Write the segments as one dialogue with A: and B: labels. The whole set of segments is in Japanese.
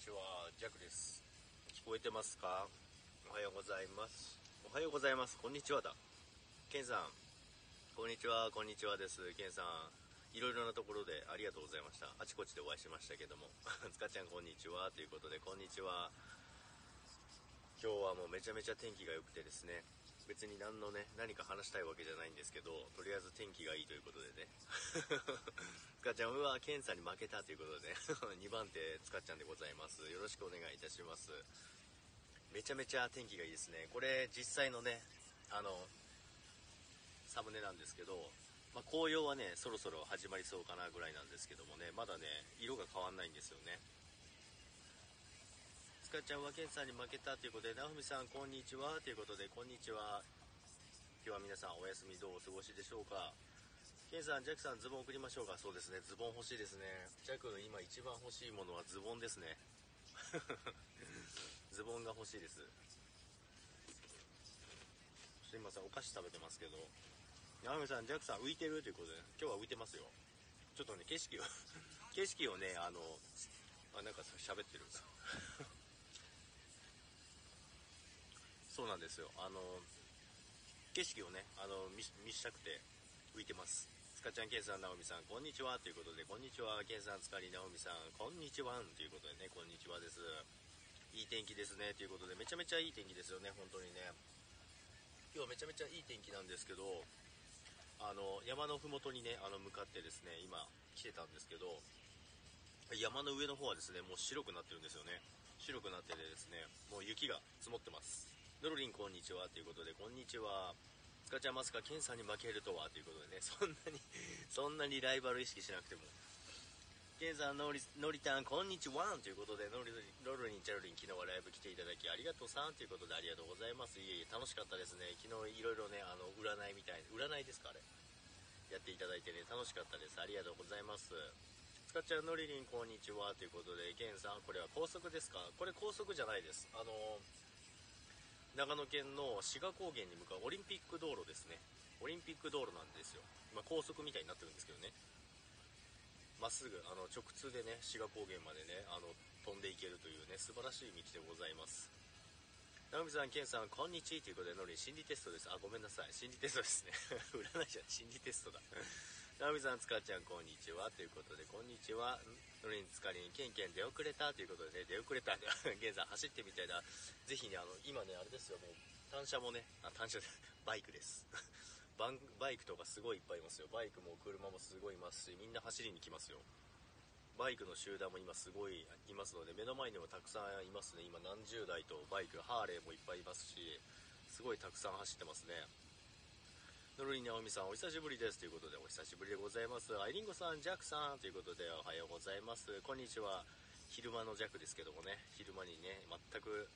A: ちはジャックです聞こえてますかおはようございますおはようございますこんにちはだケンさんこんにちはこんにちはですケンさんいろいろなところでありがとうございましたあちこちでお会いしましたけども つかちゃんこんにちはということでこんにちは今日はもうめちゃめちゃ天気が良くてですね別に何のね何か話したいわけじゃないんですけどとりあえず天気がいいということでね つかちゃんは検査に負けたということでね 2番手つかちゃんでございますよろしくお願いいたしますめちゃめちゃ天気がいいですねこれ実際のねあのサムネなんですけど、まあ、紅葉はねそろそろ始まりそうかなぐらいなんですけどもねまだね色が変わんないんですよねつかちゃんはケンさんに負けたということで、なふみさん、こんにちはということで、こんにちは。今日は皆さんお休みどうお過ごしでしょうか。ケンさん、ジャックさん、ズボン送りましょうか。そうですね、ズボン欲しいですね。ジャックの今一番欲しいものはズボンですね。 ズボンが欲しいです。すいません、お菓子食べてますけど。なふみさん、ジャックさん浮いてるということで、今日は浮いてますよ。ちょっとね、景色を景色をね、あの、あ、なんか喋ってる。そうなんですよ。あの、景色をね、あの、見し見したくて浮いてます。つかちゃん、けんさん、なおみさん、こんにちはということで、こんにちは、けんさん、つかり、なおみさん、こんにちはということでね、こんにちはです。いい天気ですね、ということで、めちゃめちゃいい天気ですよね、本当にね。今日めちゃめちゃいい天気なんですけど、あの、山のふもとにね、あの、向かってですね、今、来てたんですけど、山の上の方はですね、もう白くなってるんですよね。白くなっててですね、もう雪が積もってます。ドロリンこんにちはということで、こんにちは。つかちゃんまさかケンさんに負けるとはということでね、 そんなに、そんなにライバル意識しなくても。ケンさん、ノリ、ノリタン、こんにちはということで、ノリ、ロルリン、チャロリン、昨日はライブ来ていただき、ありがとうさんということで、ありがとうございます。いえいえ、楽しかったですね。昨日いろいろね、あの、占いみたいな、占いですかあれ。やっていただいてね、楽しかったです。ありがとうございます。つかちゃん、のりりん、こんにちは。ということで、けんさん、これは高速ですかこれ高速じゃないです。あの、長野県の志賀高原に向かうオリンピック道路ですね。オリンピック道路なんですよ。まあ、高速みたいになってるんですけどね。まっすぐ、あの、直通でね、志賀高原までね、あの、飛んでいけるというね、素晴らしい道でございます。直美さん、ケンさん、こんにちはということで、ノリ、心理テストです。あ、ごめんなさい。心理テストですね。 占いじゃん、心理テストだ。直美さん、つかちゃん、こんにちは。ということで、こんにちは。ノリにつかりに、ケンケン出遅れた。ということでね、出遅れた。 現在走ってみたいな。ぜひね、あの、今ね、あれですよ、もう、単車もね、あ、単車で、 バイクです。バンバイクとかすごいいっぱいいますよ。バイクも車もすごいいますし、みんな走りに来ますよ。バイクの集団も今すごいいますので、目の前にもたくさんいますね。今何十台とバイク、ハーレーもいっぱいいますし、すごいたくさん走ってますね。のるりなおみさん、お久しぶりです。ということで、お久しぶりでございます。あいりんごさん、ジャックさん、ということで、おはようございます。こんにちは。昼間のジャックですけどもね、昼間にね、全く、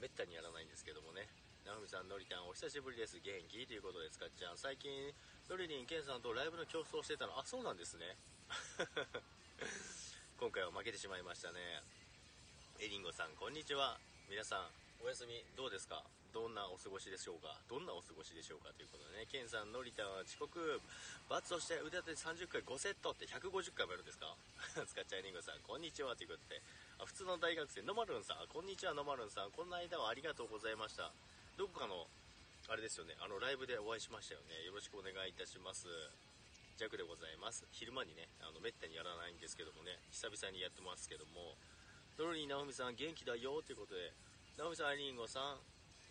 A: めったにやらないんですけどもね。なおみさん、のりたん、お久しぶりです。元気ということで、つかっちゃん、最近、のりりん、けんさんとライブの競争してたの、あ、そうなんですね。今回は負けてしまいましたね。えりんごさん、こんにちは。皆さん、お休み、どうですかどんなお過ごしでしょうかどんなお過ごしでしょうかということでね、ケンさん、のりたんは遅刻、罰をして腕立て30回5セットって150回もやるんですか 使っちゃいりんごさん、こんにちはということで、あ普通の大学生、のまるんさん、こんにちは、のまるんさん、この間はありがとうございました。どこかの、あれですよね、あの、ライブでお会いしましたよね。よろしくお願いいたします。弱でございます昼間にねあのめったにやらないんですけどもね久々にやってますけどもドロリー直美さん元気だよということで直美さんエリンゴさん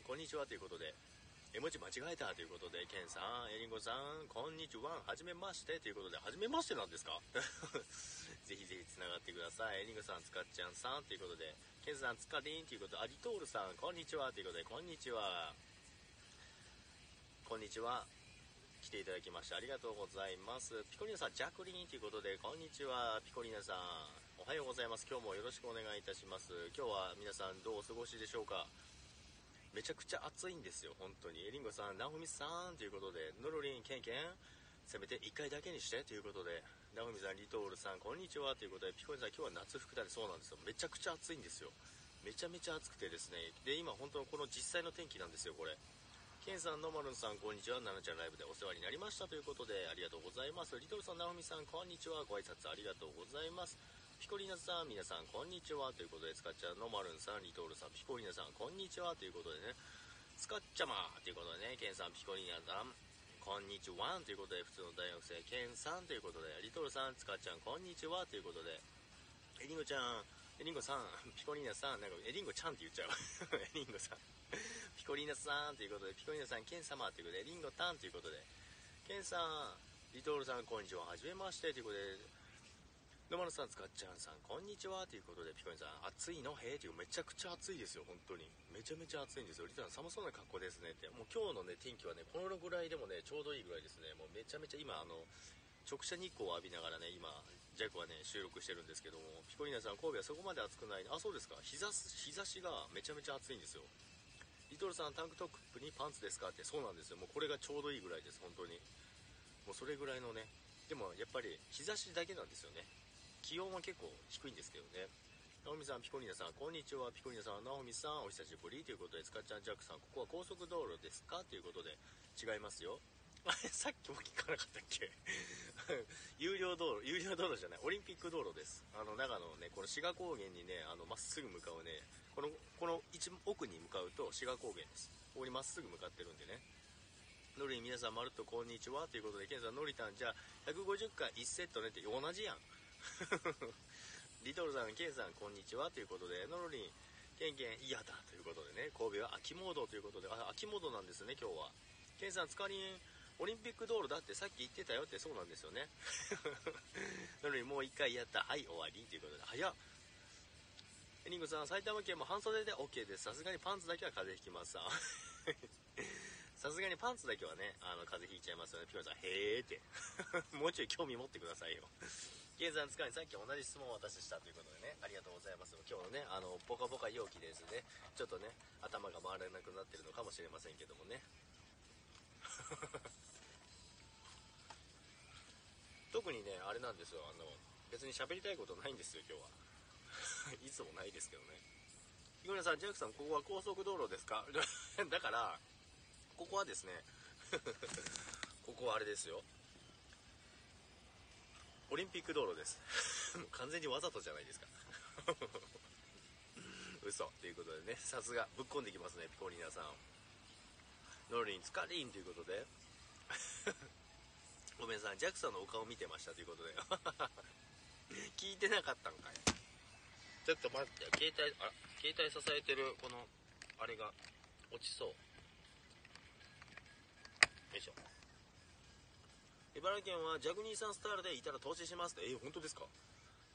A: こんにちはということで絵文字間違えたということでケンさんエリンゴさんこんにちははじめましてということではじめましてなんですか ぜひぜひつながってくださいエリンゴさんつかっちゃんさんということでケンさんつかりんということでアリトールさんこんにちはということでこんにちはこんにちは来ていただきましてありがとうございます。ピコリーナさん、ジャクリーンということで、こんにちは。ピコリーナさん、おはようございます。今日もよろしくお願いいたします。今日は皆さんどうお過ごしでしょうかめちゃくちゃ暑いんですよ、本当に。エリンゴさん、ナホミさんということで、ノロリン、ケンケン、せめて1回だけにしてということで、ナホミさん、リトールさん、こんにちはということで、ピコリーナさん、今日は夏服だね。そうなんですよ。めちゃくちゃ暑いんですよ。めちゃめちゃ暑くてですね。で、今本当のこの実際の天気なんですよ、これ。ケンさん、ノマルンさん、こんにちは。ナナちゃんライブでお世話になりましたということで、ありがとうございます。リトルさん、ナオミさん、こんにちは。ご挨拶ありがとうございます。ピコリーナさん、皆さん、こんにちは。ということで、つかっちゃんのマルンさん、リトールさん、ピコリーナさん、こんにちは。ということでね、つかっちゃまということでね、ケンさん、ピコリーナさん、こんにちは。ということで、普通の大学生、ケンさんということで、リトルさん、つかっちゃん、こんにちは。ということで、エリンゴちゃん、エリンゴさん、ピコリーナさん、なんか、エリンゴちゃんって言っちゃう。 エリンゴさん、ピコリーナさんということで、ピコリーナさん、ケン様ということで、エリンゴタンということで、ケンさん、リトルさん、こんにちは。はじめましてということで、野丸さん、つかっちゃんさん、こんにちはということで、ピコリンさん、暑いのへえという、めちゃくちゃ暑いですよ、本当に。めちゃめちゃ暑いんですよ。リトさん、寒そうな格好ですねって。もう今日のね、天気はね、このぐらいでもね、ちょうどいいぐらいですね。もうめちゃめちゃ今、あの、直射日光を浴びながらね、今、ジャイコはね、収録してるんですけども、ピコリーナさん、神戸はそこまで暑くない。あ、そうですか。日差し、日差しがめちゃめちゃ暑いんですよ。リトルさん、タンクトップにパンツですかって、そうなんですよ。もうこれがちょうどいいぐらいです、本当に。もうそれぐらいのね、でもやっぱり日差しだけなんですよね。気温は結構低いんですけどね。ナオミさん、ピコリーナさん、こんにちは。ピコリーナさん、ナオミさん、お久しぶりということで、スカちゃんジャックさん、ここは高速道路ですかということで、違いますよ。 あれ、さっきも聞かなかったっけ 有料道路、有料道路じゃない、オリンピック道路です。あの、長野のね、この志賀高原にね、あの、まっすぐ向かうね、この、この一奥に向かうと志賀高原です。ここにまっすぐ向かってるんでね。ノリ皆さんまるっとこんにちはということでケンさんノリタンじゃあ150回1セットねって同じやん リトルさんケンさんこんにちはということでノロリンケンケン嫌だということでね神戸は秋モードということであ秋モードなんですね今日はケンさんつかりんオリンピック道路だってさっき言ってたよってそうなんですよね ノロリンもう一回やったはい終わりということで早っエリングさん埼玉県も半袖で OK ですさすがにパンツだけは風邪ひきますさん さすがにパンツだけはね、あの、風邪ひいちゃいますよね。ピコリさん、へーって。 もうちょい興味持ってくださいよ。現在の使いにさっき同じ質問を私したということでね、ありがとうございます。今日のね、あの、ポカポカ陽気ですね、ちょっとね、頭が回らなくなってるのかもしれませんけどもね。特にね、あれなんですよ、あの、別に喋りたいことないんですよ、今日は。 いつもないですけどね。ピコリさん、ジャックさん、ここは高速道路ですか だから、ここはですね ここはあれですよオリンピック道路です もう完全にわざとじゃないですか 嘘ということでねさすがぶっこんできますねピコリーナさんノリンつかりんということでごめんなさいジャクさんのお顔見てましたということで 聞いてなかったんかいちょっと待って携帯あら携帯支えてるこのあれが落ちそうよいしょ茨城県はジャグニーさんスタイルでいたら投資しますってえー本当ですか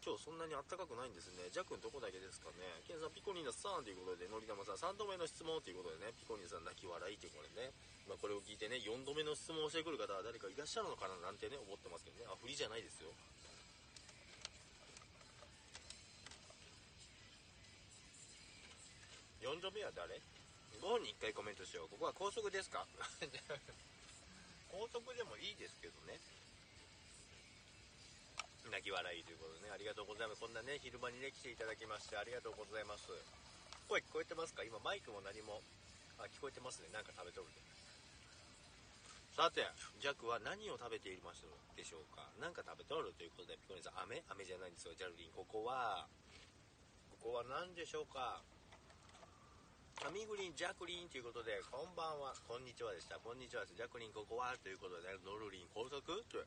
A: 今日そんなに暖かくないんですねジャックのとこだけですかねケンさんピコリーナさんということでのりたまさん3度目の質問ということでねピコリーナさん泣き笑いということでね、まあ、これを聞いてね4度目の質問をしてくる方は誰かいらっしゃるのかななんてね思ってますけどねあ振りじゃないですよ4度目は誰 ?5 に1回コメントしようここは高速ですか 高速でもいいですけどね泣き笑いということでねありがとうございますこんなね昼間にね来ていただきましてありがとうございます声聞こえてますか今マイクも何もあ聞こえてますねなんか食べとるでさてジャックは何を食べていましたでしょうか何か食べとるということでピコリンさん飴飴じゃないんですよジャルリンここはここは何でしょうかタミグリン、ジャクリンということで、こんばんは、こんにちはでした。こんにちはです。ジャクリン、ここはということで、ノルリン、高速と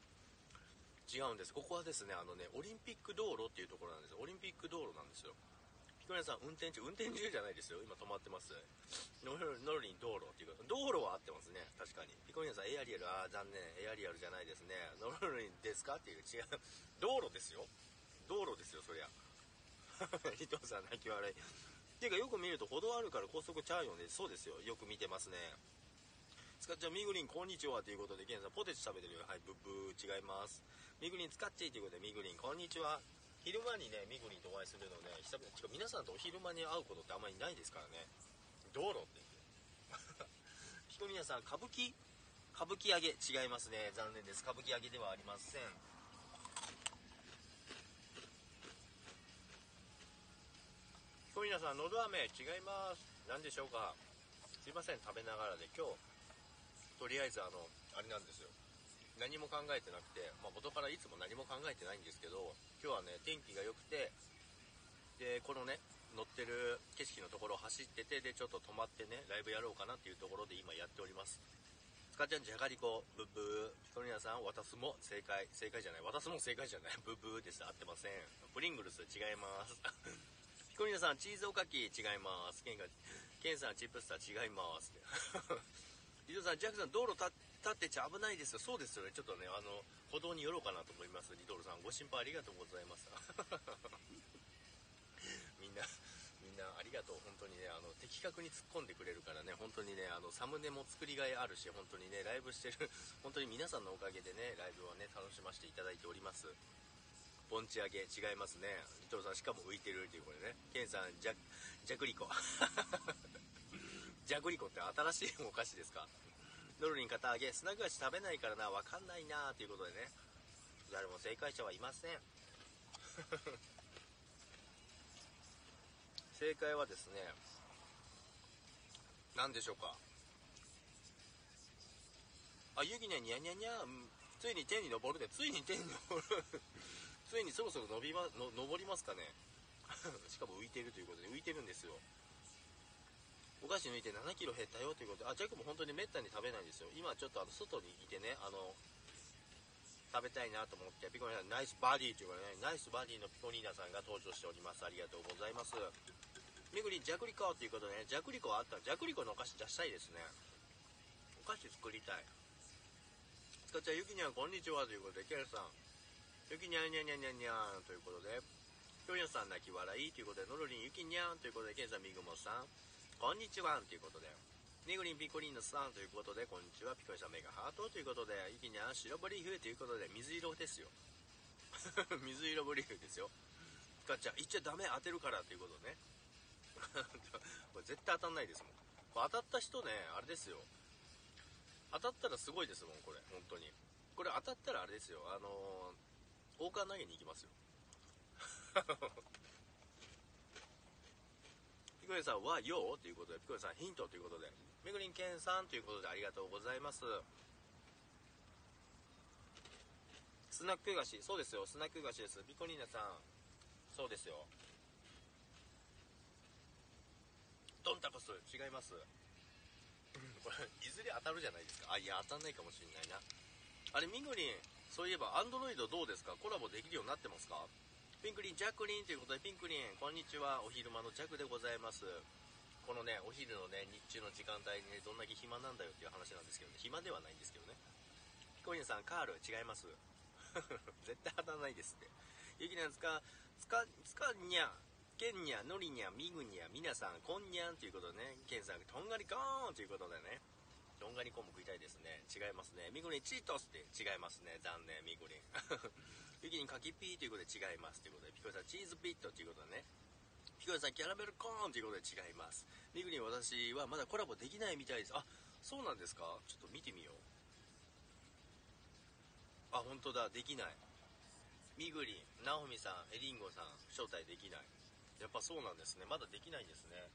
A: 違うんです。ここはですね、あのね、オリンピック道路っていうところなんです。オリンピック道路なんですよ。ひこりさん、運転中、運転中じゃないですよ。今止まってます。ノルノルリン、道路っていうこと。道路は合ってますね。確かに。ひこりさん、エアリアル、あー残念。エアリアルじゃないですね。ノルリンですかっていう、違う。道路ですよ。道路ですよ、そりゃ。 伊藤さん、泣き笑い。ていうかよく見ると歩道あるから高速ちゃうよねそうですよよく見てますねスカッチャミグリンこんにちはということでケンさんポテチ食べてるよはいブッブー違いますミグリン使ってということでミグリンこんにちは昼間にねミグリンとお会いするのね久々てか皆さんとお昼間に会うことってあんまりないですからね道路って ひとみなさん歌舞伎歌舞伎揚げ違いますね残念です歌舞伎揚げではありませんひこりなさん、のど飴違います。何でしょうかすいません、食べながらで。今日、とりあえずあの、あれなんですよ。何も考えてなくて、まあ元からいつも何も考えてないんですけど、今日はね天気が良くてでこのね乗ってる景色のところを走っててでちょっと止まってねライブやろうかなっていうところで今やっておりますスカちゃんじゃがりこブッブーピコリーナさん私も正解正解じゃない私も正解じゃないブッブーです合ってませんプリングルス違います ピコリーナさんチーズおかき違いますケンがケンさんチップスター違いますリドさんジャックさん道路立立ってちゃ危ないですよそうですよねちょっとねあの歩道に寄ろうかなと思いますリドルさんご心配ありがとうございます みんな、みんなありがとう、本当にね、あの、的確に突っ込んでくれるからね、本当にね、あの、サムネも作りがいあるし、本当にね、ライブしてる、 本当に皆さんのおかげでね、ライブをね、楽しませていただいております。ポンチ上げ、違いますね。伊藤さん、しかも浮いてるっていうこれね。ケンさん、ジャ、ジャクリコ。 ジャクリコって新しいお菓子ですかノルリン肩上げ、スナック菓子食べないからな、わかんないなということでね。誰も正解者はいません。 正解はですね何でしょうかあ湯気ねニャニャニャうんついに天に昇るでついに天に昇る ついにそろそろ伸びまの登りますかね しかも浮いてるということで浮いてるんですよお菓子抜いて7キロ減ったよということであジャックも本当にめったに食べないんですよ今ちょっとあの外にいてねあの食べたいなと思ってピコリーナナイスバディということでねナイスバディのピコリーナさんが登場しておりますありがとうございますめぐりじゃくりこっていうことでねじゃくりこはあったじゃくりこのお菓子出したいですねお菓子作りたいつかちゃんゆきにゃんこんにちはということでケンさんゆきにゃんにゃんにゃんにゃんにゃんということでぴょんやさん泣き笑いということでのろりんゆきにゃんということでケンさんみぐもさんこんにちはということでめぐりんピコリーナさんということでこんにちはピコリさんメガハートということでゆきにゃん白ブリーフということで水色ですよ 水色ブリーフですよつかちゃん言っちゃダメ当てるからということね これ絶対当たんないですもんこれ当たった人ねあれですよ当たったらすごいですもんこれ本当にこれ当たったらあれですよあのー、王冠投げに行きますよピコリンさんは「よう」ということでピコリンさんヒントということでめぐりんけんさんということでありがとうございますスナック菓子そうですよスナック菓子ですピコリーナさんそうですよドンタコス違います これいずれ当たるじゃないですかあいや当たんないかもしれないなあれみぐりんそういえばアンドロイドどうですかコラボできるようになってますかピンクリンジャクリンということでピンクリンこんにちはお昼間のジャクでございますこのねお昼のね日中の時間帯にねどんだけ暇なんだよっていう話なんですけどね暇ではないんですけどねヒコリンさんカール違います 絶対当たんないですってゆきなんですかつかつかにゃんケンニャ、ノリニャ、ミグニャ、ミナさん、こんにゃんということでね、ケンさん、とんがりコーンということでね、とんがりコーンも食いたいですね。違いますね。ミグリン、チートスって違いますね。残念、ミグリン。ユキリン、カキピーということで違いますということで、ピコリさん、チーズピットということでね、ピコリさん、キャラメルコーンということで違います。ミグリン、私はまだコラボできないみたいです。あ、そうなんですかちょっと見てみよう。あ、本当だ、できない。ミグリン、ナオミさん、エリンゴさん、招待できない。やっぱそうなんですね。まだできないんですね。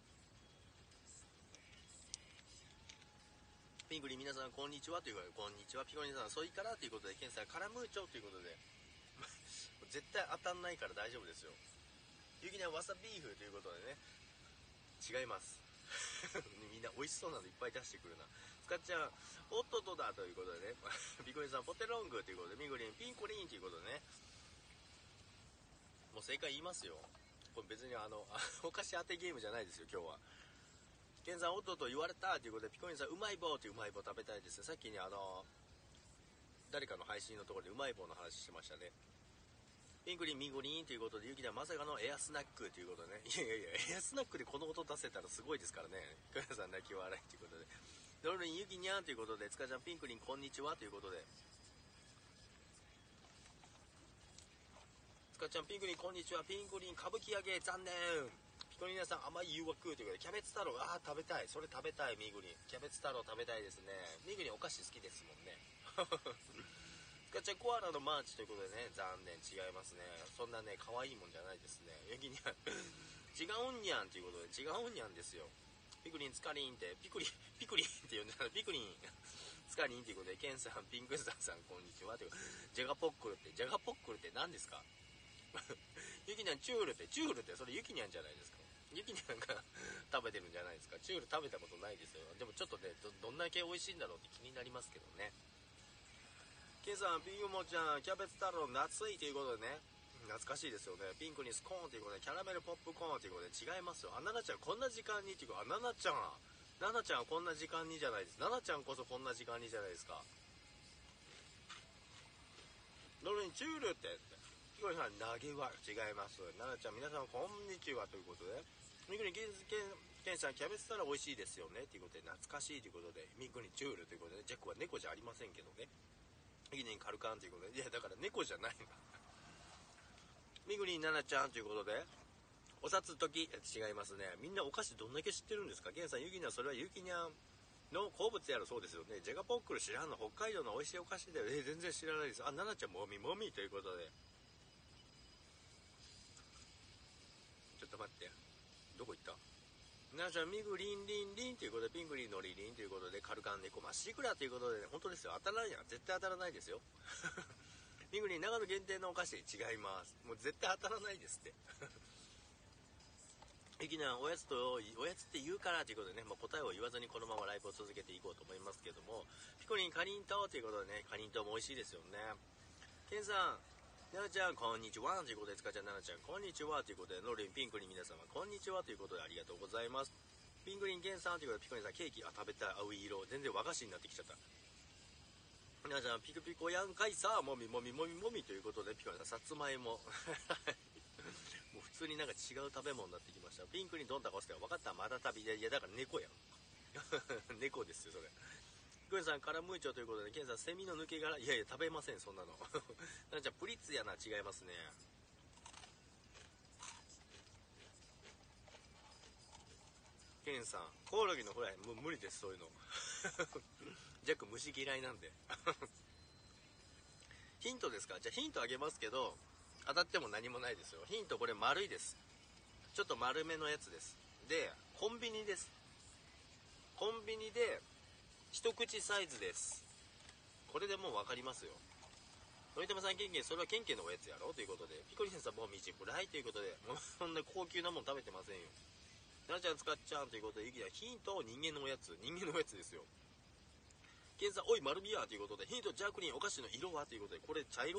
A: ピンクリン皆さん、こんにちはということで、こんにちは。ピコリンさん、ソイカラということで、ケンさん、カラムーチョということで、絶対当たんないから大丈夫ですよ。ゆきなわさビーフということでね、違います。 みんな美味しそうなのいっぱい出してくるな。スカッちゃん、おっとっとだということでね、 ピコリンさん、ポテロングということで、ミグリン、ピンコリンということでね、もう正解言いますよ。これ別にあの、 あお菓子当てゲームじゃないですよ、今日は。ケンさん、おっとっと言われたということで、ピコリンさん、うまい棒ってうまい棒食べたいですね。さっきね、あの、誰かの配信のところでうまい棒の話してましたね。ピンクリン、ミンゴリンということで、ユキダまさかのエアスナックということでね。いやいやいや、エアスナックでこの音出せたらすごいですからね。ピコリンさん、泣き笑いということで。ドルリン、ユキニャンということで、つかちゃん、ピンクリン、こんにちはということで。つかちゃん、ピンクリン、こんにちは。ピンクリン、歌舞伎揚げ、残念。ピコリーナさん、甘い誘惑ということで、キャベツ太郎、ああ、食べたい。それ食べたい、ミーグリン。キャベツ太郎食べたいですね。ミーグリン、お菓子好きですもんね。つかちゃん、コアラのマーチということでね、残念、違いますね。そんなね、可愛いもんじゃないですね。ユギニャン、違うんにゃんということで、違うんにゃんですよ。ピクリン、つかりんって、ピクリン、ピクリンって呼んでたら、ピクリン、つかりんということで、ケンさん、ピンクスターさん、こんにちは。ということでジャガポックルって、ジャガポックルって何ですか ゆきにゃんチュールってチュールってそれゆきにゃんじゃないですかゆきにゃんが 食べてるんじゃないですかチュール食べたことないですよでもちょっとねどどんだけ美味しいんだろうって気になりますけどねケンさんピンモちゃんキャベツ太郎夏いということでね懐かしいですよねピンクにスコーンということでキャラメルポップコーンということで違いますよあななちゃんこんな時間にっていうかあななちゃんななちゃんはこんな時間にじゃないですななちゃんこそこんな時間にじゃないですかドルにチュールってってヒコリさん投げは違いますななちゃん皆さんこんにちはということでみくにけんけんけんさんキャベツたら美味しいですよねということで懐かしいということでみくにチュールということでジャックは猫じゃありませんけどねみくにカルカンということでいやだから猫じゃないんだみぐりんななちゃんということでお札時違いますねみんなお菓子どんだけ知ってるんですかげんさんゆきにゃんそれはゆきにゃんの好物やろそうですよねジャガポックル知らんの北海道の美味しいお菓子でえー全然知らないですあななちゃんもみもみということでちょっと待ってどこ行ったななちゃんみぐりんりんりんということでピングリンのりりんということでカルカンネコマシクラということでね本当ですよ当たらないやん絶対当たらないですよ みぐりん長野限定のお菓子違いますもう絶対当たらないですって ゆきなおやつとおやつって言うからということでね、まあ、答えを言わずにこのままライブを続けていこうと思いますけどもピコリンかりんとうということでねかりんとうも美味しいですよねケンさんななちゃんこんにちはということでつかちゃんななちゃんこんにちはということでノリンピンクリン皆様こんにちはということでありがとうございますピンクリンケンさんということでピコリンさんケーキあ食べたい青い色全然和菓子になってきちゃった皆さん、ピクピコやんかいさ、もみもみもみもみということで、ピコさん、さつまいも。もう普通になんか違う食べ物になってきました。ピンクにどんたこすけど、分かった、まだ旅で。いや、だから猫やん。猫ですよ、それ。グンさん、カラムーチョということで、ケンさん、セミの抜け殻。いやいや、食べません、そんなの。なんじゃ、プリッツやな、違いますね。ケンさん、コオロギのほら、もう無理です、そういうの。ジャック虫嫌いなんで。ヒントですかじゃあヒントあげますけど、当たっても何もないですよ。ヒントこれ丸いです。ちょっと丸めのやつです。で、コンビニです。コンビニで、一口サイズです。これでもう分かりますよ。のりたまさんケンケン、それはケンケンのおやつやろということで、ピコリンさんもみちぶらいということで、もうそんな高級なもん食べてませんよ。ななちゃん使っちゃうんということで、ゆきやヒントを人間のおやつ。人間のおやつですよ。検査おい丸ビアということでヒントジャークリンお菓子の色はということでこれ茶色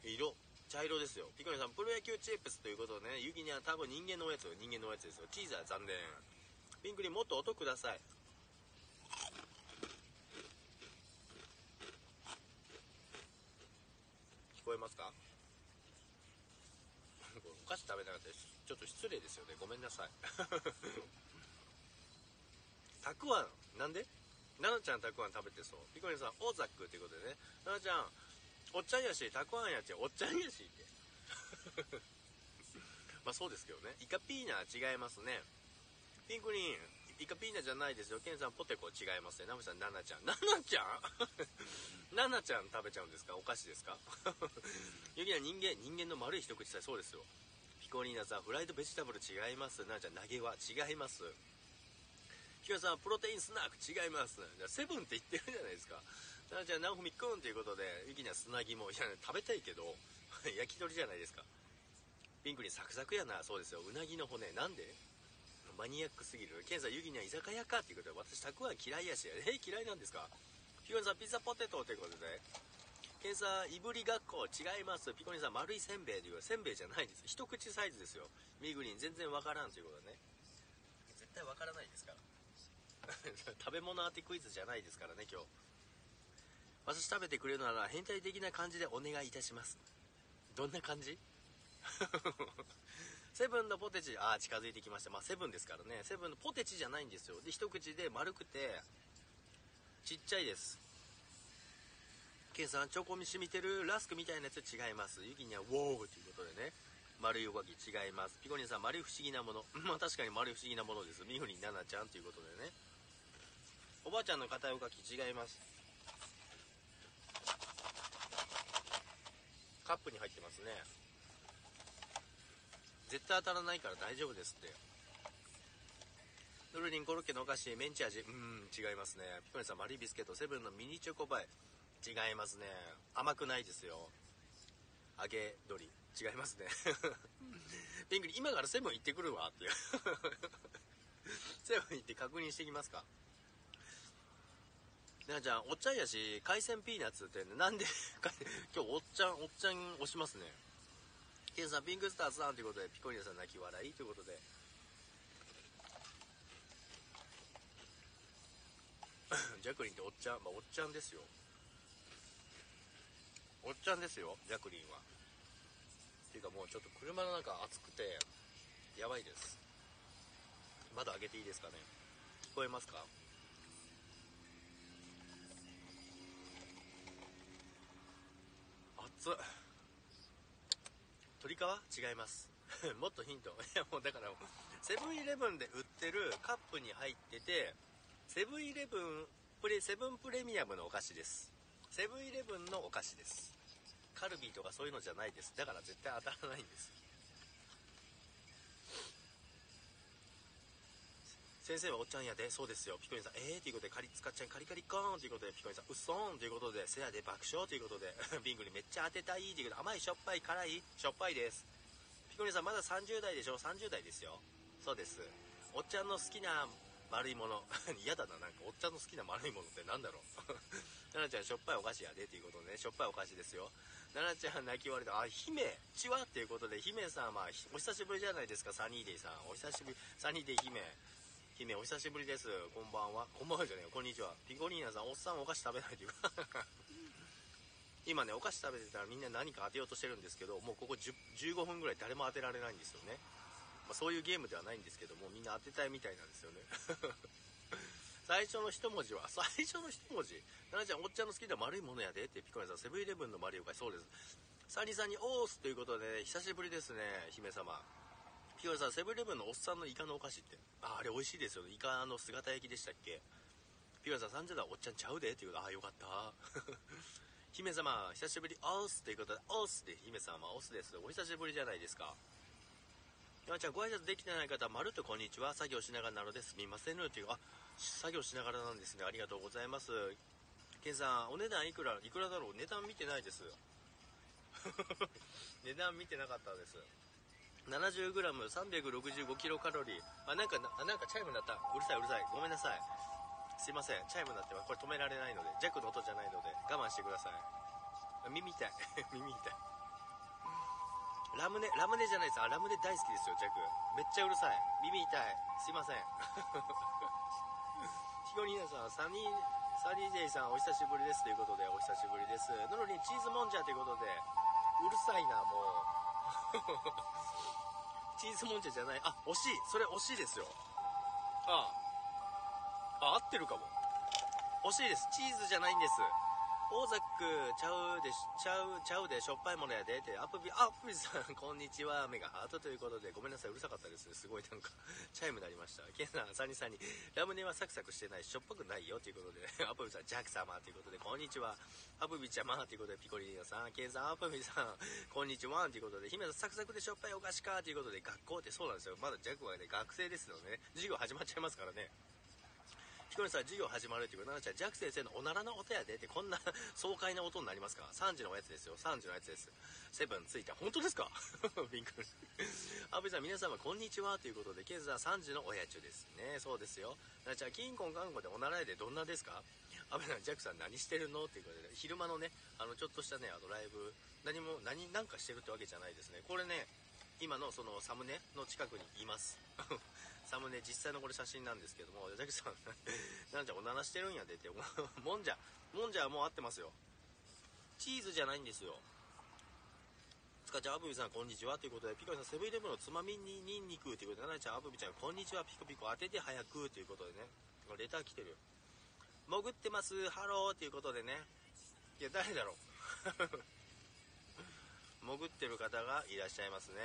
A: 色茶色ですよピコリンさんプロ野球チップスということでねユキには多分人間のおやつ人間のおやつですよチーズは残念ピンクリンもっと音ください聞こえますか お菓子食べなかったですちょっと失礼ですよねごめんなさい たくあんなんで奈々ちゃんたくあん食べてそうピコリンさんオーザックということでね奈々ちゃんおっちゃんやしたくあんやちおっちゃんやしって まあそうですけどねイカピーナ違いますねピンクリンイカピーナじゃないですよケンさんポテコ違いますねナムさん奈々ちゃん 奈々ちゃん奈々ちゃん食べちゃうんですかお菓子ですかユキナ人間人間の丸い一口さえそうですよピコリーナさんフライドベジタブル違います奈々ちゃん投げは違いますヒロさん、プロテインスナック違います。じゃあセブンって言ってるじゃないですか。なじゃあ、ナオフミくんということで、ゆきには砂肝。いや、食べたいけど、 焼き鳥じゃないですか。ピンクにサクサクやな。そうですよ。うなぎの骨。なんでマニアックすぎる。ケンさん、ゆきには居酒屋かっていうことで、私、たくあん嫌いやし。えー嫌いなんですかヒロさん、ピザポテトということで、ケンさん、いぶりがっこ、違います。ピコリンさん、丸いせんべいというせんべいじゃないです。一口サイズですよ。ミグリン、全然わからんということでね。絶対わからないですから。 食べ物当てクイズじゃないですからね今日私食べてくれるなら変態的な感じでお願いいたしますどんな感じ セブンのポテチああ近づいてきましたまあセブンですからねセブンのポテチじゃないんですよで一口で丸くてちっちゃいですケンさんチョコミ染みてるラスクみたいなやつ違いますユキにはウォーということでね丸い動き違いますピコニンさん丸い不思議なもの まあ確かに丸い不思議なものですミフリンナナちゃんということでねおばあちゃんの片岡き違いますカップに入ってますね絶対当たらないから大丈夫ですってドルリンコロッケのお菓子メンチ味うーん違いますねピコネさんマリービスケットセブンのミニチョコパイ違いますね甘くないですよ揚げ鶏違いますねピンクに今からセブン行ってくるわっていうセブン行って確認してきますかなあちゃんおっちゃんやし海鮮ピーナッツってなんで 今日おっちゃんおっちゃん押しますねケンさんピンクスターさんということでピコリナさん泣き笑いということで ジャクリンっておっちゃん、まあ、おっちゃんですよおっちゃんですよジャクリンはっていうかもうちょっと車の中暑くてやばいです窓開けていいですかね聞こえますか暑っ鳥皮違います もっとヒントいやもうだからセブンイレブンで売ってるカップに入っててセブンイレブンプレセブンプレミアムのお菓子ですセブンイレブンのお菓子ですカルビーとかそういうのじゃないですだから絶対当たらないんです先生はおっちゃんやでそうですよピコリンさんえーということでカリツカちゃんカリカリコーンということでピコリンさんうっそーんということでせやで爆笑ということで ビングにめっちゃ当てたいということで甘いしょっぱい辛いしょっぱいですピコリンさんまだ30代でしょ30代ですよそうですおっちゃんの好きな丸いもの 嫌だななんかおっちゃんの好きな丸いものってなんだろう 奈々ちゃんしょっぱいお菓子やでということでねしょっぱいお菓子ですよ奈々ちゃん泣き割れたあ姫ちわっていうことで姫様ひお久しぶりじゃないですかサニーデイさんお久しぶりサニーデイ姫姫お久しぶりですこんばんはこんばんはじゃねえよこんにちはピコリーナさんおっさんお菓子食べないという 今ねお菓子食べてたらみんな何か当てようとしてるんですけどもうここ10 15分ぐらい誰も当てられないんですよね、まあ、そういうゲームではないんですけどもみんな当てたいみたいなんですよね最初の一文字は 最初の一文字奈々ちゃんおっちゃんの好きな丸いものやでってピコリーナさんセブンイレブンの丸いお菓子そうですサニーさんにオースということで、ね、久しぶりですね姫様ひよりさんセブンイレブンのおっさんのイカのお菓子ってああれ美味しいですよねイカの姿焼きでしたっけひよりさん30代おっちゃんちゃうでっていうことああよかった 姫様久しぶりおっすということでおっすで姫様おっすですお久しぶりじゃないですかひまちゃんご挨拶できてない方まるっとこんにちは作業しながらなのですみませんというあ作業しながらなんですねありがとうございますけんさんお値段いくらいくらだろう値段見てないです 値段見てなかったです 70g365kcal あなんかなあなんかチャイム鳴ったうるさいうるさいごめんなさいすいませんチャイム鳴ってはこれ止められないのでジャックの音じゃないので我慢してくださいあ耳痛い 耳痛いラムネラムネじゃないですあラムネ大好きですよジャックめっちゃうるさい耳痛いすいません ヒコリーナさんサニーサニージェイさんお久しぶりですということでお久しぶりですノロリンチーズもんじゃということでうるさいなもう チーズもんじゃじゃない。あ、惜しい。それ惜しいですよ。ああ。あ、合ってるかも。惜しいです。チーズじゃないんです。大ザック、ちゃうでし、ちゃう、ちゃうでしょっぱいものやでって、アプビ、あアプビさん、こんにちは、目がハートということで、ごめんなさい、うるさかったですね。すごいなんか、チャイム鳴りました。ケンさん、サニーさんに、ラムネはサクサクしてないし、しょっぱくないよということで、アプビさん、ジャック様ということで、こんにちは、アプビちゃまということで、ピコリーナさん、ケンさん、アプビさん、こんにちはということで、姫さん、サクサクでしょっぱいお菓子かということで、学校ってそうなんですよ。まだジャックはね、学生ですよね。授業始まっちゃいますからね。ひこりさん、授業始まるってことなのちゃん、ジャック先生のおならの音やでって、こんな 爽快な音になりますか ?3 時のおやつですよ。3時のおやつです。セブンついた。本当ですか びっくり。安部さん、皆様、こんにちは。ということで、ケンさん、3時のおやつですね。そうですよ。ななちゃん、キンコンカンコでおならやでどんなですか安部さん、ジャックさん、何してるのっていうことで、昼間のね、あの、ちょっとしたね、あの、ライブ、何も、何、なんかしてるってわけじゃないですね。これね、今のそのサムネの近くにいます。 サムネ実際のこれ写真なんですけども、ジャケさん、 なんじゃんおならしてるんやでって、も もんじゃ、もんじゃはもう合ってますよ。チーズじゃないんですよ。つかちゃん、あぶみさん、こんにちは。ということで、ピコリさん、セブンイレブンのつまみにニンニクということで、ななちゃん、あぶみちゃん、こんにちは。ピコピコ当てて早くということでね。レター来てる。潜ってます。ハローということでね。いや、誰だろう。 潜ってる方がいらっしゃいますね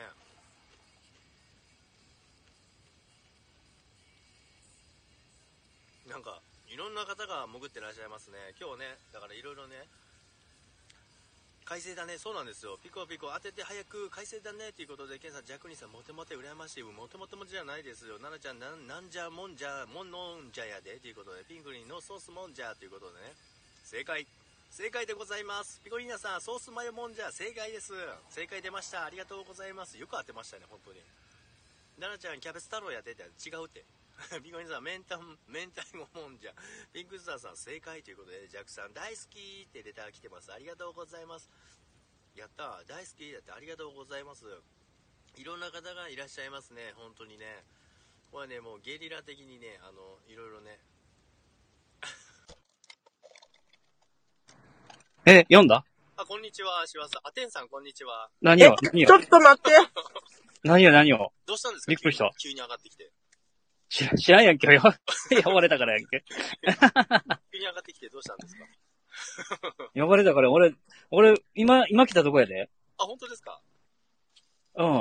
A: なんかいろんな方が潜ってらっしゃいますね今日ねだからいろいろね快晴だねそうなんですよピコピコ当てて早く快晴だねということでケンさんジャクニーさんモテモテ羨ましいモテモテモテじゃないですよナナちゃんなんなんじゃもんじゃもんのんじゃやでということでピンクリンのソースもんじゃということでね正解正解でございます。ピコリーナさん、ソースマヨもんじゃ正解です。正解出ました。ありがとうございます。よく当てましたね、本当に。奈々ちゃん、キャベツ太郎やってたら違うって。 ピコリーナさん、明太、明太子もんじゃ。ピンクスターさん、正解ということで、ジャックさん、大好きってレター来てます。ありがとうございます。やったー大好きだってありがとうございます。いろんな方がいらっしゃいますね、本当にね。これはね、もうゲリラ的にね、あの、いろいろね、
B: え、読んだ
A: あ、こんにちは、しわさん。あ、てんさん、こんにちは。
B: 何
C: え
B: を、何
C: ちょ
B: を
C: っ、と待って。
B: 何を、何を。
A: どうしたんですか
B: びっくりした
A: 急に急に上がってきて。
B: 知ら知らんやんけ、 よ。呼ばれたからやんけ。
A: 急に上がってきてどうしたんですか
B: 呼ばれたから、俺、俺、今、今来たとこやで。
A: あ、本当ですか
B: うん。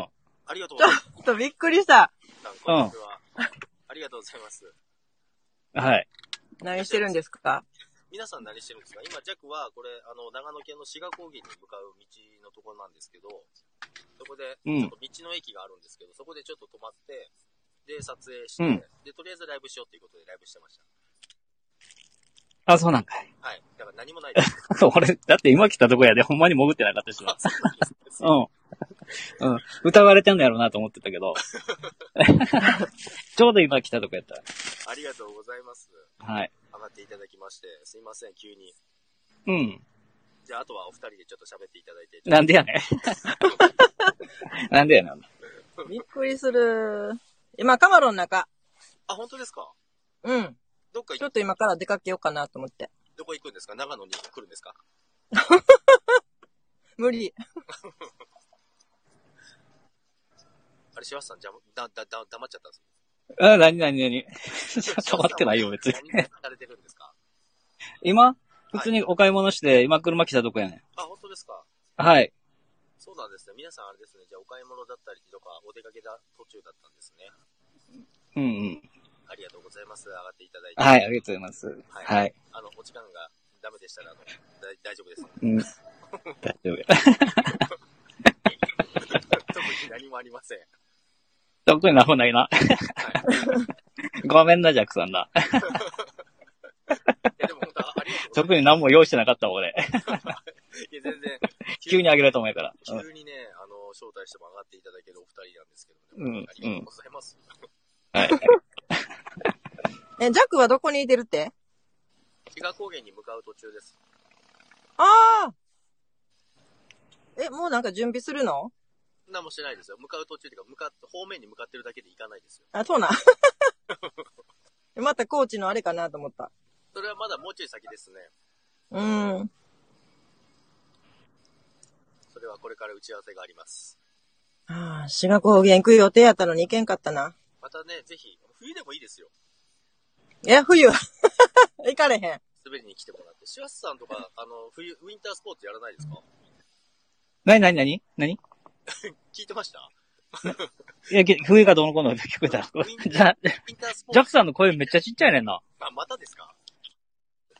A: ありがとうございます。
C: ちょっとびっくりした。
A: さんこんにちは。ありがとうございます。
B: はい。
C: 何してるんですか
A: 皆さん何してるんですか今、ジャックは、これ、あの、長野県の志賀高原に向かう道のところなんですけど、そこで、
B: うん
A: ちょっと道の駅があるんですけど、そこでちょっと止まって、で、撮影して、
B: うん
A: で、とりあえずライブしようということでライブしてました。
B: あ、そうなんかい。
A: はい。だから何もないです。
B: 俺、だって今来たとこやで、ほんまに潜ってなかったしな
A: あ。そうなんですね
B: うん。うん。歌われてんのやろうなと思ってたけ ど。ちょうど今来たとこやった。
A: ありがとうございます。
B: はい。
A: 上がっていただきまして、すいません、急に。
B: うん。
A: じゃあ、あとはお二人でちょっと喋っていただいて。
B: なんでやねん。 なんでやねん。
C: びっくりする。今、カマロの中。
A: あ、本当ですか
C: うん。
A: どっか
C: ち
A: 行
C: ょっと今から出かけようかなと思って。
A: どこ行くんですか長野に来るんですか
C: 無理。
A: あれ、しわさん、じゃ、だ、だ、だ、黙っちゃったんです
B: あ、なになにな に
A: か
B: 止まってないよ、別に。
A: 何されてるんですか
B: 今普通にお買い物して、今車来たとこやねん。
A: あ、本当ですか
B: はい。
A: そうなんですね。皆さんあれですね。じゃあ、お買い物だったりとか、お出かけだ、途中だったんですね。
B: うんうん。
A: ありがとうございます。上がっていただいて。
B: はい、ありがとうございます。
A: はい
B: はい。
A: あの、お時間がダメでしたら、あの、だい大丈夫 です。
B: うん。大丈夫 や。
A: 特に何もありません。
B: 特になんもないな。
A: はい。
B: ごめんな、ジャックさんな。
A: い や、でも本当、ありがとうございます。
B: 特に何も用意してなかったわ、俺。
A: いや、全然。
B: 急にあげられたもんやから。うん
A: 急にね、あの、招待しても上がっていただけるお二人なんですけど
B: うん
A: ね。ありがとうございます。
B: はい。
C: え、ジャックはどこにいてるって
A: 志賀高原に向かう途中です。
C: ああえ、もうなんか準備するの
A: 何もしてないですよ。向かう途中というか、向かっ、方面に向かってるだけで行かないですよ。
C: あ、 そうなん。またコーチのあれかなと思った。
A: それはまだもうちょい先ですね。
C: うん。
A: それはこれから打ち合わせがあります。
C: ああ、志賀高原行く予定やったのに行けんかったな。
A: またね、ぜひ、冬でもいいですよ。
C: え、冬 行かれへん。
A: 滑りに来てもらって。シワスさんとか、あの、冬、ウィンタースポーツやらないですか
B: なになになになに
A: 聞いてました
B: いや、け冬がどうのこうの聞こえた ら。
A: ウィン
B: じゃ、
A: ウィンタースポ
B: ジャ
A: ー
B: ック
A: ツ。
B: さんの声めっちゃちっちゃいねんな。
A: あ、またですか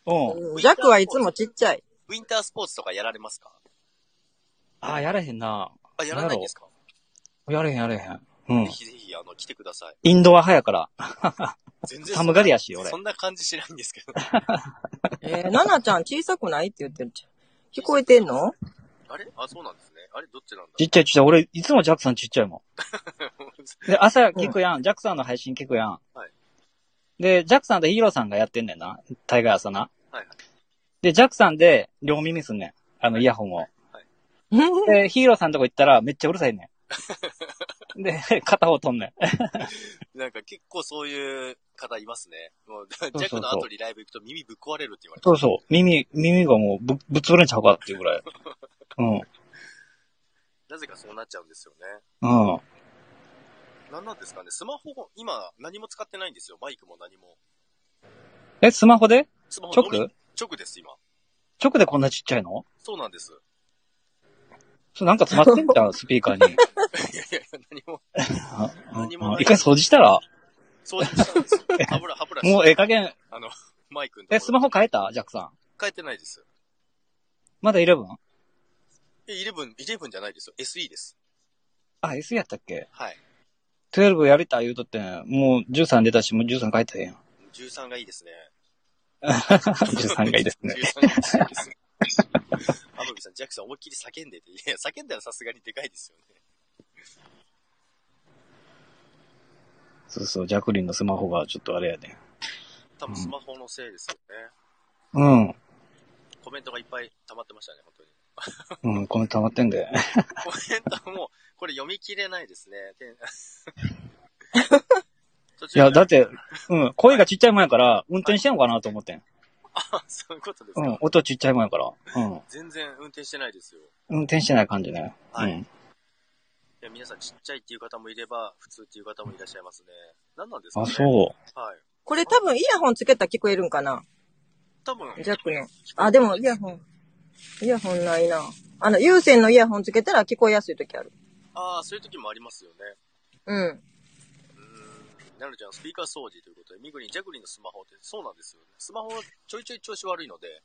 B: うん。
C: ジャックはいつもちっちゃい。
A: ウィンタースポーツとかやられますか
B: ああ、やれへんな。
A: あ、やらないんですか
B: やれへん、やれへん。うん
A: ぜ。ひぜひ、あの、来てください。
B: インドは早から。
A: 全然そんな
B: 寒がりやし、俺
A: そ。んな感じしないんですけ ど。
C: えー、ナナちゃん小さくないって言ってるじゃん。聞こえてん の
A: あれあ、そうなんですね。あれどっちなんだ
B: ちっちゃいちっちゃい。俺、いつもジャックさんちっちゃいもん。で、朝聞くやん。ジャックさんの配信聞くやん。
A: はい
B: で、ジャックさんとヒーローさんがやってんねんな。大概朝な。
A: はいはい
B: で、ジャックさんで両耳すんねん。あの、イヤホンを。
C: うん
B: で、ヒーローさんとこ行ったらめっちゃうるさいねん。で、 片方取んね ん。
A: なんか結構そういう方いますね。もう、ジャ
B: そう
A: ックの後にライブ行くと耳ぶっ壊れるって言われて。
B: そうそう。耳、耳がもうぶ、ぶっ潰れんちゃうかっていうぐらい。うん。
A: なぜかそうなっちゃうんですよね。
B: うん。
A: なんなんですかね。スマホ、今何も使ってないんですよ。マイクも何も。
B: え、スマホで
A: スマホのみ
B: 直
A: 直です、今。
B: 直でこんなちっちゃいの
A: そうなんです。
B: そうなんか詰まってんじゃん、スピーカーに。
A: いやいやいや、何も、何
B: う
A: も
B: ん
A: ない
B: 一回掃除したら
A: 掃除したん ですよ。歯ブラ、歯ブラして
B: もうええ加減。
A: あの、マイクのところ
B: え、スマホ変えたジャックさん。
A: 変えてないです。
B: まだ 11?
A: え11、11じゃないですよ。SE です。
B: あ、S やったっけ
A: はい。
B: ?12 やりたい言うとってん、もう13出たし、もう13変えたらええやん。
A: 13がいいですね。
B: 13がいいですね。
A: 13がいいですね。天海さん、ジャックさん思いっきり叫んでて、いや、叫んだらさすがにでかいですよね。
B: そうそう、ジャクリンのスマホがちょっとあれやね。
A: 多分スマホのせいですよね。
B: うん。
A: コメントがいっぱい溜まってましたね、本当に。
B: うん、この溜まってんだよ。
A: コメントも、これ読み切れないですね。てん途
B: い
A: 中、
B: や、だってて、うん、声がちっちゃいもんやから、運転してんのかなと思ってん。
A: あそういうことです
B: う
A: か。
B: ん、音ちっちゃいもんやから。うん。
A: 全然運転してないですよ。い
B: 運転してない感じね。
A: はい
B: うん。
A: や、皆さんちっちゃいっていう方もいれば、普通っていう方もいらっしゃいますね。何なんですか
B: あ、
A: ね。
B: そう。
A: はい。
C: これ多分イヤホンつけたら聞こえるんかな
A: 多分、
C: ジャックの。あ、でもイヤホン。イヤホンないな。あの、有線のイヤホンつけたら聞こえやすい時ある。
A: ああ、そういう時もありますよね。
C: うん。
A: うーん。なるちゃん、スピーカー掃除ということで、ミグリン、ジャグリンのスマホって、そうなんですよね。スマホはちょいちょい調子悪いので、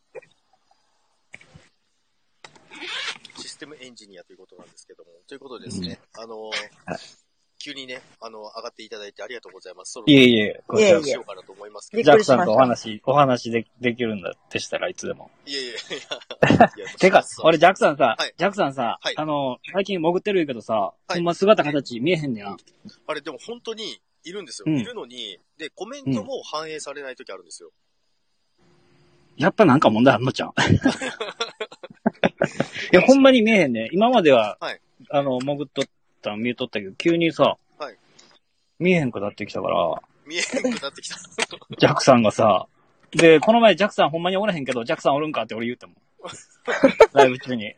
A: システムエンジニアということなんですけども。ということでですね、あのー急にね、あの、上がっていただいてありがとうございます。そろそ
B: い
A: ろ
B: えいえ、こ
C: い
B: ち
C: え
B: ら
C: いえ
A: しようかなと思いますけ
C: びっ
B: ジ
A: ど。
B: ャ
C: く
B: ッ
C: り
B: ク
C: し
B: さん
C: ました
B: とお話、お話でできるんだでしたらいつでも。
A: いやいやいや。いや
B: てか、俺、ジャックさんさ、
A: はい
B: ジャックさんさ、
A: はい
B: あの、最近潜ってるけどさ、
A: い
B: ほんま姿形見えへんねや。
A: あれ、でも本当にいるんですよ。
B: うん
A: いるのに、で、コメントも反映されない時あるんですよ。
B: やっぱなんか問題あん のちゃん。いや、ほんまに見えへんね。今までは、
A: はい
B: あの、潜っとったん見えとったけど、急にさ、
A: はい
B: 見えへんくなってきたから、
A: 見えなくなってきた。
B: ジャックさんがさ、で、この前ジャックさんほんまにおらへんけど、ジャックさんおるんかって俺言う てもん。ライブ中に。
A: で、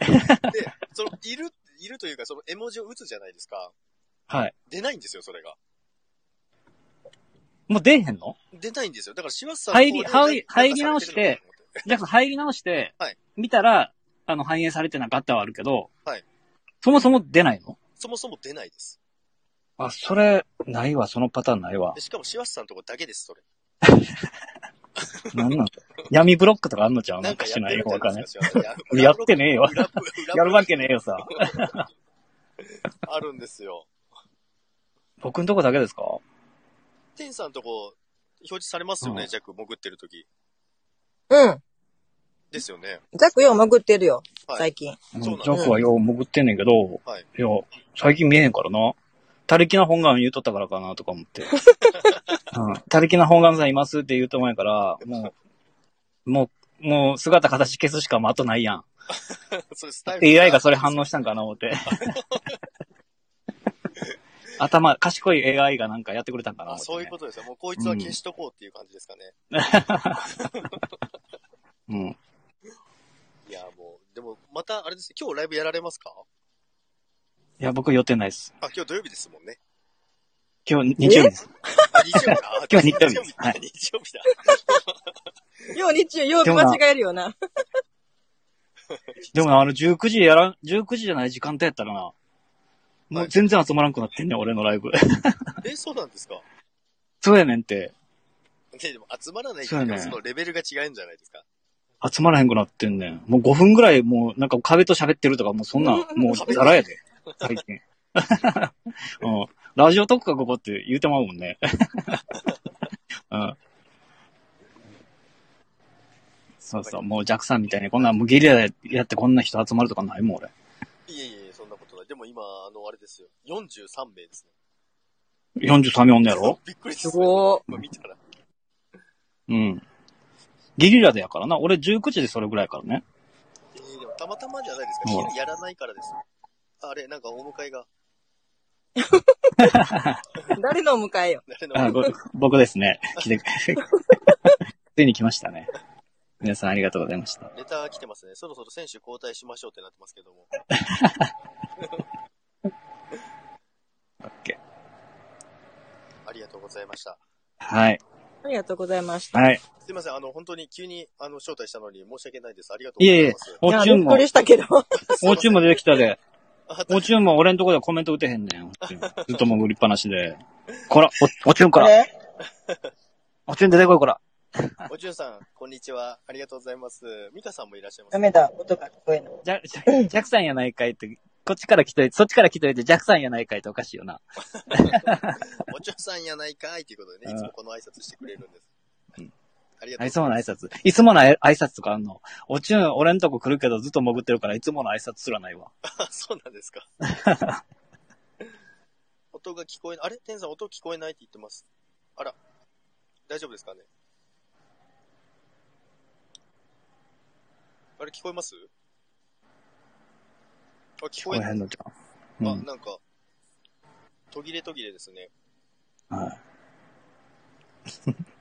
A: その、いる、いるというか、その絵文字を打つじゃないですか。
B: はい。
A: 出ないんですよ、それが。
B: もう出えへんの
A: 出ないんですよ。だから、シワスさん
B: 入り
A: こうなんか
B: 入り入り直し
A: なん
B: て
A: かされるのかなと思って
B: ジャックさん入り直して、
A: はい
B: 見たら、あの、反映されてなかったはあるけど、
A: はい
B: そもそも出ないの
A: そもそも出ないです。
B: あ、それ、ないわ、そのパターンないわ
A: で。しかも、シワスさんとこだけです、それ。
B: なんなんだ闇ブロックとかあんのちゃうな
A: なん
B: ん
A: か
B: か
A: やっ
B: し
A: て
B: ない
A: る
B: よ、わかんない。
A: じゃないですか、シワスさん
B: やってねえよ。
A: 裏裏裏
B: やるわけねえよさ。
A: あるんですよ。
B: 僕んとこだけですか
A: テンさんとこ、表示されますよね、
B: うん
A: ジャック潜ってる時。
C: うん。
A: ですよね。
C: ザックよう潜ってるよ。
A: はい
C: 最近。
B: うんジ
A: そうな
B: ャ
A: んです
B: ックはよう潜ってんねんけど、
A: はい
B: や、最近見えへんからな。他力な本願言うとったからかなとか思 って。うん。他力な本願さんいますって言うと前から、もう、もう、もう姿形消すしかもう後ないやん。
A: それスタイル。
B: AI がそれ反応したんかな 思って。頭、賢い AI がなんかやってくれたんか
A: あ、
B: な思ってね、
A: そういうことですよ。もうこいつは消しとこうっていう感じですかね。
B: うん。
A: いや、もう、でも、また、あれですね今日ライブやられますか
B: いや、僕予定ないです。
A: あ、今日土曜日ですもんね。
B: 今日日曜日です。
A: あ、日曜日だ。あ
B: 今日は日曜日ですはい
A: 日曜日だ。
C: よう日中、よう間違えるよな。
B: でもなあの、19時やら、19時じゃない時間帯やったらな、もう全然集まらんくなってんねん、俺のライブ。
A: え、そうなんですか
B: そうやねんって、
A: ね、でも集まらない
B: そう
A: か
B: ね
A: そのレベルが違うんじゃないですか。
B: 集まらへんくなってんねん。もう5分ぐらい、もうなんか壁と喋ってるとか、もうそんなん、もうザラやで、最近。 うん。ラジオトークかここって言うてまうもんね。 うん。そうそう、もうジャックさんみたいに、こんなんもうゲリラやってこんな人集まるとかないもん、俺。
A: いえいえ、そんなことない。でも今、あの、あれですよ。43名ですね。
B: 43名おんねやろ
A: びっくりですす、ね。
C: ごー。
A: 今見たら。
B: うん。ゲリラでやからな。俺19時でそれぐらいやからね。
A: えーでもたまたまじゃないですか。
B: うん
A: 昼やらないからですよ。あれ、なんかお迎えが。
C: 誰のお迎えよ。
A: 誰の
B: あ ご僕ですね。来て、 ついに来ましたね。皆さんありがとうございました。
A: レター来てますね。そろそろ選手交代しましょうってなってますけども。
B: オッケー
A: ありがとうございました。
B: はい。
C: ありがとうございました。
B: はい。
A: すいません。あの、本当に急に、あの、招待したのに申し訳ないです。ありがとうご
B: い
A: ざ
B: えい
A: い
B: え
A: ます。、
B: お
C: いや、
B: ち
C: び
B: ゅん
C: っく
B: も、
C: りしたけど。
B: おちゅんも出てきたで、
A: あ
B: おちゅんも俺んとこではコメント打てへんねん。おちゅんずっと潜りっぱなしで。こら、お、おちゅん から、
C: れ
B: おちゅん出てこいこら。
A: おじゅんさん、こんにちは。ありがとうございます。ミカさんもいらっしゃいます。
C: ダメだ。音が聞こえない。
B: ジャジャジャクさんやないかいって、こっちから来といて、そっちから来といて、ジャクさんやないかいっておかしいよな。
A: おちょさんやないかいということでね、
B: う
A: い
B: ん
A: つもこの挨拶してくれるんです。ありがとう
B: いつもの挨拶。いつもの挨拶とかあんの。おちゅん、俺んとこ来るけどずっと潜ってるから、いつもの挨拶すらないわ。
A: あ そうなんですか。 音が聞こえなあれ天さん音聞こえないって言ってます。あら。大丈夫ですかねあれ聞こえますあ、聞こ
B: こ
A: え
B: の
A: ない。
B: 辺のじゃん。
A: あ、
B: うん。
A: なんか、途切れ途切れですね。
B: はい。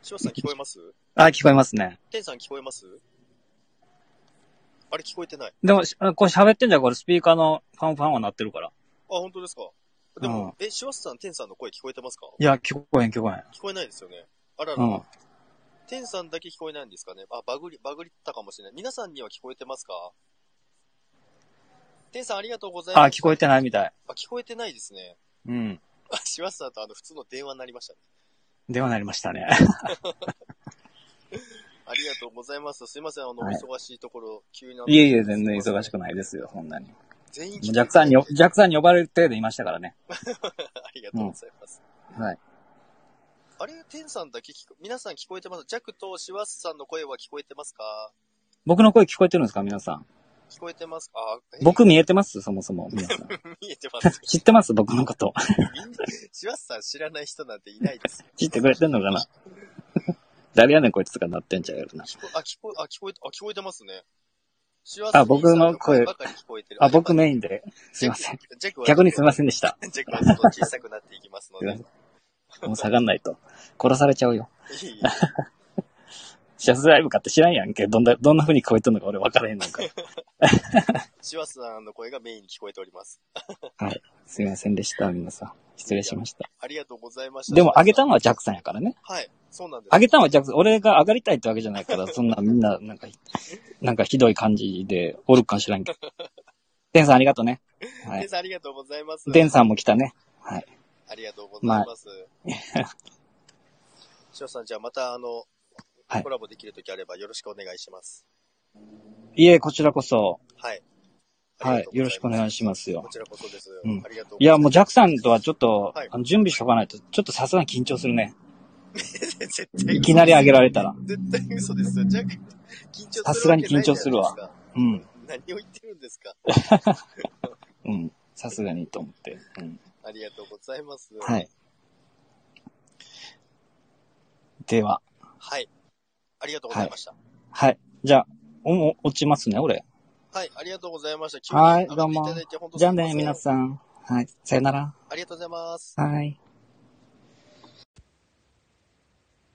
A: 柴田さん聞こえます
B: あ、聞こえますね。
A: 天さん聞こえますあれ聞こえてない。
B: でも、しあこれ喋ってんじゃん、これスピーカーのファンファンは鳴ってるから。
A: あ、本当ですかでも、え、柴田さん、天さんの声聞こえてますか
B: いや、聞こえへん、聞こ
A: 聞こえないですよね。あら
B: え
A: ら
B: へん。うん。
A: 天さんだけ聞こえないんですかねあ、バグり、バグりったかもしれない。皆さんには聞こえてますか天さんありがとうござい
B: あ、
A: ます。
B: 聞こえてないみたい。
A: あ、聞こえてないですね。
B: うん。
A: あ、しわさんとあの、普通の電話になりましたね。
B: ではなりましたね。
A: ありがとうございます。すいません、あの、
B: はい
A: お忙しいところ、急にあの
B: いえいえ、全然忙しくないですよ、そんなに。も
A: 全員
B: うジャックさんに、
A: よ。
B: ジャックさんに呼ばれる程度いましたからね。
A: ありがとうございます。
B: はい。
A: あれ天さんだけ聞こ、皆さん聞こえてますジャックとしわさんの声は聞こえてますか
B: 僕の声聞こえてるんですか、皆さん。
A: 聞こえてますかあ、え
B: 僕見えてますそもそも、皆さん。
A: 見えてます。
B: 知ってます僕のこと。
A: みんな、しわさん知らない人なんていないですよ。
B: 知ってくれてんのかな誰やねん、こいつとかなってんちゃうやろな。
A: 聞こえ、あ、聞こえ、あ、聞こえて、あ、聞こえてますね。
B: あ僕の声
A: ばかり聞こえてる
B: あ、僕
A: ね。
B: メインで。すいません。
A: ジャックは。
B: 逆にすいませんでした。
A: ジャックはどんどん小さくなっていきますので。い
B: すいもう下がんないと。殺されちゃうよ。
A: えいえ
B: シャスライブかって知らんやんけ。どんな、どんな風に聞こえてんのか俺分からへんのか。
A: シワスさんの声がメインに聞こえております。
B: すいませんでした、皆さん。失礼しました。
A: ありがとうございました。
B: でも、あげた
A: の
B: のはジャックさんやからね。
A: はい。そうなんです。
B: あげたのはジャックさん。俺が上がりたいってわけじゃないから、そんなみんな、なんか、なんかひどい感じでおるか知らんけど。デンさんありがとうね。は
A: デン
B: い。
A: さんありがとうございます。
B: デンさんも来たね。はい。
A: ありがとうございます。 シワスさん、じゃあまた、あの
B: はい、
A: コラボできるときあればよろしくお願いします。
B: いえ、こちらこそ。
A: はい。。
B: はい。よろしくお願いしますすよ
A: こ。ちらこそです。
B: うん
A: ありがとうござます
B: いや、もうジャックさんとはちょっと、
A: はい
B: あの準備しとかないと、ちょっとさすがに緊張するね。
A: 絶対
B: いきなり上げられたら。
A: 絶対嘘ですよ。ジャック、緊張するわけないじゃないですか
B: さすがに緊張するわ。うん。
A: 何を言ってるんですか。
B: うん。さすがにと思って。うん。
A: ありがとうございます。。
B: はいい。では、
A: はい。ありがとうございました。はい、
B: はい。じゃあ、お、落ちますね、俺。
A: ありがとうございました。急に
B: はい
A: 上がっていただいて本当
B: じゃあね、皆
A: ん。
B: さん。はい。さよなら。
A: ありがとうございます。
B: はい。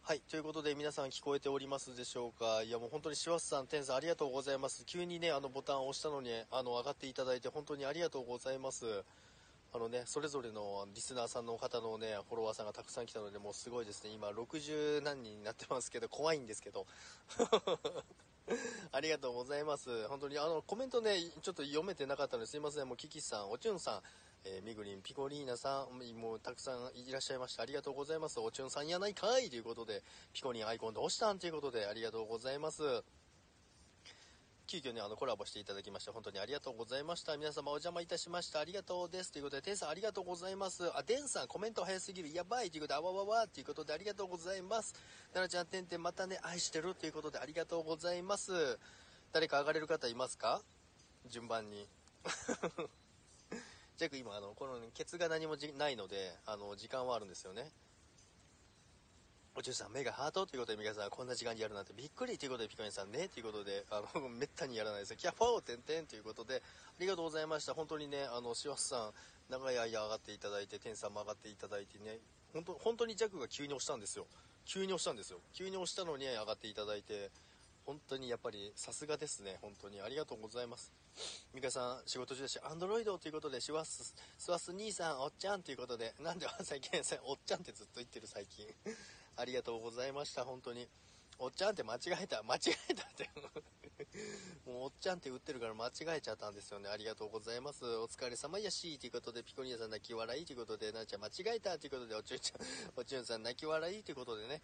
A: はい。ということで、皆さん聞こえておりますでしょうか。いや、もう本当にシワスさん、テンさん、ありがとうございます。急にね、あのボタンを押したのに、あの、上がっていただいて、本当にありがとうございます。あのね、それぞれのあのリスナーさんの方のね、フォロワーさんがたくさん来たので、もうすごいですね。今、60何人になってますけど、怖いんですけど。 ありがとうございます。本当に、あの、コメントね、ちょっと読めてなかったのですいません。もう、キキさん、おちゅんさん、えーみぐりん、ピコリーナさん、もうたくさんいらっしゃいました。ありがとうございます。おちゅんさんやないかいということで、ピコリンアイコンどうしたんということで、ありがとうございます。急遽ね、あの、コラボしていただきまして、本当にありがとうございました。皆様お邪魔いたしました。ありがとうです。ということで、テンさんありがとうございます。あ、デンさんコメント早すぎる。やばい。ということで、あわわわ。ということで、ありがとうございます。ななちゃん、てんてんまたね、愛してる。ということで、ありがとうございます。誰か上がれる方いますか順番に。ジャック今あのこの、ケツが何もじないのであの時間はあるんですよねおじゅうさん目がハートということで皆さんこんな時間にやるなんてびっくりということでピコリンさんねということであのめったにやらないですよキャッフォーてんてんということでありがとうございました本当にねあのシワスさん長い間上がっていただいてテンさんも上がっていただいてね本当本当にジャックが急に押したんですよ急に押したんですよ急に押したのに上がっていただいて本当にやっぱりさすがですね本当にありがとうございますミカさん、仕事中だし、アンドロイドということで、シワス、スワス兄さん、おっちゃんということで、 なんで最近、おっちゃんってずっと言ってる最近。 ありがとうございました、本当に。おっちゃんって間違えた、 間違えたって。もうおっちゃんって打ってるから間違えちゃったんですよね。ありがとうございます。お疲れ様やし、ということで、ピコニアさん泣き笑いということで、なんちゃん間違えたということで、おちゅんちゃん、おちゅんさん泣き笑いということでね。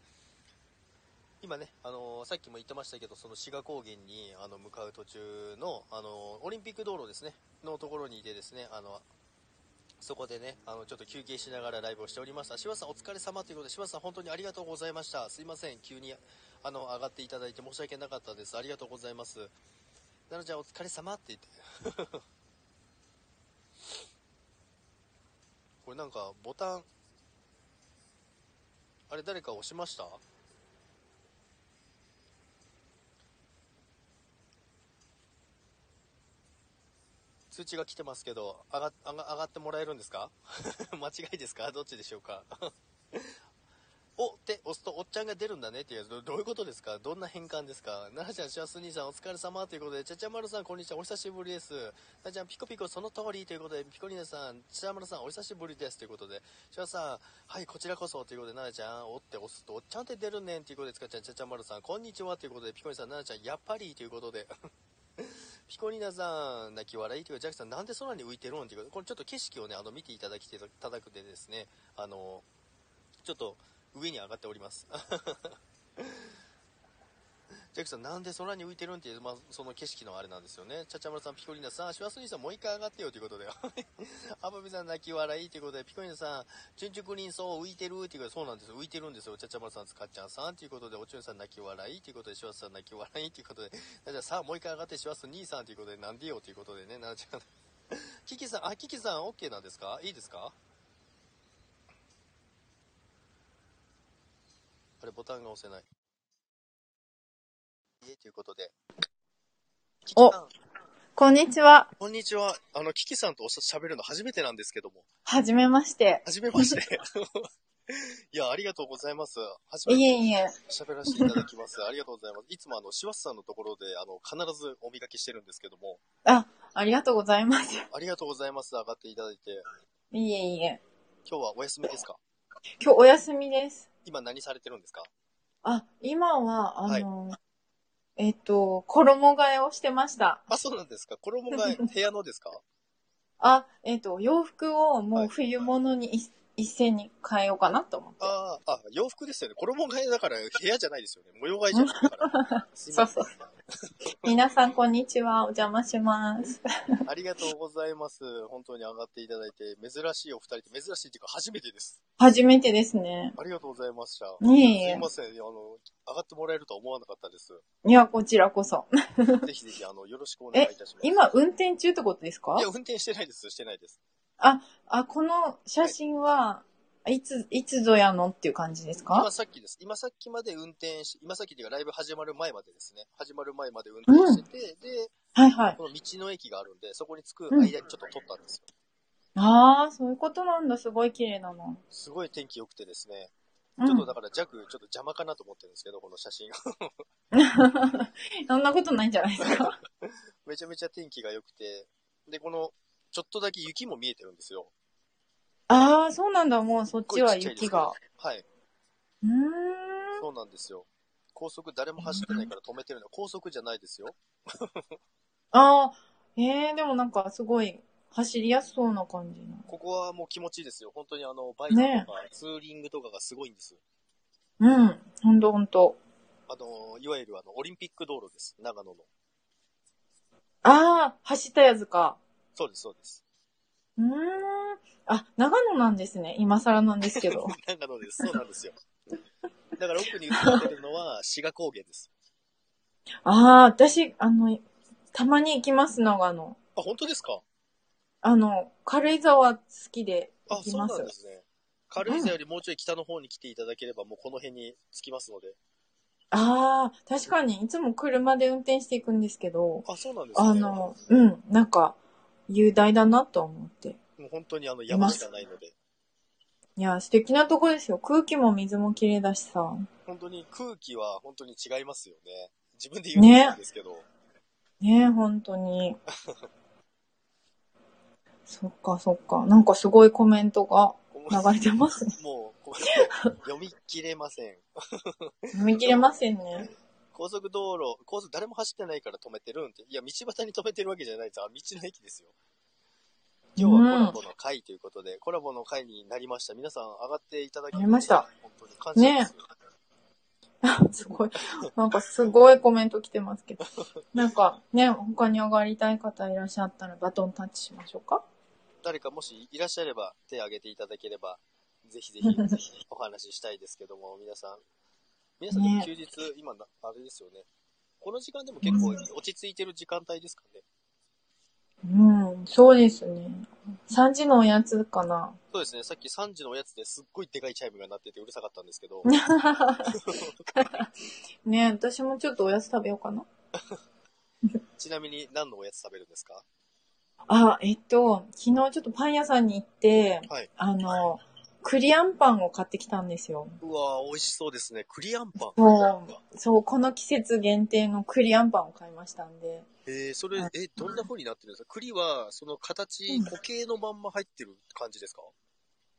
A: 今ね、あのーさっきも言ってましたけど、その志賀高原にあの向かう途中の、あのーオリンピック道路ですね、のところにいてですね、あのそこでね、あのちょっと休憩しながらライブをしておりました。柴田さんお疲れ様ということで、柴田さん本当にありがとうございました。すいません、急にあの、上がっていただいて申し訳なかったです。ありがとうございます。なのちゃん、お疲れ様って言って。 これなんか、ボタン、あれ誰か押しました通知が来てますけど、上が、上が上がってもらえるんですか 間違いですかどっちでしょうか おって押すとおっちゃんが出るんだねっていうやつ、どどういうことですかどんな変換ですか奈々ちゃん、シャスニーさんお疲れ様ということで、ちゃちゃまるさんこんにちは、お久しぶりです。奈々ちゃん、ピコピコその通りということで、ピコリーナさん、ちゃちゃまるさんお久しぶりですということで、シャスさん、はい、こちらこそということで、奈々ちゃん、おって押すとおっちゃんって出るねんということで、つかちゃん、ちゃちゃまるさん、こんにちはということで、ピコリーナさん、奈々ちゃん、やっぱりということで、ピコリーナさん、泣き笑いというか、ジャックさん、なんで空に浮いてるんっていうこと、これちょっと景色をね、あの、見ていただきていただくでですね、あの、ちょっと上に上がっております。ジャックさん、なんで空に浮いてるんっていう、まあ、その景色のあれなんですよね。ちゃちゃまるさん、ピコリーナさん、シュワスリーさん、もう一回上がってよということで。 アブミさん、泣き笑いということで、ピコリーナさん、チュンチュクリンソー、浮いてるっていうことで、そうなんですよ。浮いてるんですよ。ちゃちゃまるさん、つかっちゃんさんということで、おちゅんさん、泣き笑いということで、シュワスさん、泣き笑いということで、じゃあさあ、もう一回上がってします、兄さんということで、なんでよということでね、ななちゃん。 キキさん、あ、キキさん、OK なんですかいいですかあれ、ボタンが押せない。いえ、ということで。キキさん、
D: こんにちは。
A: こんにちは。あの、キキさんとおしゃ喋るの初めてなんですけども。
D: はじめまして。
A: 初めまして。 いや、ありがとうございます。初め
D: い
A: て
D: えいえ。
A: 喋らせていただきます。ありがとうございます。いつもあの、シワスさんのところで、あの、必ずお見かけしてるんですけども、
D: あ、ありがとうございます。
A: ありがとうございます。上がっていただいて。
D: いえいえ。
A: 今日はお休みですか
D: 今日お休みです。
A: 今何されてるんですか
D: あ、今は、あの、えっと、衣替えをしてました。
A: あ、そうなんですか衣替え、部屋のです か
D: あ、えっと、洋服を
A: は
D: も
A: いう
D: 冬物に一一斉に変えようかなと思って。
A: ああ、あ、洋服ですよね。衣替えだから部屋じゃないですよね。模様替えじゃない から。すいません
D: そう皆さん、こんにちは。お邪魔します。
A: ありがとうございます。本当に上がっていただいて、珍しいお二人って、珍しいっていうか初めてです。
D: 初めてですね。
A: ありがとうございました。
D: いえい
A: すい
D: え。
A: ません。あの、上がってもらえるとは思わなかったです。
D: いや、こちらこそ。
A: ぜひぜひ、あの、よろしくお願いいたします。
D: 今、運転中ってことですか
A: いや、運転してないです。してないです。
D: あ、この写真は、いつ、いつぞやのっていう感じですか
A: 今さっきです。今さっきまで運転し、今さっきっていうかライブ始まる前までですね。始まる前まで運転してて、で、
D: はいはい。
A: この道の駅があるんで、そこに着く間にちょっと撮ったんですよ。
D: ああ、そういうことなんだ。すごい綺麗なの。
A: すごい天気良くてですね、
D: うん、
A: ちょっとだから弱、ちょっと邪魔かなと思ってるんですけど、この写真が。
D: そんなことないんじゃないで すか。
A: めちゃめちゃ天気が良くて、で、この、ちょっとだけ雪も見えてるんですよ。
D: ああ、そうなんだ。もうそっ
A: こ
D: ちは雪が。。
A: はい、
D: うーん。
A: そうなんですよ。高速誰も走ってないから止めてるの。高速じゃないですよ。
D: ああ、ええー、でもなんかすごい走りやすそうな感じの。
A: ここはもう気持ちいいですよ。本当にあの、バイクとか、ツーリングとかがすごいんです。
D: うん。ほんとほんと。
A: あの、いわゆるあの、オリンピック道路です。長野の。
D: ああ、走ったやつか。
A: そうです、そうです。
D: うーん。あ、長野なんですね。今更なんです けど。
A: 長野です。そうなんですよ。だから奥に映ってるのは、志賀高原です。
D: ああ、私、あの、たまに行きます、長野。
A: あ、本当ですか
D: あの、軽井沢好きで
A: あ
D: 行、き
A: そうな
D: ま
A: ん
D: す。
A: ですね。軽井沢よりもうちょい北の方に来ていただければ、もうこの辺に着きますので。
D: ああ、確かに、いつも車で運転していくんですけど、
A: あ、そうなんですね。
D: あの、うん、なんか、雄大だなと思って。
A: もう本当にあの、山しかないので。
D: いや、素敵なとこですよ。空気も水も綺麗だしさ。
A: 本当に空気は本当に違いますよね。自分で言うのもなんですけど。
D: ねえ、本当に。そっか、そっか。なんかすごいコメントが流れてますね。
A: もう、これ読み切れません。
D: 読み切れませんね。
A: 高速道路、高速誰も走ってないから止めてるんって。いや、道端に止めてるわけじゃないです。あ、道の駅ですよ。今日はコラボの会ということで、コラボの会になりました。皆さん上がっていただき
D: なりました。
A: 本当に感謝です。
D: すごい。なんかすごいコメント来てますけど。なんかね、他に上がりたい方いらっしゃったらバトンタッチしましょうか。
A: 誰かもしいらっしゃれば 手を挙げていただければ、ぜひぜひお話ししたいですけども、皆さん、皆さんでも
D: ね
A: 休日、今な、あれですよね。この時間でも結構落ち着いてる時間帯ですかね。
D: うん、そうですね。3時のおやつかな。
A: そうですね、さっき3時のおやつですっごいでかいチャイムが鳴っててうるさかったんですけ ど、
D: ね私もちょっとおやつ食べようかな。
A: ちなみに何のおやつ食べるんですか
D: あ、えっと、昨日ちょっとパン屋さんに行って、
A: はい
D: あの、栗あんパンを買ってきたんですよ。
A: うわー、美味しそうですね。栗あんパン。
D: そう、そう、この季節限定の栗あんパンを買いましたんで。
A: えー、それ、え、どんな風になってるんですか栗は、その形、
D: うん
A: 固形のまんま入ってる感じですか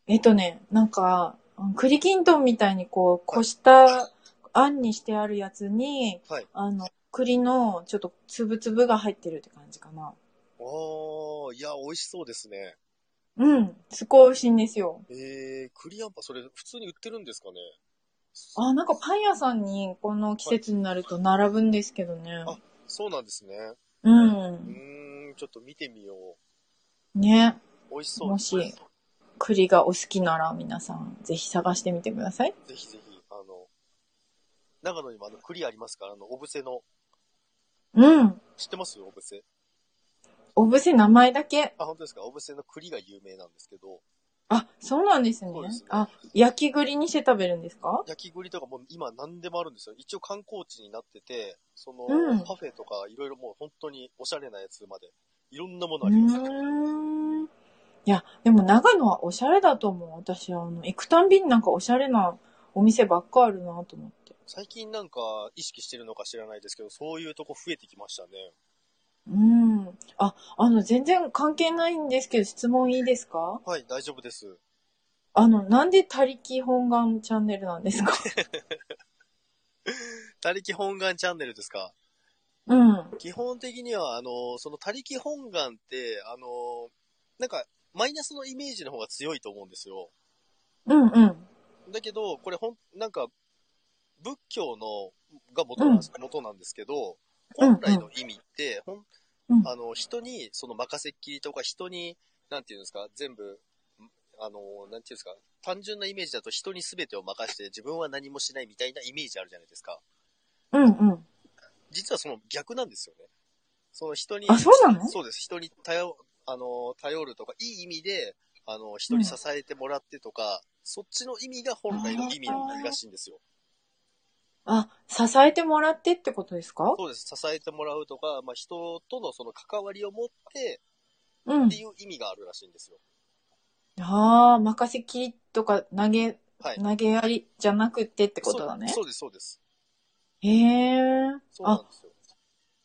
D: えっとね、なんか、うん栗きんとんみたいにこう、こしたあんにしてあるやつに、
A: はい
D: あの、栗のちょっとつぶつぶが入ってるって感じかな。
A: おー、いや、美味しそうですね。
D: うん、すごい美味しいんですよ。
A: えー、栗あんパン、それ普通に売ってるんですかね
D: あ、なんかパン屋さんにこの季節になると並ぶんですけどね。
A: あそうなんですね。
D: う。
A: うんーん、ちょっと見てみよう。
D: ね。
A: 美味しそう
D: もし、栗がお好きなら皆さん、ぜひ探してみてください。
A: ぜひぜひ、あの、長野にもあの栗ありますから、あの、おぶせの、
D: うん。
A: 知ってますおぶせ。
D: おぶせ名前だけ。
A: あ、本当ですかおぶせの栗が有名なんですけど、
D: あ、そうなんですね。
A: そうですね
D: あ、焼き栗にして食べるんですか
A: 焼き栗とかもう今何でもあるんですよ。一応観光地になってて、その、
D: うん
A: パフェとかいろいろもう本当におしゃれなやつまで、いろんなもの
D: う
A: あります。
D: ーん。いや、でも長野はおしゃれだと思う。私、あの、行くたんびになんかおしゃれなお店ばっかあるなと思って。
A: 最近なんか意識してるのか知らないですけど、そういうとこ増えてきましたね。
D: うん。あ、あの、全然関係ないんですけど、質問いいですか
A: はい、大丈夫です。
D: あの、なんで他力本願チャンネルな んですか
A: 他力本願チャンネルですか
D: うん。
A: 基本的には、あの、その他力本願って、あの、なんか、マイナスのイメージの方が強いと思うんですよ。
D: うんうん。
A: だけど、これほん、なんか、仏教の、が元なんです,、元なんですけど、
D: うん
A: 本来の意味って、ほん
D: うん
A: あの、人に、その任せっきりとか、人に、なんていうんですか、全部、んあの、なんていうんですか、単純なイメージだと人に全てを任せて自分は何もしないみたいなイメージあるじゃないですか。
D: うんうん。
A: 実はその逆なんですよね。その人に、
D: あそうなの
A: そうです。人に頼、あの、頼るとか、いい意味で、あの、人に支えてもらってとか、そっちの意味が本来の意味らしいんですよ。
D: あ、支えてもらってってことですか
A: そうです。支えてもらうとか、まあ、人とのその関わりを持って
D: うん
A: って。いう意味があるらしいんですよ。
D: ああ、任せきりとか投げ、
A: はい。
D: 投げやりじゃなくてってことだね。
A: そうそうです、そうです。
D: へえ。
A: そうなん
D: あ、
A: ですよ。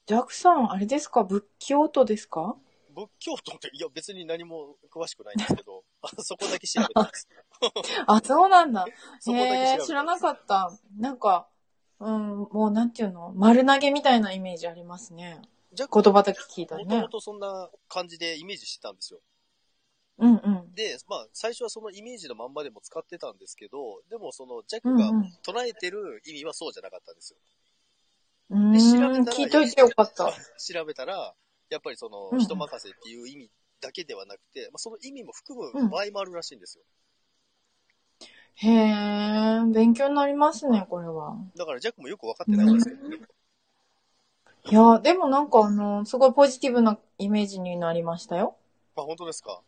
D: ジャックさん、あれですか仏教徒ですか
A: 仏教徒って、いや、別に何も詳しくないんですけ ど、あそこだけ調べてます。
D: あ、そうなんだ。
A: そこだけ調べ
D: へ
A: て
D: え、
A: ます
D: 知らなかった。なんか、うん、もうなんていうの丸投げみたいなイメージありますね。
A: じゃあ、
D: 言葉だけ聞いたら
A: もと
D: ね
A: も。とそんな感じでイメージしてたんですよ。
D: うんうん。
A: で、まあ、最初はそのイメージのまんまでも使ってたんですけど、でもそのジャッ
D: う
A: ク
D: ん
A: が
D: うん。
A: 捉えてる意味はそうじゃなかったんですよ。
D: うーん
A: で調べたら
D: 聞いといてよかった。
A: 調べたら、やっぱりそ
D: うんう
A: の
D: ん
A: 人任せっていう意味だけではなくて、まあ、その意味も含
D: うん
A: む場合もあるらしいんですよ。
D: へえ、勉強になりますね、これは。
A: だからジャックもよく分かってないんですけどね。
D: いや、でもなんかあの、すごいポジティブなイメージになりましたよ。
A: あ、本当ですか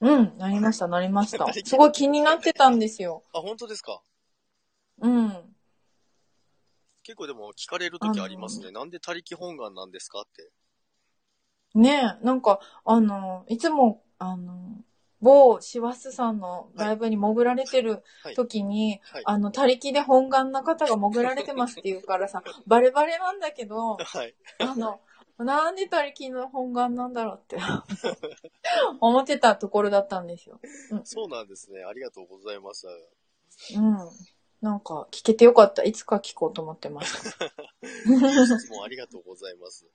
D: うん、なりました、なりま した。すごい気になってたんですよ。
A: あ、本当ですか
D: うん。
A: 結構でも聞かれるときありますね。なんで他力本願なんですかって。
D: ねえ、なんか、あの、いつも、あの、某シワスさんのライブに潜られてる時に、
A: はい。
D: あの、他力で本願な方が潜られてますって言うからさ、バレバレなんだけど、
A: はい。
D: あの、なんで他力の本願なんだろうって思ってたところだったんですよ。
A: そうなんですね。ありがとうござい ます。
D: うん。なんか、聞けてよかった。いつか聞こうと思ってました。
A: 質問ありがとうございます。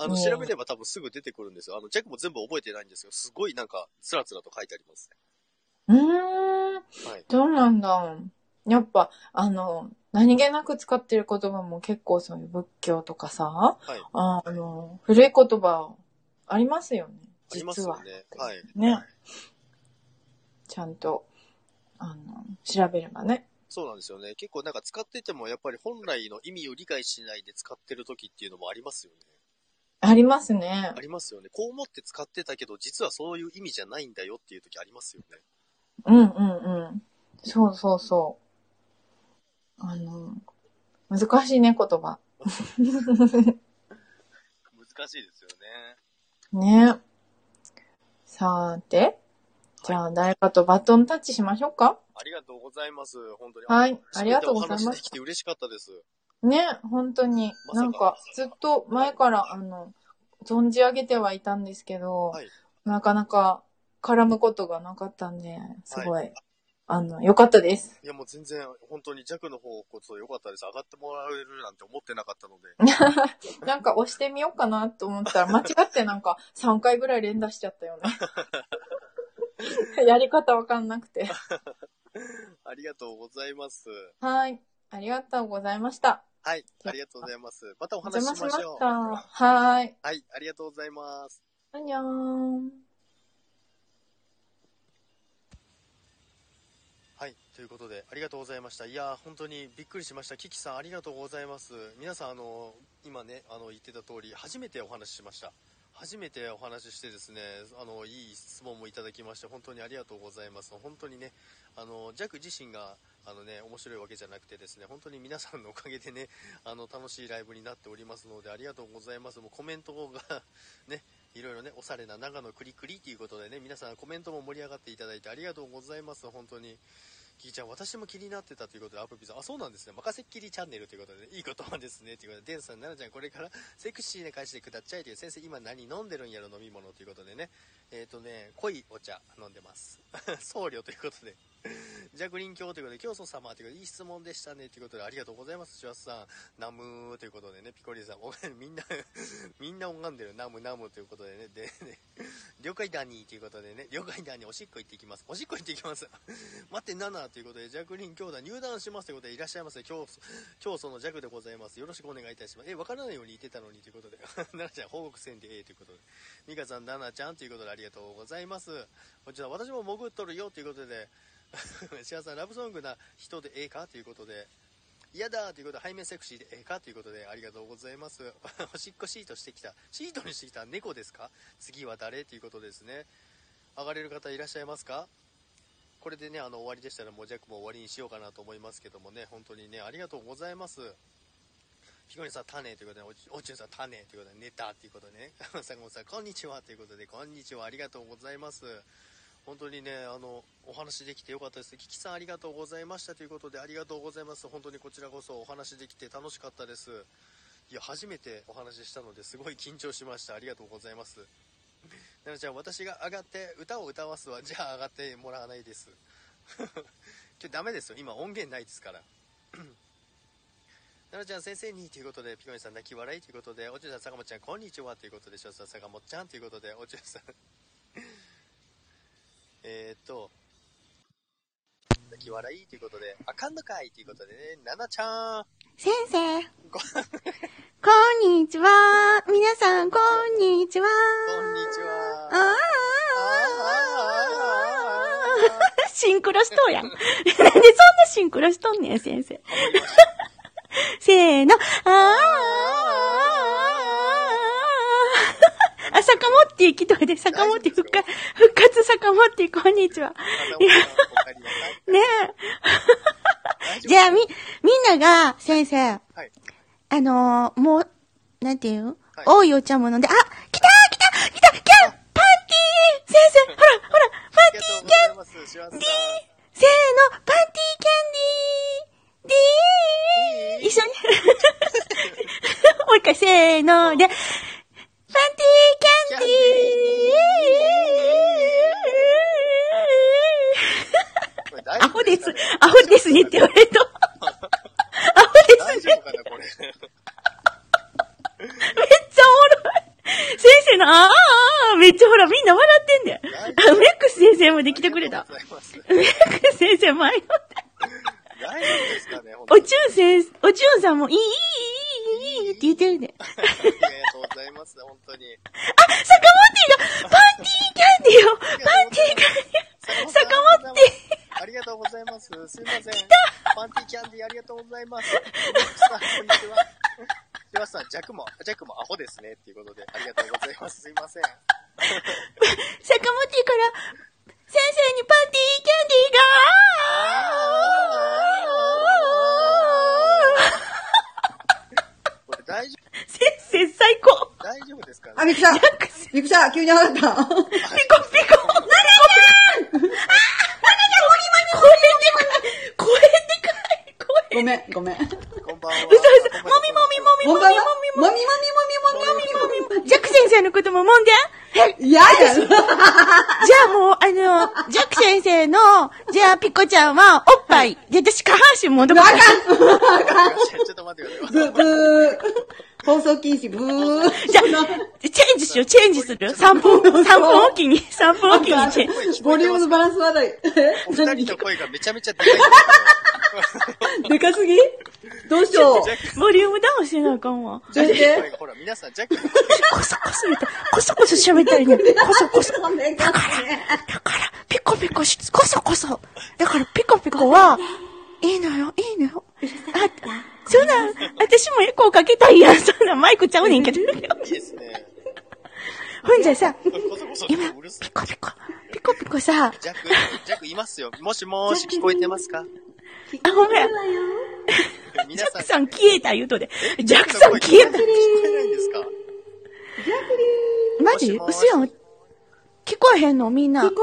A: あの、
D: うん
A: 調べれば多分すぐ出てくるんですよ。あの、ジャックも全部覚えてないんですよ。すごいなんか、つらつらと書いてあります。
D: うーん。
A: はい。
D: そうなんだ。やっぱ、あの、何気なく使ってる言葉も結構そういう仏教とかさ、
A: はい
D: あの、古い言葉ありますよね。
A: あります
D: 実
A: よ
D: は。
A: ね。はい。
D: ね。ちゃんと、あの、調べればね。
A: そうなんですよね。結構なんか使っててもやっぱり本来の意味を理解しないで使ってる時っていうのもありますよね。
D: ありますね
A: あ。りますよね。こう思って使ってたけど、実はそういう意味じゃないんだよっていう時ありますよね。
D: うんうんうん。そうそうそう。あの、難しいね、言葉。
A: 難しいですよね。
D: ね。さーて。じゃあ、誰かとバトンタッチしましょうか
A: ありがとうございます。本当に。
D: はいありがとうございます
A: 全てお話できて嬉しかったです。
D: ね、本当に。
A: まさか
D: なんか、ずっと前から、あの、存じ上げてはいたんですけど、
A: はい
D: なかなか絡むことがなかったんで、すごい、あの、良かったです。
A: いやもう全然、本当に弱の方こそ良かったです。上がってもらえるなんて思ってなかったので。
D: なんか押してみようかなと思ったら、間違ってなんか3回ぐらい連打しちゃったよね。 やり方わかんなくて。
A: ありがとうございます。
D: はい。ありがとうございました。
A: はい、ありがとうございます。またお
D: お
A: 話し
D: 邪魔
A: し
D: し
A: ま
D: ま
A: し
D: し
A: ょう。
D: た。はい。
A: はい、ありがとうございます。
D: あにゃーん。
A: はい、ということで、ありがとうございました。いやー、本当にびっくりしました。キキさん、ありがとうございます。皆さん、あの、今ね、あの、言ってた通り、初めてお話ししました。初めてお話ししてですね、あの、いい質問もいただきまして、本当にありがとうございます。本当にね、あの、ジャック自身が、あのね、面白いわけじゃなくてですね、本当に皆さんのおかげでね、あの、楽しいライブになっておりますので、ありがとうございます。もうコメントが、ね、いろいろね、おしゃれな長野くりくりということでね、皆さんコメントも盛り上がっていただいてありがとうございます。本当に。キキちゃん、私も気になってたということで、アップピーさん、あ、そうなんですね。任せっきりチャンネルということで、ね、いい言葉ですね。ということで、デンさん、奈々ちゃん、これからセクシーな返しでくだっちゃいという、先生、今何飲んでるんやろ、飲み物ということでね。えっ、とね、濃いお茶飲んでます。 僧侶ということで。ジャグリン教ということで、教祖様ということで、いい質問でしたね。ということで、ありがとうございます、シュワスさん。ナムーということでね、ピコリンさん、おみんな、 みんな拝んでる、ナムナムということでね、で、ね 了解だにということでね、了解だにおしっこ行ってきます。おしっこ行ってきます。待って、ナナということで、ジャクリン兄弟入団しますということで、いらっしゃいませ。今日、今日そのジャクでございます。よろしくお願いいたします。え、わからないように言ってたのにということで、 ナナちゃん、報告せんでええということで、ミカさん、ナナちゃんということで、ありがとうございます。こちら、私も潜っとるよということで、 シアさん、ラブソングな人でええかということで、嫌だということで、背面セクシーでええかということで、ありがとうございます。 おしっこシートしてきた。シートにしてきた猫ですか次は誰ということですね。上がれる方いらっしゃいますかこれでね、あの、終わりでしたら、もうジャックも終わりにしようかなと思いますけどもね、本当にね、ありがとうございます。ひこりんさん、種ということで、おちおちゅんさん、種ということで、ネタということでね、 さんごさん、こんにちはということで、こんにちは、ありがとうございます。本当にね、あの、お話できてよかったです。キキさんありがとうございましたということで、ありがとうございます。本当にこちらこそお話できて楽しかったです。いや、初めてお話ししたので、すごい緊張しました。ありがとうございます。ななちゃん、私が上がって歌を歌わすわ。じゃあ上がってもらわないです。今日ダメですよ。今音源ないですから。ななちゃん先生にということで、ピコニさん泣き笑いということで、おちゅうさん、坂本ちゃん、こんにちはということで、しょさん、坂本ちゃんということで、おちゅうさん。えーっと、泣き笑いということで、あかんのかいということでね、ななちゃん。
E: 先生。
A: こ
E: こんにちは。皆さん、こんにちは。
A: こんにち
E: あ
A: は。
E: ー シンクロしとうやん。なん でそんなシンクロしとんねん、先生。 せーの。あーあ、坂本って来とるで、坂本って復活、復活坂本ってこんにちは。ねえ。じゃあ、み、みんなが、先生。
A: はい
E: あのー、もう、なんていう、
A: はい
E: 多いお茶も飲んで、あ来た来た来たキャンパンティー先生ほらほらパ
A: あ
E: ン
A: り
E: テ
A: がと
E: ィ
A: うござい
E: ーキャン
A: ます。シュワさん。
E: せーのパンティーキャンディーディー一緒にもう一回せーので、パンティーキャンディ
A: これ大
E: ーア
A: 丈
E: ホ
A: 夫
E: です
A: かね。
E: アホですねって言われる と。アホですね
A: 大丈夫かな、これ。
E: めっちゃおもろい。先生の、あーあーあーめっちゃほら、みんな笑ってんだよ。あメックス先生もできてくれた
A: あり。がとうございます
E: メックス先生前の
A: 大丈夫ですかね、本当
E: お
A: に。
E: ちゅん先生、おちゅんさんも、いい、いい、いい、いい、いいって言ってるで。
A: ありがとうございます、本当に。
E: あ、坂本が、パンティーキャンディーを、パンティーキャンディー、
A: 坂
E: 坂本
A: 本さんありがとうございます。すいません。パンティキャンディーありがとうござい ます。さん、こんにちは。ではさん、ジャックも、ジャックもアホですね。っていうことで、ありがとうございます。すいません。
E: 坂本から、先生にパンティーキャンディーが
A: これ大丈
E: 先生最高
A: 夫、大丈夫ですか
F: あ、
A: ね
F: びくしゃ
E: ジャックス
F: びくしゃ急に上がった。
E: ピコピコ何が何がこれでかいこれでかいこれ
F: ごめん、ごめん。
A: こんばんは。
E: 嘘嘘もみもみもみ
F: も
E: もみもみもみ
F: みもみもみもみもみもみもみ
E: ジャック先生のことももんでえ
F: み。嫌や
E: じ
F: ろ。
E: ゃあもう、あの、ジャック先生の、じゃあピコちゃんは、おっぱい。で、私下半身戻る。
A: ちょっと待ってください。
F: ブーブー。放送禁止、ブー。
E: じゃあ、チェンジしよう、チェンジする。3分、3分おきに、3分おきにチェンジ。
F: ボリュームのバランス悪い。
A: お
F: え
A: 二
F: 何
A: 人の声がめちゃめちゃでかいんです
F: でかすぎどうしよ
A: けど。ジャ
F: う。
A: ック
E: ボリュームダウンしなあかんわ。
F: どうし
A: の声
F: て
A: が、ほら、皆さん、ジャックの声
E: コソコソ言った。コソコソ喋ったりね。コソコソ。
F: ごめんごめん
E: だから、ピコピコし、コソコソ。だから、ピコピコは、いいのよ、いいのよ。あ、そんな、私もエコーかけたいやん。そんな、マイクちゃうねんけど。
A: いいですね。
E: ほんじゃさ、
A: こそこそ、
E: 今、
A: うるさい
E: ピ。コピコ、ピコピコさ、
A: ジャック、ジャックいますよ。もしもーし、聞こえてますか
E: あ、ごめん、ジ
A: 皆
E: ャッ
A: さん
E: ク、さん消えた言うとで。ジャックさん
A: 聞
E: 消え
A: こ
E: た。
A: えないんですか
E: マジ
A: もしもし
E: 嘘やん。聞こえへんのみんな。
F: 聞こ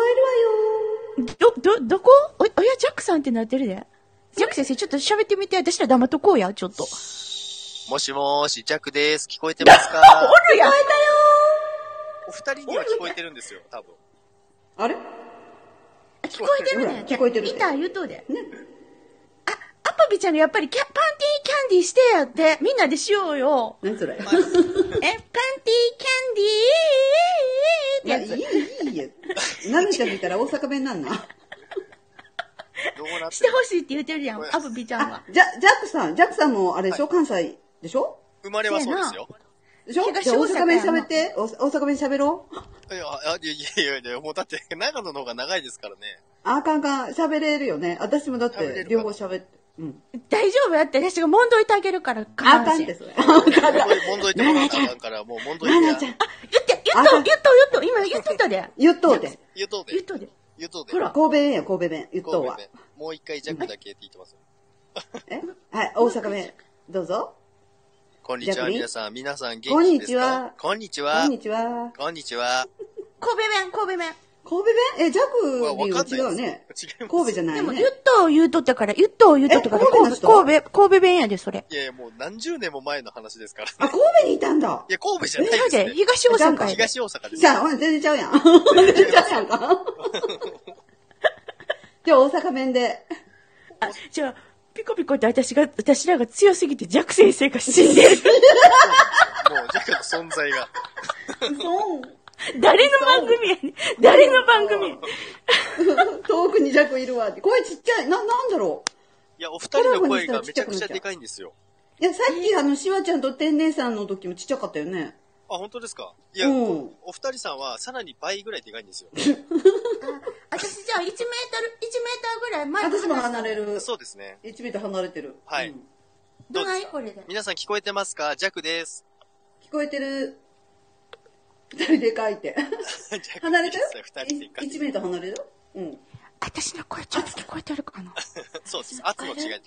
E: ど、ど、どこお、おや、ジャックさんってなってるで。ジャック先生、ちょっと喋ってみて。私ら黙っとこうや、ちょっと。
A: もしもーし、ジャックです。聞こえてますか
E: おるやん
A: お二人には聞こえてるんですよ、多分。
F: あれ
E: 聞こえてるね。
F: 聞こえてる
E: 見た言うとで。あ、アパビちゃんがやっぱりキャパンティーキャンディーしてやって。みんなでしようよ。
F: 何それ
E: え、パンティーキャン
F: い
E: ディ
F: や、
E: ーっ
F: いい
E: てや
F: よ、いいよ。何しか聞いたら大阪弁なんな。
A: どうなっ
E: つ。してて
A: る
E: ほしいって言ってるやん、アパビちゃんは。
F: じゃ、ジャックさん、ジャックさんもあれでしょ関西でしょ
A: 生まれはそうですよ。
F: でしょ
E: 東
F: じゃあ大阪弁
E: 大阪やな
F: 喋って。お大阪弁喋ろう。
A: いや、あいやいやいやいや、もうだって、長野の方が長いですからね。
F: あかんあかん。喋れるよね。私もだっ
A: 喋れる
F: て
A: か、
F: 両方喋って。うん。
E: 大丈夫やって、私が問答いてあげるから、下
F: あ
E: 半
F: かん
E: 身
F: って、
E: 言っ
F: それ。 あかんあかん
A: もんどいてもらわなあかんから、もうもんどい
F: 奈々
A: て
F: ちゃ
A: や
F: ん。、
E: て、言っ
F: あか
E: と、
F: ん
E: 言っと、言っと、今言っとったで。
F: 言っとうて。
A: 言うとうで
E: 言っ、とで。
A: 言うとうで。
E: ほら
F: 神戸弁や、神戸弁。言っと
A: 神
F: う
A: 戸
F: は。
A: で。もう一回ジャックだけって言ってますよ。
F: えはい、大阪弁。どうぞ。
A: こんにち
F: ジャッ
A: は、
F: クに
A: 皆さん。皆さん元気ですかこんにちは
F: こん。にちは。
A: こんにちは。
E: 神戸弁、神戸弁。
F: 神戸弁え、ジャ
A: わわかんない
F: ク
A: です
F: に違うね。
A: 違います
F: 神戸じゃな
E: で
F: い
E: も、
F: ね
E: 言。っと言うとったから、言っと言うとったから、
F: え神戸
E: 神
F: の
E: 戸、
F: 人
E: 神戸、神戸弁やで、それ。
A: いやいや、もう何十年も前の話です から。
F: あ、神戸にいたんだ
A: い。や、神戸じゃない
E: そう
A: です
E: で、
A: ね。
E: 東大阪やで。
A: 東大阪です
F: じ。ゃあ、ほら全然ちゃうやん。全然ちゃうやん か。じゃあ、大阪弁で。
E: あ、じゃあ、ピコピコって私が、私らが強すぎて弱先生が死んで る。
A: もうジャックの存在が。
E: 誰の番組やねん誰の番組
F: 遠くにジャクいるわって。声ちっちゃい。な、なんだろ
A: いや、お二人の声がめちゃくちゃでかいんですよ。
F: う。いや、さっき、あの、シワちゃんと天然さんの時もちっちゃかったよね。
A: あ、本当ですかいや、
F: うん
A: お二人さんはさらに倍ぐらいでかいんですよ。
E: 私じゃあ1メートル、1メーターぐらい前
F: 私も離れる。
A: そうですね。
F: 1メートル離れてる。
A: はい
F: うん
A: どうですか
E: これで
A: 皆さん聞こえてますかジャックです。
F: 聞こえてる。二人でかいて。離れてる
A: 二人でかい
F: ?1 メートル離れるうん。
E: 私の声ちょっと聞こえてるかな
A: そうです。圧の違い。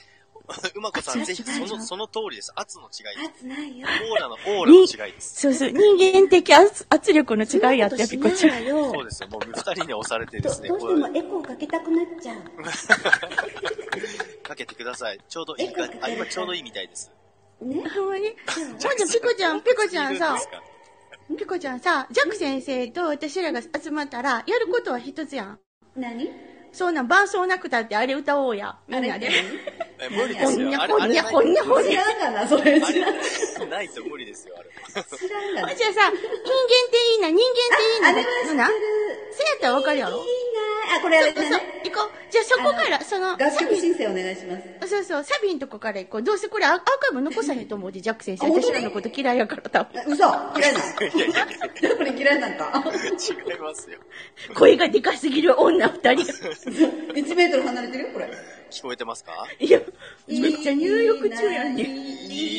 A: うまこさん、ぜひその、その通りです。圧の違いです。
F: 熱ないよ。
A: オーラの、オーラの違いです。
E: そうそう、人間的圧圧力の違いやって、ピコちゃん。
F: ん。ど
A: そうですよ。もう二人に押されて
F: ど
A: で
F: う
A: す
F: して
A: ね、
F: も
A: こ
F: エコーかけたくなっちゃう。
A: うかけてください。ちょうどいい感じ。あ、今ちょうどいいみたいです。
E: ほんまにほんじゃ、ピコちゃん、ピコちゃん
A: いる
E: さ
A: です、か
E: ピコちゃんさ、ジャック先生と私らが集まったら、やることは一つやん。
F: 何
E: そんなん伴奏なくたってあれ歌おうや。みんなで。
A: え無理で
E: こ
A: す
E: ん
A: よ。
E: に
A: あ
E: ゃ
A: れ、
E: こ
A: あ
E: ん
A: れ
E: にゃこんにゃこんに
F: 違
E: ゃ。
F: うかな、それ。違う
A: あれないと無理ですよ、あれ。
F: 違うんだ
E: あ
F: ね。
E: じゃあさ、人間っていいな、人間
F: あ、
E: っ
F: で
E: て
F: も知っ
E: いいな。
F: て
E: な
F: る
E: ん。そうやったらわかるやろ
F: いいなあ、これあ
E: そ
F: れ
E: う、
F: だ
E: 行
F: ね。
E: こう。じゃあそこから、その、
F: 楽
E: サ
F: 曲
E: ビ
F: 申請お願いします。
E: そうそう、サビんとこから行こう。どうせこれアアーカイブ残さへんと思うで、ジャック先生。
F: あ本当
E: 私
F: に
E: らのこと嫌いやから、多分。
F: え嘘嫌いなの
A: いやいやいや、
F: これ嫌いなんか
A: 違いますよ。
E: 声がでかすぎる女二人。
F: ?1 メートル離れてるよ、これ。
A: 聞こえてますか
E: いや、めっちゃ入浴中やんね。
F: い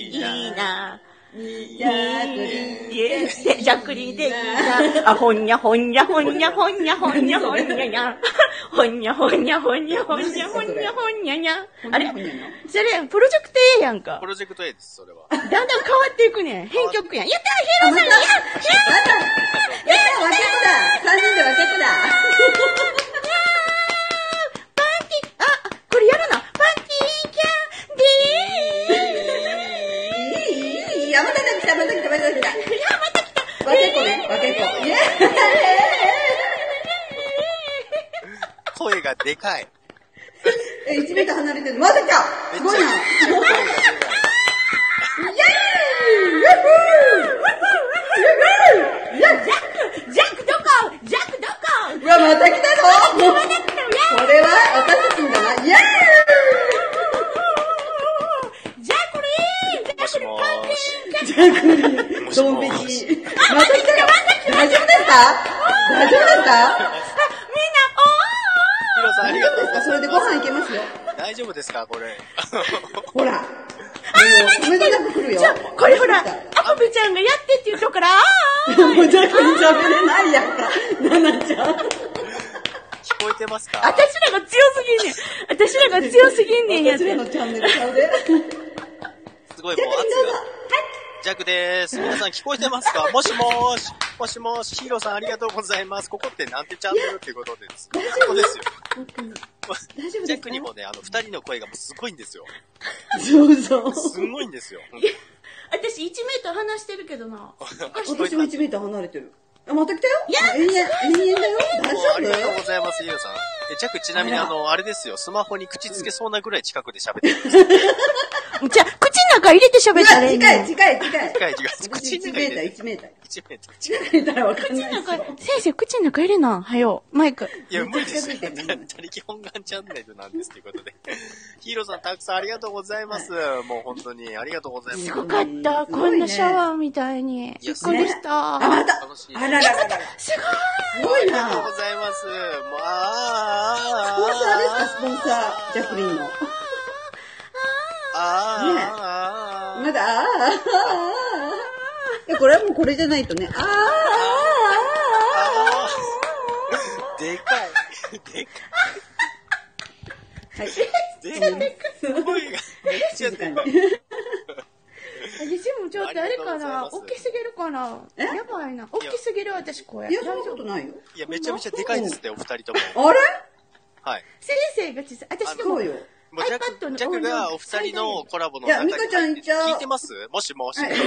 E: いいな
F: ジャークリン
E: イエーイジャックリンでいいなあ、ほんにゃほんにゃほんにゃほんにゃほんにゃほんにゃにゃ。ほんにゃほんにゃほんにゃほんにゃほんにゃほんにゃにゃ。あれそれ、プロジェクト A やんか
A: プ。ロジェクト A です、それは。
E: だんだん変わっていくねん。編曲やん。やったーヒロさんや
F: やった分けっこだ !3 人で分けっこ
E: パーティー、あ、これやるな。パーティーキャンディー。
F: だいいいいいいあ、また来た、また来た、また来た。分けっこね、分けっこ。イエ
A: 声がでかい。
F: ーイえ、1メートル離れてる。また来たすごいな。
A: 声がでかい。
E: ジャックどこジャックどこ
F: うわ、また来たぞこれは私たちんだな。イエー
E: ジャックリーンジャック
A: もしもーし。も
F: イ
A: し
F: ドン
A: も
F: 引き。また
A: ーし。
F: 来たよ大丈夫ですか大丈夫ですか
A: ヒロさん、ありがとうござい
F: それでご飯いけますよ。
A: ます。大丈夫ですかこれ。
F: ほら。もう、止めてなく来るよ。
E: これほら、ア
F: も
E: コベちゃんがやってって言うとこから、あー
F: うジャックに喋れないやんか。ナナちゃん。
A: 聞こえてますか
E: 私らが強すぎんねん。私らが強すぎんねんやって。
F: 私らのチャンネルちゃうで。
A: すごいもう圧が。弱です。皆さん聞こえてますかもしもーし。もしもーし。ヒーローさんありがとうございます。ここってなんてチャンネルっていうことです。ここですよ。
F: 大丈夫
A: ジャッ
F: です
A: ク
F: か
A: にもね、あの、二人の声がもうすごいんですよ。
F: そうそう。
A: すんごいんですよ。
E: 私1メートル離してるけどな。
A: 聞こえ
F: 私
A: て
F: も
A: ます
F: 1メートル離れてる。あ、また来たよ
E: や
F: 延々、延々だよ。大
A: もうあり
F: 丈
A: がとう
F: 夫
A: ございます、ヒーローさん。え、ジャックちなみにあの、あれですよ。スマホに口つけそうなぐらい近くで喋ってる。
E: じゃあ、口の中入れて喋ったらいい
F: 近
E: ね
F: い、
E: ん。
F: 近い、近い。
A: 近い近い
F: 私1メーター、1メーター。
A: 1メートル。
F: 1メーターわかんないです
E: なんか先生、口の中入れな。はよ、マイク。
A: いや、無理です
F: め
A: よ。
F: っちゃ近づいてるね
A: 他力本願チャンネルなんですということで。 ヒーローさんたくさんありがとうございます。もう本当にありがとうございます。
E: すごかった。こんなシャワーみたいに。びっくりした。
F: あ、また
A: 楽しい
F: あらららら。
E: すごい。
F: すごい
A: ありがとう
F: な
A: ご。ざいます。もう、
F: ス
A: あ
F: ポンサーですか
A: ー、
F: スポンサー。ジャックリンの。
A: あー、あー、あー、あー、
F: まだ、あーあーあーあー。いや、これはもうこれじゃないとね。あーあー
A: あーでかい。でか
F: あー。はい。
A: い。でか い。声がめっちゃ
F: 静
A: で
F: か
A: かい
F: に。。
E: 私もちょっとあれか
A: ありがとう
E: な
A: ございます
E: 大きすぎるかな
F: え
E: やばいな。大きすぎる私声。
F: いや、そんなことないよ。
A: いや、めちゃめちゃでかいですって、お二人とも。
F: あれ
A: はい。
E: 先生が小さい。私で
F: そ
E: も
F: う、よ。
A: もうジャック、
E: iPad の
A: ジャックがお二人のコラボの
F: いやミカちゃんいっちゃう
A: 聞いてますもしもし。
F: はい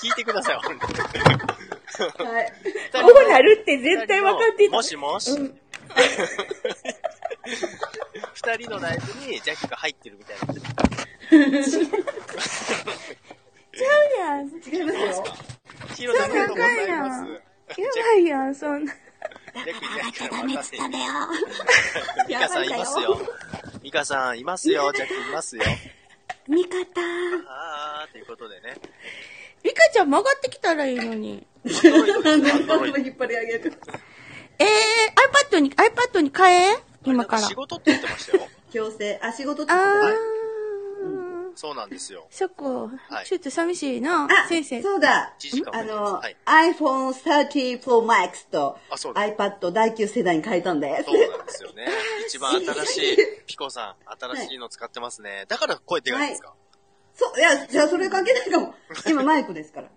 A: 聞いてください、本当に
F: はい。
E: こうなるって絶対分かってた
A: も。しもし。二人のライブにジャックが入ってるみたいな。
E: ちゃうやん。や
F: 違いますよ。
A: ヒーローさんありがとうございます。
E: ばいやん、そんな。
A: ジャックいないからまたね。
E: だよ。
A: ミカさんいますよ。ミカさんいますよ。ジャックいますよ。
E: 味方。
A: あー、ということでね。
E: ミカちゃん曲がってきたらいいのに。
F: なんで、パンも引っ張り上げる。
E: えー、iPad に、iPad に変え今から。あ
A: 仕事って言ってましたよ。
F: 強制。あ、仕事ってことだ。
E: ー。
A: そうなんですよ。
E: そっか
A: はい。
E: ちょっと寂しいな
F: あ、。
E: 先生。
F: そうだ
A: 一時間。
F: あ
A: 前です
F: の
A: はい、
F: iPhone 30 Pro Max と
A: あそうです
F: iPad 第9世代に変えたんです
A: そ。うなんです よね。一番新しい、ピコさん、新しいの使ってますね。だから声でかいんですか
F: そう、いや、じゃあそれ関係ないかも。今マイクですから。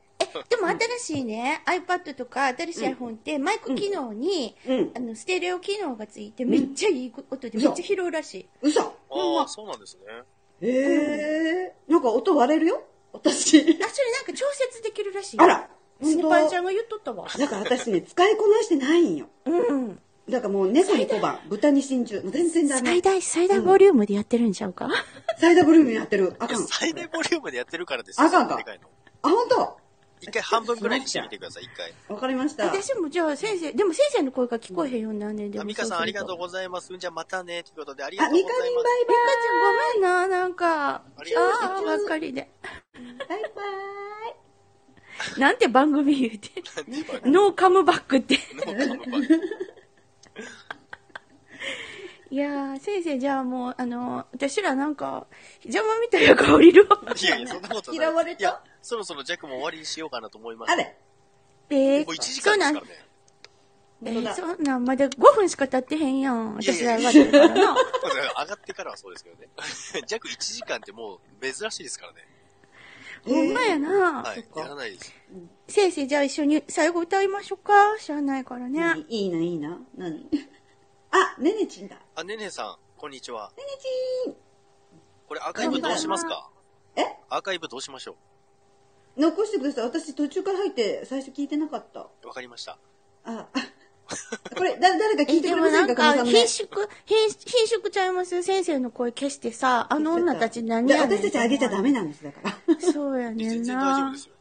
E: でも新しいね、iPad とか新しい iPhone ってマイク機能に、
F: うん
E: あのステレオ機能がついてめっちゃいい音でめっちゃ拾うらしい。
F: 嘘
A: ああ、そうなんですね。
F: ええー。なんか音割れるよ 私。
E: あ、それなんか調節できるらしい。
F: あら
E: ス
F: 本当
E: パンちゃんが言っとったわ。
F: なんか私ね、使いこなしてないんよ。
E: うん。
F: だからもう猫に小判、豚に真珠。もう全然ダメ
E: 最。大、最大ボリュームでやってるんちゃうか、
F: 最大ボリュームやってる。あかん。
A: 最大ボリュームでやってるからですよ。
F: あかんか
A: でかいの。
F: あ、本当。
A: 一回半分ぐらいにしてみてください、一回。
F: わかりました。
E: 私もじゃあ先生、でも先生の声が聞こえへんようになんねんで
A: あ
E: も。
A: ミカさんありがとうございます。じゃあまたね、ということでありがとう
F: あ
A: ござ
F: ミ
A: い
F: カ
A: ま
F: リン
A: す。
E: ミカちゃんごめんな、なんか。あ
A: ありがとうござい
E: あー、ばっかりで。
F: バイバ
E: なんて番組言うて。ノーカムバックって。いやー、先生、じゃあもう、あの、私らなんか、邪魔みたいな顔いるわ。
A: いやいや、そんなことない。
F: 嫌われた
A: いや、そろそろジャックも終わりにしようかなと思いま
F: イ。
A: す。
F: あれ
E: え
A: もう1時
E: そう
A: 間です
E: なん
A: からね。
E: え
F: 本当
E: ー、
F: だ。
E: そんなん、まだ5分しか経ってへんやん。私ら上がってるからな。
A: まあ上がってからはそうですけどね。 ジャック1時間ってもう珍しいですからね。
E: ほんまやな。
A: はい。
F: か
A: やらないです。
E: 先生、じゃあ一緒に最後歌いましょうか。知らないからね。
F: 何いいな、いいな。何 あ、ねねちんだ。ね
A: あ、ねねさん、こんにちは。
F: ねちん。
A: これアーカイブどうしますか
F: え
A: アーカイブどうしましょ
F: 残してください。私途中から入って最初聞いてなかった。
A: うわかりました。
F: あ、あこれ、だ、誰か聞い
E: で
F: てくれ
E: も
F: ませ
E: なんん
F: か、
E: か、
F: 神様
E: 貧縮、貧、貧縮ちゃいます先生の声消してさ、あの女たち何
F: で
E: やねん
F: 私たちあげちゃダメなんです、だから。
E: そうやねん
A: 全然大丈夫
E: な
A: で。すよ。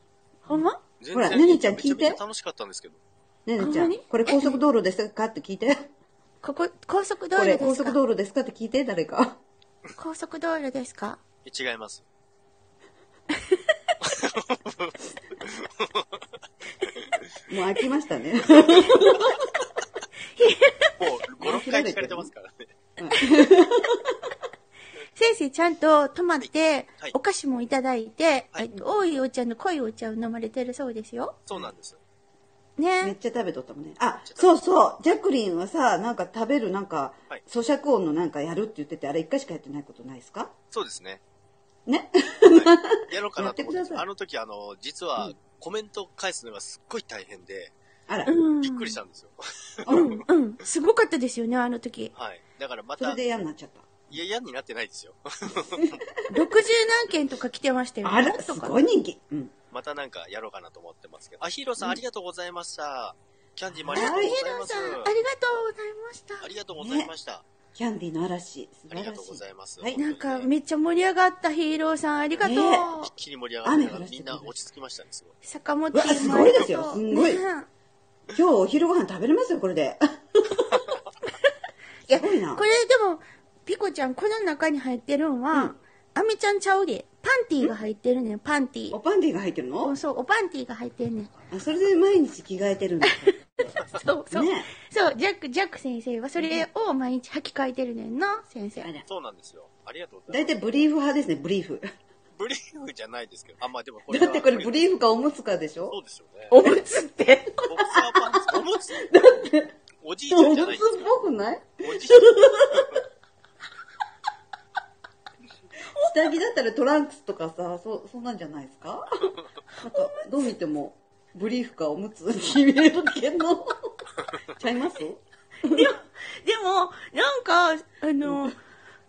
E: ほんま
A: 全然
F: ほらねねちゃん聞いて
A: めちゃめちゃ楽しかったんですけど。
F: ねねち
E: ほ
F: ゃ
E: んま
F: ん
E: に、
F: これ高速道路ですかって聞いて。
E: ここ、高速道
F: こ
E: 路
F: れ
E: で
F: 高
E: す
F: 速
E: か
F: 道路ですかって聞いて、誰 か。
E: 高速道路ですか
A: 違います。
F: もう飽きましたね。
A: もう5、6回聞かれてますからね。
E: 先生ちゃんと泊まって
A: はい、
E: お菓子もいただいて、
A: はい
E: えっと、多いお茶の濃いお茶を飲まれてるそうですよ。
A: そうなんです。
F: めっ
E: ね。
F: ちゃ食べとったもんね。あ、そうそう。ジャクリンはさ、なんか食べるなんか
A: はい、
F: 咀嚼音のなんかやるって言ってて、あれ一回しかやってないことないですか
A: そうですね。
F: ね。
A: やろうかなと思
F: や
A: っ
F: ってくだ
A: て。
F: さい
A: あの時、あの、実は、コメント返すのがすっごい大変で、
F: あら
E: う。ん。
A: びっくりしたんですよ。
E: うん、うん。すごかったですよね、あの時。
A: はい。だからま
F: それ
A: た、
F: で
A: い
F: 嫌になっちゃった。
A: や、嫌になってないですよ。
E: 60何件とか来てましたよね。
F: あ
E: も
F: ら、
E: っと
F: す
E: か
F: ごい人気。うん。
A: またなんかやろうかなと思ってますけど。あ、ヒーローさん、ありがとうございました。キャンディーもありがとうござい
E: ヒーロ
A: ま
E: ー
A: す
E: さん、あ。りがとうございました。
A: ありがとうございました。
F: キャンディーの嵐。素
A: あ
F: 晴ら
A: り
F: しい。
A: がとうございます。
F: はい
E: なんか、
A: 本当にね
E: めっちゃ盛り上がったヒーローさん、ありがとう。
F: ね
A: 一気に盛り上がってたから、みんな落ち着きましたね、すごい。
E: 坂本さん
F: うわすごいですよ
E: ありがとう
F: すごい
E: ね
F: 今日お昼ご飯食べれますよ、こ れで。
E: いや、
F: すごいな
E: これでも、ピコちゃん、この中に入ってるん
F: う
E: は
F: ん、
E: アメちゃんちゃうで。パンティーが入ってるねん、パンティー。
F: おパンディーが入ってるの
E: おそう、おパンティーが入ってんねん。
F: あそれで毎日着替えてるんだ。
E: そう、そう。
F: ね
E: そう、ジャック、ジャック先生はそれを毎日履き替えてるねんな、先生
F: あ。ら。
A: そうなんですよ。ありがとうござ
F: だ
A: い
F: い
A: ます。
F: たいブリーフ派ですね、ブリーフ。
A: ブリーフじゃないですけど。あ、まあでもこれ
F: だ
A: は。
F: ってこれブリーフかおむつかでし
A: そう
F: ょ
A: ですよね。
F: おむつ って。
A: ボクサーパンツ、おむつおじいちゃ
F: お
A: ん
F: む
A: じ
F: つ
A: ゃ
F: っ
A: ないですよ。
F: ぽくない
A: おじいちゃん。
F: 下着だったらトランクスとかさ、そ、そんなんじゃないですかなんか、どう見ても、ブリーフかおむつに見えるけど。ちゃいます
E: でも、なんか、あの、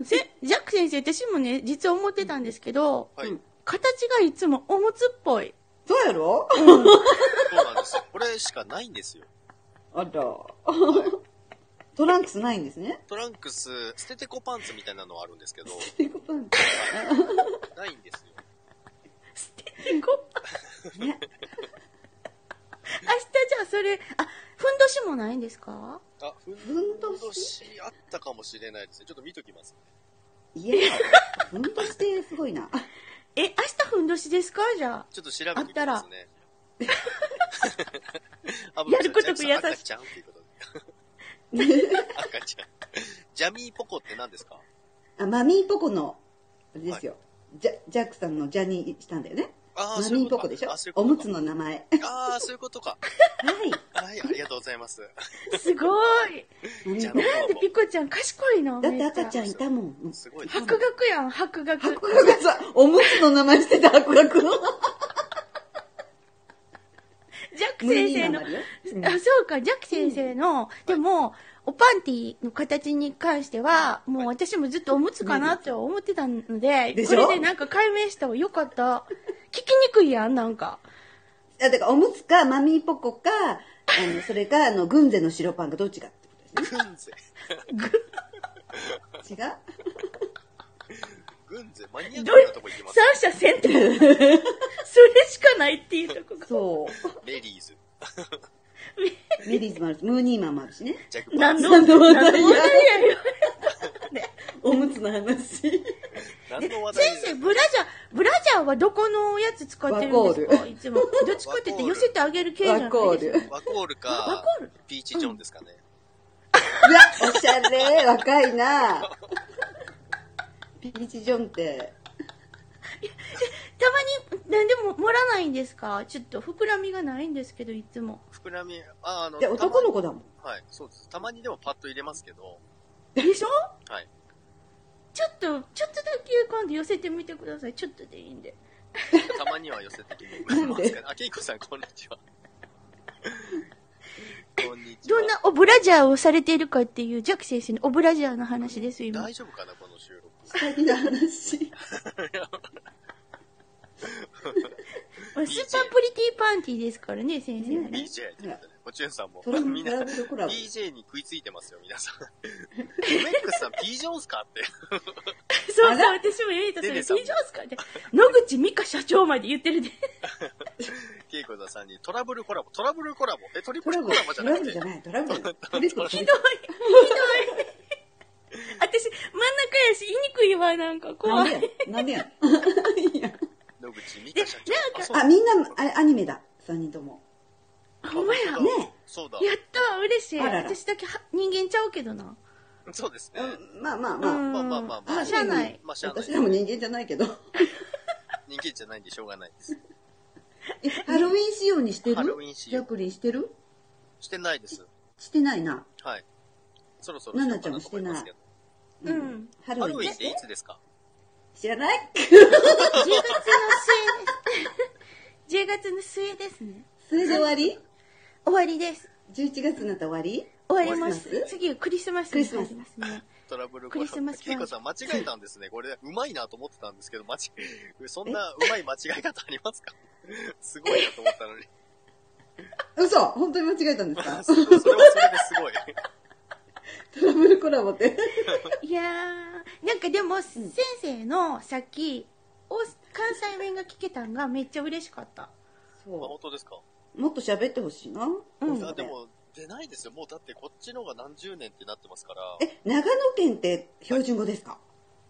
E: せジャック先生、私もね、実は思ってたんですけど、
A: はい。
E: 形がいつもおむつっ ぽい。
F: そうやろ
A: そうなんですよ。これしかないんですよ。
F: あら。トランクスないんですね。
A: トランクス、捨ててこパンツみたいなのはあるんですけど、
F: っていうことなんで
A: ないんですよ。
F: す
E: 明日
F: ね。
E: じゃあそれ、あ、ふんどしもないんですか
A: あ、ふ
F: ふんど
A: んど
F: し。
A: しあったかもしれないですね。ちょっと見ときます。
F: いや、ふんどしってすごいな。
E: え、明日ふんどしですかじゃあ。
A: ちょっと調べてみますね。 あ
E: やることくやさしい
A: 赤ちゃんっていうことで。赤ちゃん。ジャミーポコって何です か
F: あ、マミーポコの、あれですよ。ジャジャックさんのジャニーしたんだよね。
A: あ
F: マ
A: そういう
F: ミー
A: こ
F: ポ
A: と
F: コでしょ
A: あそういうこと
F: おむつの名前。
A: ああ、そういうことか。
F: はい。
A: はい、ありがとうござい ます。
E: すごい。
F: マミ
A: ジャ
F: ー
A: ミ
F: ポ
A: ー
E: なんでピコちゃん賢いの
F: コだって赤ち
E: ゃん。
F: ゃんいたもん。うん
A: すごい。
E: 白学やん、白学。
F: 白学さ、おむつの名前してた白学の。
E: ジャック先生の、
F: 無理に
E: あ、そうか、ジャック先生の、でも、おパンティの形に関しては、もう私もずっとおむつかなって思ってたので、
F: で
E: こ
F: しょ
E: れでなんか解明したわ。よかった。聞きにくいやん、なんか。
F: あだからおむつか、マミーポコか、あの、それか、あの、軍勢の白パンかどっちかってことです。
A: 軍勢。
F: 違う
A: 軍勢。マニアックなとこ行きます。
E: 三者選択。それしかないっていうとこが。
F: そ
A: レディーズ。
F: う。メリーズもあるし、ムーニーマンもあるしね。
A: ジャックパ
E: 何
A: ン。
E: の、
F: 何
E: 何
F: の
E: の
F: 話
E: 問
F: や
E: 題やよ。
F: おむつの話。
A: 何の話題
E: 先生、ブラジャー、ブラジャーはどこのやつ使ってるんです
F: ワコ
E: かいつも。どっちかって言って寄せてあげる系じゃない
F: ワ
E: です
A: ワ
E: か
F: コ。ール。
A: コール
E: ワ
A: か
E: コール、
A: ピーチジョンですかね。
F: いや、おしゃれ、若いな。ピーチ・ジョンって、
E: たまに、なんでも盛らないんですかちょっと膨らみがないんですけど、いつも。
A: 膨らみ、あ、あの、
F: で男の
A: 子
F: 子だもん。
A: はい、そうです。たまにでもパッと入れますけど、
E: でしょ
A: はい。
E: ちょっと、ちょっとだけ今度寄せてみてください。ちょっとでいいんで。
A: たまには寄せてきてもらえますかね。あ、ケイコさん、こんに ちは。こんにちは。
E: どんなオブラジャーをされているかっていう、ジャック先生のオブラジャーの話です、今。
A: 大丈夫かな、この収録。
F: 二人の話。
E: スーパープリティパンティですからね、先生はね。
A: BJ って言ってね。おちゅんさんも
F: トラ、ン
A: み
F: プ
A: ん
F: ラ
A: な、
F: ブドクラブ。
A: BJ に食いついてますよ、皆さん。コメックスさん、P ジョーンすかって。
E: そうそう、私も言えた、そ
A: 出
E: れ、ピー
A: て
E: ジ
A: た
E: ョースかって。野口美香社長まで言って るで。
A: ケイコさんにトラブルコラボ、トラブルコラボ、え、トリ
F: ト
A: プ
F: ラ
A: ル
F: ブ
A: コ
F: ル
A: ラボじ
F: ト
A: ゃな
F: ラブ
A: く
F: ル
A: て
F: じゃ、ない、トラブル。トリプル。
E: ひどい。ひどい。私、真ん中やし、言いにくいわ、なんか、
F: な
E: 怖
F: ん
E: い。
F: でやなんでや
A: 野口美香社長。あ、そう
F: あ、みんなあアニメだ。三人とも。
E: あ、ほんまや。や
A: だ
E: っ
F: ね
A: そうだ。
E: たわ、嬉しい。
F: あらら
E: 私だけは人間ちゃうけどな。
A: そうですね。
F: うんまあまあ
E: う
F: まあ。
E: ん。
A: まあまあまあまあ
E: しゃあない。
A: まあ、しゃあない
F: 私。らも人間じゃないけど。
A: 人気じゃないんでしょうがないです。
F: え ハロウィン仕様にしてる
A: ハロウィン仕様
F: ジャクリンしてる
A: してないです。
F: してないな。
A: はい。そろそろしようかなと思いますけど。
E: うん。
F: ハ
A: ハ
F: ロ
A: ロ
F: ウ
A: ウ
F: ィ
A: ィ
F: ン
A: ン
F: っ
A: ってい
F: て
A: つですか
F: 知らない
E: 10月の末。10月の末ですね。
F: それで終わり
E: 終わりです。
F: ?11 月になったら終わり
E: 終わります
F: 終わりま。
E: 次はクリスマスに入りますね。
A: トラブル
E: クリスマス
A: ケイコさん間違えたんですね。これ、うまいなと思ってたんですけど、間違 え、そんなうまい間違い方ありますかすごいなと思ったのに。
F: 嘘本当に間違えたんです か
A: それはそれです ごい。
F: トラブルコラ ボって。
E: いやー、なんかでも、先生のさっき、お関西弁が聞けたんがめっちゃ嬉しかった。
A: あ
F: そ
A: 本当ですか、
F: う。もっと喋ってほしいな。
E: うん
A: あでも、出ないですよ。もうだってこっちのが何十年ってなってますから。
F: え、長野県って標準語ですか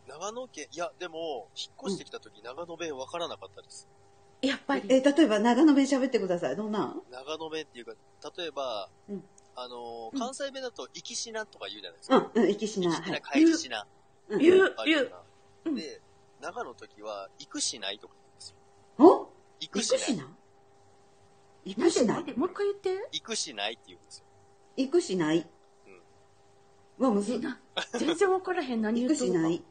A: 長野県、いや、でも、引っ越してきた時、長野弁わからなかったです。
E: やっぱり。
F: え、例えば長野弁喋ってください。どんなん
A: 長野弁っていうか、例えば、
F: うん
A: あのー、関西弁だと、行きしなとか言うじゃないです
F: う
A: か
F: ん。、うん、行きし
A: 行
F: な。
A: きし
F: は
A: な、
F: い。
A: 帰りしな。
F: うん
E: 言う、
A: ある
E: 言
A: よ
E: う。
A: な
E: うん
A: で、長野の時は、行くしないとか言うんですよ。
F: お
A: 行
F: 行
A: く
F: く
A: しな
F: し
A: い。
F: な行くしない
E: 待ってもう一回言って。
A: 行くしないって言うんですよ。
F: 行くしない。わ、むず。
E: な全然分からへん、何言
F: 行く
E: うと
F: し
E: るか
F: な。い。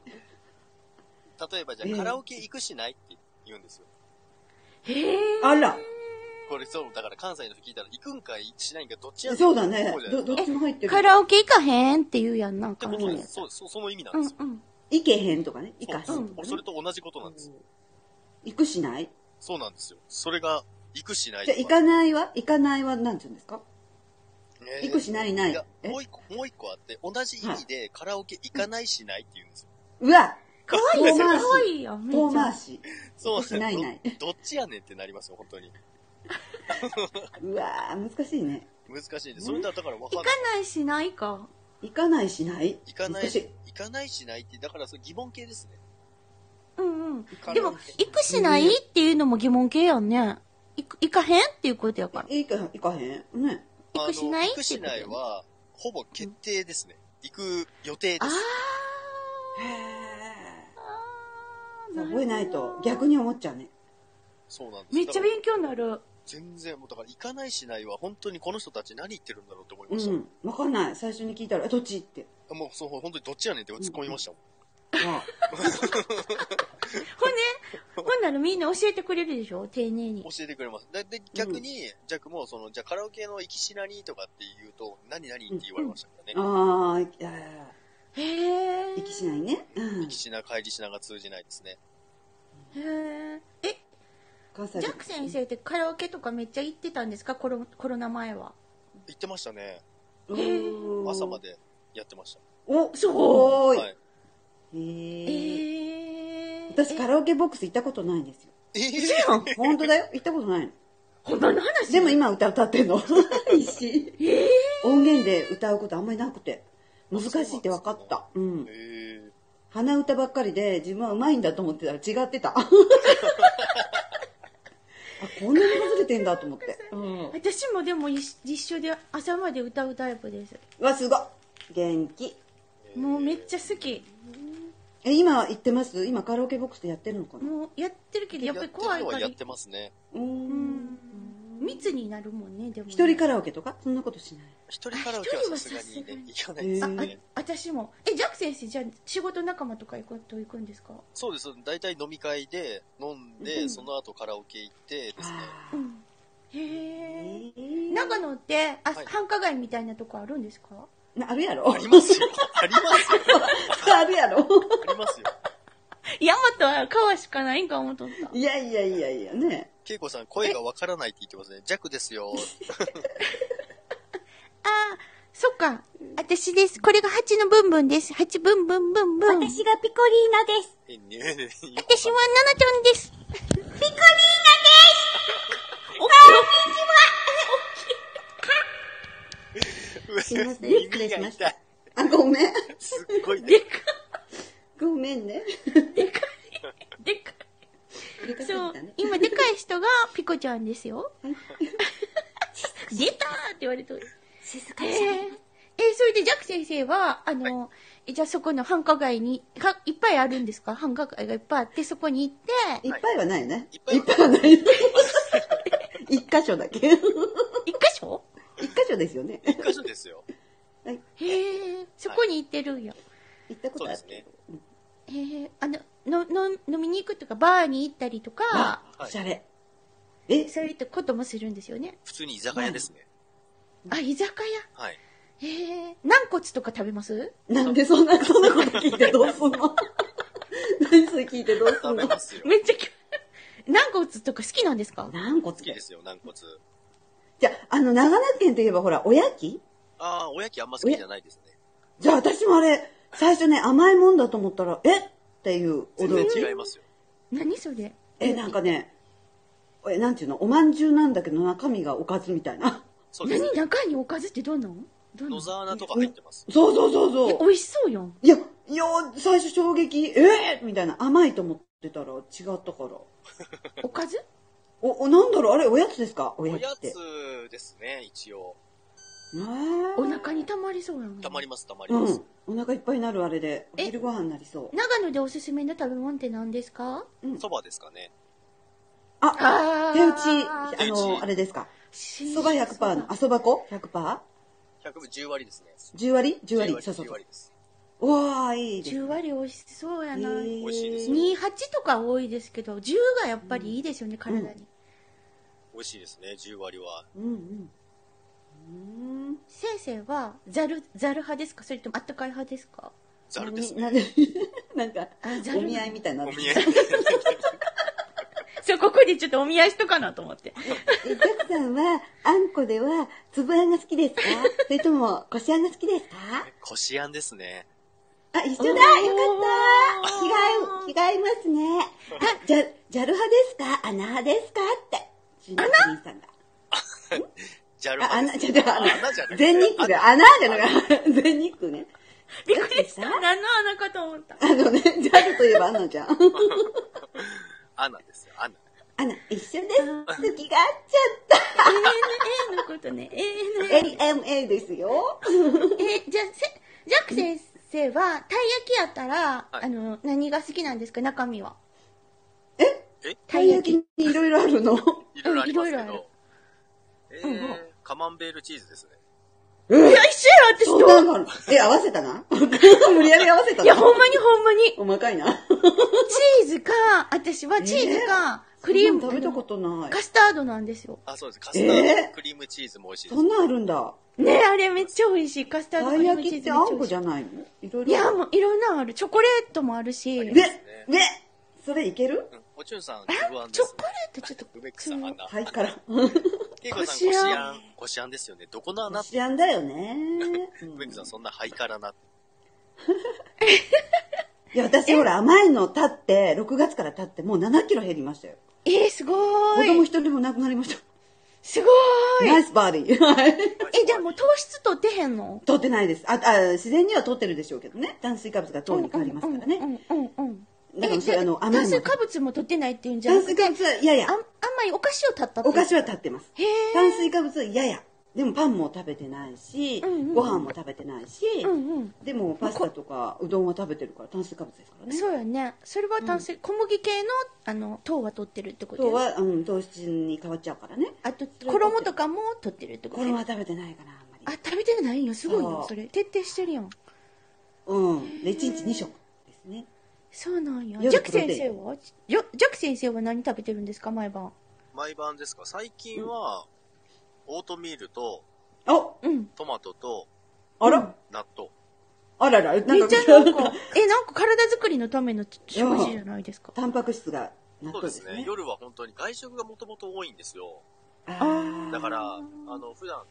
A: 例えば、じ
F: え
A: ゃ
F: え
A: あ、カラオケ行くしないって言うんですよ。
E: へえ。
F: あら。
A: これ、そう、だから関西の人聞いたら、行くんかしないんか、どっちやねん
F: そうだね
A: 思じゃ。な
F: ど、
A: いです
F: どっ
A: か
F: ちも入ってる。
E: カラオケ行かへんって言うやんな、
A: って
E: 関
A: こと
E: 西
A: で
E: や
A: す。
E: つ。
A: そう、そうその意味な
E: うん
A: で
E: ん
A: すよ。
E: うん。
F: 行けへんとかね。行かへん
A: そう
F: と
A: そ
F: か
A: う
F: ね
A: それと同じことなんですよ。
F: 行くしない
A: そうなんですよ。それが、行くしない
F: じ
A: と
F: ゃあ行かないは行かないは何て言うんですか
A: ね
F: 行くしないない
A: いや
F: え
A: もう一個、もう一個あって、同じ意味でカラオケ行かないしないって言うんですよ。
F: うわ
E: かわいい、
F: 遠
E: か
F: 回し
E: わいいやん、めっ
F: 遠
E: ち
F: 回
E: ゃ。
F: し。
A: そう
F: 行くしないない
A: ど。どっちやねんってなりますよ、本当に。
F: うわー難しいね。
A: 難しいんで、それだから分か
E: 行
A: ん
E: か
A: ない。
E: ないしないか。
F: 行かないしない
A: 行かない、
F: 難しい
A: 行かないしないって、だからそれ疑問系ですね。
E: うんうん。
A: 行かな
E: で
A: い
E: も、行くしないっていうのも疑問形やんね。行く行かへんっていうことやから。
F: 行か行かへんね。
E: 行くしない
A: あの行
E: って
A: く
E: いう
A: し
E: こと
A: ない
E: やね。
A: は、ほぼ決定ですね。行く予定で
E: あ
A: す。
F: へ
E: ー
F: ーそう覚えない
E: る
F: と
E: ほど
F: 逆に思っちゃうね。
A: そうなんです
E: めっちゃ
A: だから
E: 勉強になる。
A: 全然、もうだから行かないしないは、本当にこの人たち何言ってるんだろうって思いうました。
F: ん。わかんない。最初に聞いたら、えどっちって。
A: もう、そう、本当にどっちやねんって突っ込みましたもん。
F: あ
E: ほんで、ほんならみんな教えてくれるでしょ丁寧に。
A: 教えてくれます。で、で逆に、ジャックも、その、じゃあカラオケの行きしなにとかって言うと、何何って言われましたからね。
F: あー、いや
E: へえ。
F: ー行きしないね。うん
A: 行き。しな、帰りしなが通じないですね。
E: へーえ、
F: 関西
E: ジ
F: で
E: ャック先生ってカラオケとかめっちゃ行ってたんですかコロコロナ前は。
A: 行ってましたね。
F: うん
A: 朝までやってました。
F: お、す
E: そう
F: ご。
A: はいい。
F: へ
E: え
F: ー
E: ー。
F: 私カラオケボックス行ったことないんですよ。
A: えー
E: 嘘やん。
F: 本当だよ。行ったことないの。
E: ほんまの話
F: でも今歌歌ってんの。いいし
E: え
F: 音源で歌うことあんまりなくて。難しいって分かった。うん。
A: えー
F: 鼻歌ばっかりで自分は上手いんだと思ってたら違 ってた。あ、こんなに外れてんだと思って。うん。
E: 私もでも一一緒で朝まで歌うタイプです。
F: うわ、すごい。元気。
E: もうめっちゃ好き。
F: え、今行ってます今カラオケボックスでやってるのかな
E: もうやってるけどやっぱり怖
A: やってる
E: い
A: の
E: か
A: はや
E: ら
A: っ。てますね。
F: う。
E: うんん。密になるもんね、でもね。
F: 一人カラオケとかそんなことしない。
A: 一人カラオケはさすがにね、行かないです
F: うん
E: あ
A: ね。、
E: 私も。え、ジャック先生、じゃあ仕事仲間とか行くと行くんですか
A: そうです。大体飲み会で飲ん
E: う
A: で、
E: ん
A: その後カラオケ行ってですね。
E: う
F: あ
E: ん。へえ。
F: ー
E: 長野って、あ、
A: はい
E: 繁華街みたいなとこあるんですか
F: なあるや ろ
A: あります よ。ありますよ。
F: あるやろ
A: ありますよ。
E: 山とは川しかないんか思っとった。
F: いやいやいやいやね。
A: 恵子さん、声がわからないって言ってますね。弱ですよ。
E: ああ、そっか。私です。これが8のブンブンです。8ブンブンブンブン。私がピコリーナです。
A: えねえねえ
E: 私はナナちゃんです。ピ
F: すいません
A: 耳
F: 失礼しまし
A: が痛
F: た
A: い。
F: あ、ごめん。
A: すっごいね。
E: でか
F: ごめんね。
E: い、でか
F: でか
E: い。
F: すぎ
E: そう
F: たね、
E: 今でかい人がピコちゃんですよ。 出たーって言われてる。静かにえー、えそれでジャック先生は、あの、えじゃあそこの繁華街に、はいっぱいあるんですか繁華街がいっぱいあって、そこに行って、
F: いっぱいはないね。
A: いっぱい
F: いっぱいはない。一箇所だけ。一
E: 一箇所
F: 箇所ですよね。
A: 一箇所ですよ。
F: はい
E: へえ、そこに行ってるんや。
F: 行ったことある
A: そうですね
E: へえ、あの、の、の、飲みに行くとか、バーに行ったりとか、
F: おしゃれ。え、
E: そういったこともするんですよね。
A: 普通に居酒屋ですね。
E: あ、居酒
A: はい。
E: 屋。へえ、軟骨とか食べます
F: なんでそんな、そんなこと聞いてどうすんの何それ聞いてどうすん
A: 食べ
F: の
A: ますよ。
E: めっちゃき、軟骨とか好きなんですか
F: 何個
A: 好
F: つ
A: き
F: け
A: ですよ、軟骨。
F: じゃあ、あの、長野県といえばほら、おやき
A: ああ、おやきあんま好きじゃないですね。
F: じゃあ私もあれ、最初ね、甘いもんだと思ったら、えっていう
A: 全
F: 驚き
A: 然違いますよ。
E: 何それ
F: え、なんかね、え、なんていうの、おまんじゅうなんだけど中身がおかずみたいな。
A: そうですね
E: 何。中におかずってどんなんどん
A: 野
E: なん
A: 沢菜とか入ってます。
F: そうそうそう
E: え
F: そ
E: 美
F: う。
E: 味しそうやん。
F: いや、いや、最初衝撃、えー、みたいな、甘いと思ってたら違ったから。
E: おかず
F: お、お、なんだろう、あれ、おやつですかお
A: お
F: や
A: や
F: つって。
A: つですね、一応。
F: えー
E: お腹に。たまりそうやん。
A: たまります、たまり
F: う
A: ます
F: ん。。お腹いっぱいになるあれで、お
E: え
F: 昼ご飯になりそう。
E: 長野でおすすめの食べ物って何ですか
F: うん。
A: そばですかね。
F: あ、
E: あ
F: 手打ち、あ
A: 手打ち
F: の、あれですか。
E: ち
F: そば100%の、あ、そば粉 ?100%?10
A: 100分10割ですね。
F: 割 ?10 割。そうそ
A: 10
F: うそう
A: 割。です。
F: うわー、いいですね。
E: 10割美味しそうやな。
F: へー
A: 美味しいですよ
E: 28とか多いですけど、10がやっぱりいいですよね、体に。
A: 美味しいですね、10割は。
F: うんうん。う
E: 先生は、ザル、ザル派ですかそれともあったかい派ですか
A: ざ
F: ー
A: る
F: ん。
A: です
F: な
A: ね。
F: んで、なんか、
E: あ、ザ
F: お
E: ル。
F: 見合いみたいにな
A: お
F: ってる
A: 見合い。
E: そう、ここでちょっとお見合いしとかなと思って。
F: え、ジャックさんは、あんこでは、つぶあんが好き ですかそれとも、こしあんが好きですか
A: こしあんですね。
F: あ、一緒だ
E: おー
F: よかった違う、違いますね。 あ、じゃ、ジャル派ですか穴派ですかって。新宿兄さんが。
A: じゃる
F: あ、
A: 派
F: 穴、
A: です。
F: じゃ、じゃ、
A: 穴じゃな
F: 穴。
A: くて
F: 全日空が、穴じゃなくて、 全日空ね。
E: びっくりした。何の穴かと思った。
F: あのね、ジャルといえば穴 じゃん。
A: 穴ですよ、穴。
F: 穴、一緒です。好きが合っちゃった。
E: 永遠の A のことね。永遠の A。
F: AMA ですよ。
E: え、じゃあ、せ、ジャック先生は、たい焼きやったら、あの、何が好きなんですか中身は。
F: たい焼きにいろいろあるの。
A: いろいろありますけ
E: うんいろい
A: ど。えー、カマンベールチーズですね。
E: いや、一緒
F: そ
E: や、
F: ん
E: 私と。
F: なのあるえ、合わせた な無理やり合わせた
E: いや、
F: な
E: ほんまにほんまに。
F: おまかいな。
E: チーズか、私はチーズか、ク
F: ク
E: リーム、
F: 食べたことな
E: カ
F: い。
E: スタードなんですよ。
A: あ、そうです。カスター
F: え
A: ド、
F: ー
A: クリームチーズも美味しいで
F: そ
A: す
F: ん。なんあるんだ。
E: ねあれめっちゃ美味しい。カスタード
F: た
E: ク
F: い
E: リーム
F: 焼
E: チー
F: きって
E: ズ
F: あ
E: めっ
F: ん
E: ちゃ美味し
F: こじゃないのいろい
E: い。
F: ろ。
E: いや、もういろんなのある。チョコレートもあるし、
F: ね、ね、それいける
A: うんおちゅんさん、不安で
E: チョ
A: す
E: コ
A: ね。
E: レートちょっと、
A: 梅くさん、穴。
F: はい、から。
A: ケイコさん、
E: こ
A: こ
E: し
A: し
E: あ
A: あん、こしあんですよね。どこの穴
F: 知らんだよね。うん
A: ウェブさん、そんなハイカラな。
F: いや、私ほら甘いの立って、6月から立ってもう7キロ減りましたよ。
E: えー、すご
F: 子
E: ー
F: 供
E: い。
F: 一人もなくなりました。
E: すごーい。
F: ナイスバーディーはい。
E: え、じゃあもう糖質取ってへんの
F: 取ってないです。あ、あ自然には取ってるでしょうけどね。炭水化物が糖に変わりますからね。
E: うんうんうんうんうん。
F: だからそれあの、
E: 炭
F: 甘いも
E: 水
F: の。
E: 化物も取ってないっていうんじゃな
F: 炭
E: く
F: 水
E: て、
F: 化物は、いやいや
E: あん、あん。まりお菓子を立ったって。
F: お菓子は立ってます。
E: へえ。
F: 炭水化物はやや。でもパンも食べてないし、
E: うんうん
F: ご飯も食べてないし、
E: うんうん。
F: でもパスタとかうどんは食べてるから炭水化物ですからね。
E: そうやね。それは炭水、小麦系の、あの、糖は取ってるってこと
F: 今日
E: やね。
F: は、うん、糖質に変わっちゃうからね。
E: あと、衣とかも取ってるってこ
F: ことれ
E: や
F: は
E: ね。
F: 食べてないかな、あんまり
E: あ、。食べてないんよ。すごい
F: そ
E: よ。
F: う
E: それ。徹底してるやん。
F: うん。で、1日2食ですね。
E: そうなんや。
F: 夜
E: ジャック先生はよジャック先生は何食べてるんですか毎晩。
A: 毎晩ですか最近は、オートミールと、
F: あ、
E: うん。
A: トマトと、
F: あら、
A: 納豆。
F: あらら、
E: め
F: な
E: っ
F: ん
E: ち
F: か
E: ゃ、 なんか、え、なんか体作りのための食事じゃないです か。
F: タンパク質が
A: そ
F: 納
A: う
F: 豆で
A: ですす
F: ね
A: ね。。夜は本当に外食がもともと多いんですよ。
F: あー
A: だから、
E: あ
A: あ
E: ー
A: の、普段、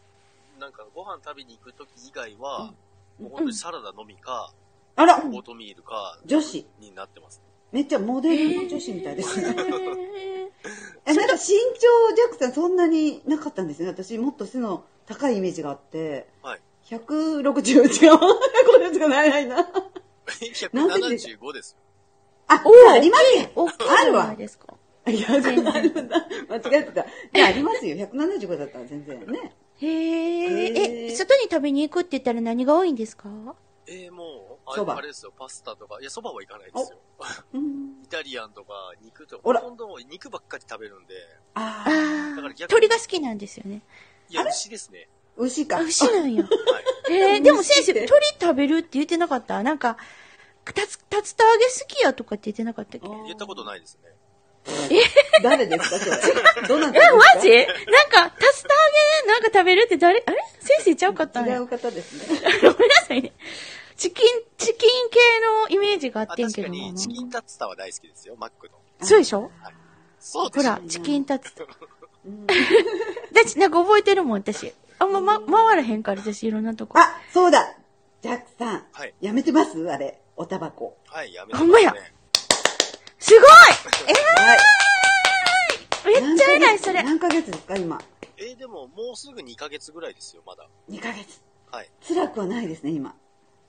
A: なんかご飯食べに行く時以外は、
F: うん
A: もう本当にサラダのみか、
F: あら、
A: オートミールか、
F: 女子。
A: になってます。
F: めっちゃモデルの女子みたいです
E: へ
F: ね。
E: ー
F: え、なんか身長、ジャックさんそんなになかったんですね。私もっと背の高いイメージがあって。
A: はい。
F: 160、違う。150しかないないな。
A: 175ですよ。
F: あ、
E: ー
F: じゃあありますよ。
E: 大きいじゃないですか。
F: いや、あるんだ。間違ってた。じゃあありますよ。175だったら全然ね。
E: へえ。え、
F: へー
E: 外に食べに行くって言ったら何が多いんですか
A: えー、もう、あれ
F: そば
A: あれですよ、パスタとか、いや、そばは行かないですよ。
F: う ん
A: イタリアンとか、肉と
F: あ
A: か、
F: ら
A: ほとんど肉ばっかり食べるんで、
E: あ
F: あ
E: あ
A: だから逆に。
E: 鳥が好きなんですよね。
A: いや、牛ですね。
F: あ、牛か。
E: あ、牛な んや。
A: はい。
E: えー、でも先生、鳥食べるって言ってなかったなんか、たつ、たつた揚げ好きやとかって言ってなかったっけえ、
A: 言ったことないですね。
F: 誰です か、それ。どなた
E: マジ
F: で
E: なんか、たつた揚げなんか食べるって誰、あれ先生ちゃうかった
F: す
E: ん
F: か違
E: や
F: う。方ですね。
E: ごめんなさいね。チキン、チキン系のイメージがあっ
A: あ
E: てん
A: 確
E: け
A: か
E: どな
A: に、チキンタツタは大好きですよ、マックの。
E: そうでしょ
A: そうで
E: ほ
A: すよ
E: ら、チキンタツタ。
F: うん
E: だち、なんか覚えてるもん、私。あんま、ま、回らへんから、私、いろんなとこ。
F: あ、そうだ。ジャックさん。
A: はい。
F: やめてますあれ。おタバコ。
A: はい、やめて
E: ほんまや
A: くださいね
E: す
F: はい。
E: ごいめっちゃ偉い、それ。
F: 何ヶ月ですか、今。
A: えーでも、もうすぐ2ヶ月ぐらいですよ、まだ。
F: 2ヶ月。
A: はい。
F: 辛くはないですね、今。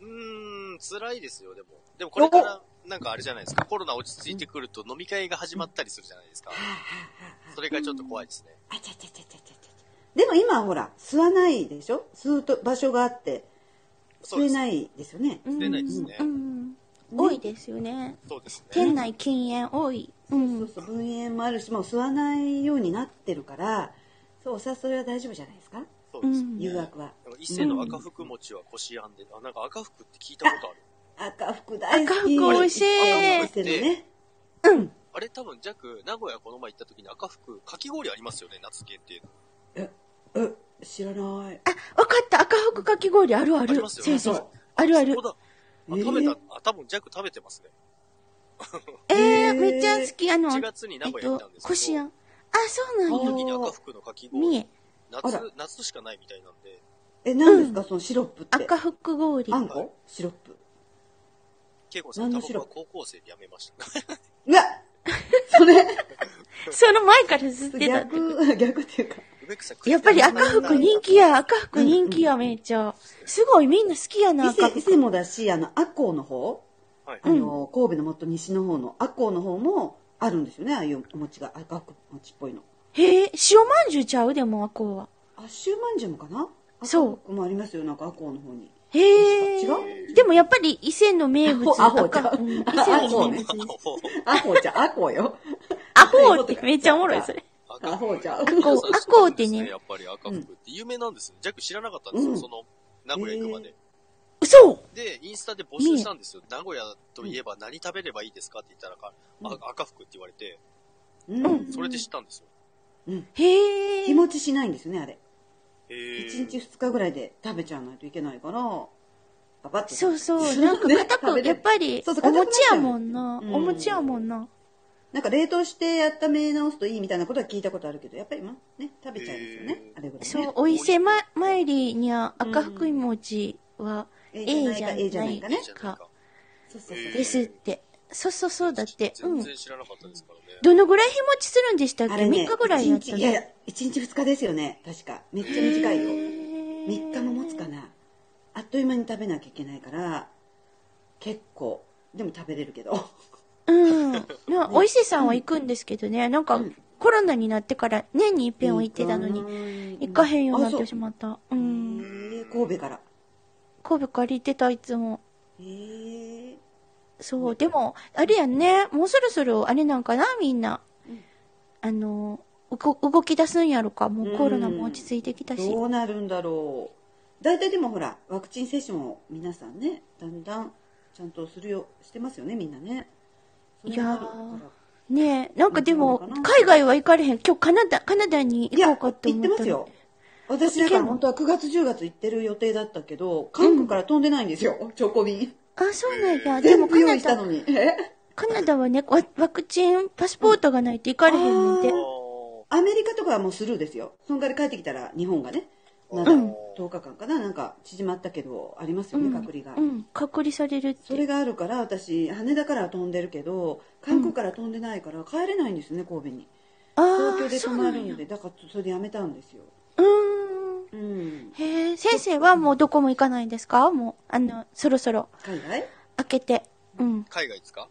A: うーん、辛いですよ、でも。でも、これから、なんかあれじゃないですか、コロナ落ち着いてくると飲み会が始まったりするじゃないですか。それがちょっと怖いですね。
F: あちゃちゃちゃちゃちゃちゃ。でも今ほら、吸わないでしょ吸うと場所があって、
A: そう
F: 吸
A: で
F: え
A: す
F: な
A: ね。
F: いですよね。
A: 出ないですね
E: うんうん多いですよね。
A: そうですね。
E: 店内禁煙多い。う。
F: そうんそう、分煙もあるし、もう吸わないようになってるから、そう、お誘いは大丈夫じゃないですか
A: そうですね
E: うん
F: 誘惑は。
A: でも伊勢の赤福餅はこしあんで、あ、なんか赤福って聞いたことある。
F: 赤福大好き。
E: 赤福美味しい
F: 赤福ってね。
A: あれ多分、ジャック、名古屋この前行った時に赤福、かき氷ありますよね、夏限定の。
F: え、知らない。
E: あ、わかった。赤福かき氷あるあ
A: あり
E: る。
A: ますよね
E: 先生
F: そう。
E: あるある
A: そう。だ。あ、
F: えー
A: 食べた、あ、多分、ジャック食べてますね。
E: え
F: え
E: ー、
F: ー
E: めっちゃ好き。あの、
A: 1
E: え
A: 月に名古
E: っ
A: 屋行った
E: と
A: んで、す
E: こし
A: け
E: あん。
A: ど、
E: あ、そう
A: そ
E: な
A: の
E: ん
A: 時
E: や。
A: に赤福のかき
E: 三
A: 氷
E: 重、。
F: あら
A: 夏、夏しかないみたいなんで、
F: え、何ですかそのシロップって。
E: 赤福氷
F: あ。んこシロップ。
A: ケイコさん、
F: 何
A: タ
F: の
A: バコは高校生でやめました。
F: うわそれ、
E: その前から吸ってたってこと。
F: 逆、 逆っていうか。
A: 梅木さん
E: やっぱり赤福人気。や、赤福人気や、めっちゃ。すごい、みんな好きやな、
F: 伊
E: 赤
F: 勢、伊勢
E: 福。
F: もだし、あの、アッコウの方、
A: はい
F: あの、神戸のもっと西の方の、アッコウの方もあるんですよね、ああいうお餅が、赤く餅っぽいの。
E: へえ、塩まんじゅうちゃうでも、あこうは。
F: あ、シューマンジュもかな
E: そう
F: う。もありますよ、なんかアッコウの方に。
E: へえ。
F: 違
E: でもやっぱり伊勢の名物
F: アホアホ
E: 赤
F: ちゃう
E: うん伊勢
F: あ
E: の
F: そう
E: 名
F: ね
E: 物です。
F: アコウちゃん、アコ ウよ。
E: アホーってめっちゃおもろい、それ。
F: ア
A: 赤
F: コウちゃん。
E: こう、アコーってね
A: や。っぱり赤福って有名なんですね。ジャック知らなかったんです
F: う
A: よ、
F: ん
A: その、名古屋行くまで。
E: 嘘
A: で、インスタで募集したんですよ。名古屋といえば何食べればいいですかって言ったらか、
F: うん
A: あ赤福って言われて、
F: うん。
A: それで知ったんですよ。
E: へ
F: 日
E: え。
F: 持ちしないんですよね、あれ。
A: へ
F: 1日
A: ー。
F: 2日ぐらいで食べちゃわないといけないから、パパッと。
E: そうそう。なんか
F: ね
E: 硬
F: 食
E: く、
F: べれ
E: やっぱり
F: そう、そう
E: お
F: 硬くなっ
E: 餅
F: ちゃ
E: や
F: う
E: もんな。
F: うん
E: お餅やもんな。
F: なんか冷凍してやっため直すといいみたいなことは聞いたことあるけど、やっぱりまね、食べちゃいますよね。
A: へ
F: あれぐらい、ね。
E: そう、お伊勢ま、参りにゃ赤福いもちは、
F: ええじ
E: A
F: ゃない
E: じ
F: か、
E: ゃ
F: A じゃ
E: な
F: ない
E: い
F: かね。
E: か、
F: そうそうそう。
A: え
E: ですって。そうそうそう、だって。う
A: 全
E: ん。
A: 然知らなかったですからね。
E: どのぐらい日持ちするんでしたっけ
F: あ
E: ?3
F: れね、
E: 日ぐらいやっ
F: 一
E: た
F: 日、いやいや、一日二日ですよね、確か。めっちゃ短いよ。3日も持つかなあっという間に食べなきゃいけないから結構でも食べれるけど
E: うん。なお伊勢さんは行くんですけどね、なんか、コロナになってから年に一遍は行ってたのに、
F: に
E: 行かへんようになってしまった。う。
F: うんへえ神戸から
E: 神戸から行ってた、いつも。
F: へえ
E: そう、でも、あれやんね、もうそろそろ、あれなんかな、みんな。
F: うん
E: あの、うこ動き出すんやろか、もうコロナも落ち着いてきたし。
F: どうなるんだろう大体でもほらワクチン接種も皆さんねだんだんちゃんとするよしてますよねみんなねそれがあるから
E: いやねえ、なんかでも
F: どうなの、かな
E: 海外は行かれへん。今日カナダ、カナダに
F: いや
E: 行こ
F: 行
E: うかと思
F: っ
E: ってたの
F: ますよ私だから本当は9月10月行ってる予定だったけど韓国から飛んでないんですよ、チョコ便
E: あ、そうなんや。で
F: 全
E: も
F: 部
E: カ
F: 用
E: ナ
F: 意した
E: ダ、
F: のにえ
E: カナダはね、ワワクチン、パスポートがないと行かれへんねんて
F: あ。
A: あ
F: アメリカとかはもうスルーですよ。そんから帰ってきたら日本がね、まだ
A: うん
F: 10日間かな、なんか縮まったけど、ありますよ
E: う
F: ね、
E: ん
F: 隔離が。
E: うん、隔離されるっ
F: そ
E: て。
F: れがあるから、私、羽田からは飛んでるけど、韓国から飛んでないから帰れないんですね、神戸に。
E: あ
F: 東京
E: あ、
F: で
E: そ
F: 泊
E: う
F: ま
E: な
F: る
E: んや
F: の。で、だからそれでやめたんですよ。
E: うーん。
F: うん。
E: へえ、先生はもうどこも行かないんですかもう、あの、そろそろ、
F: 海外
E: 開けて。うん、
A: 海外ですか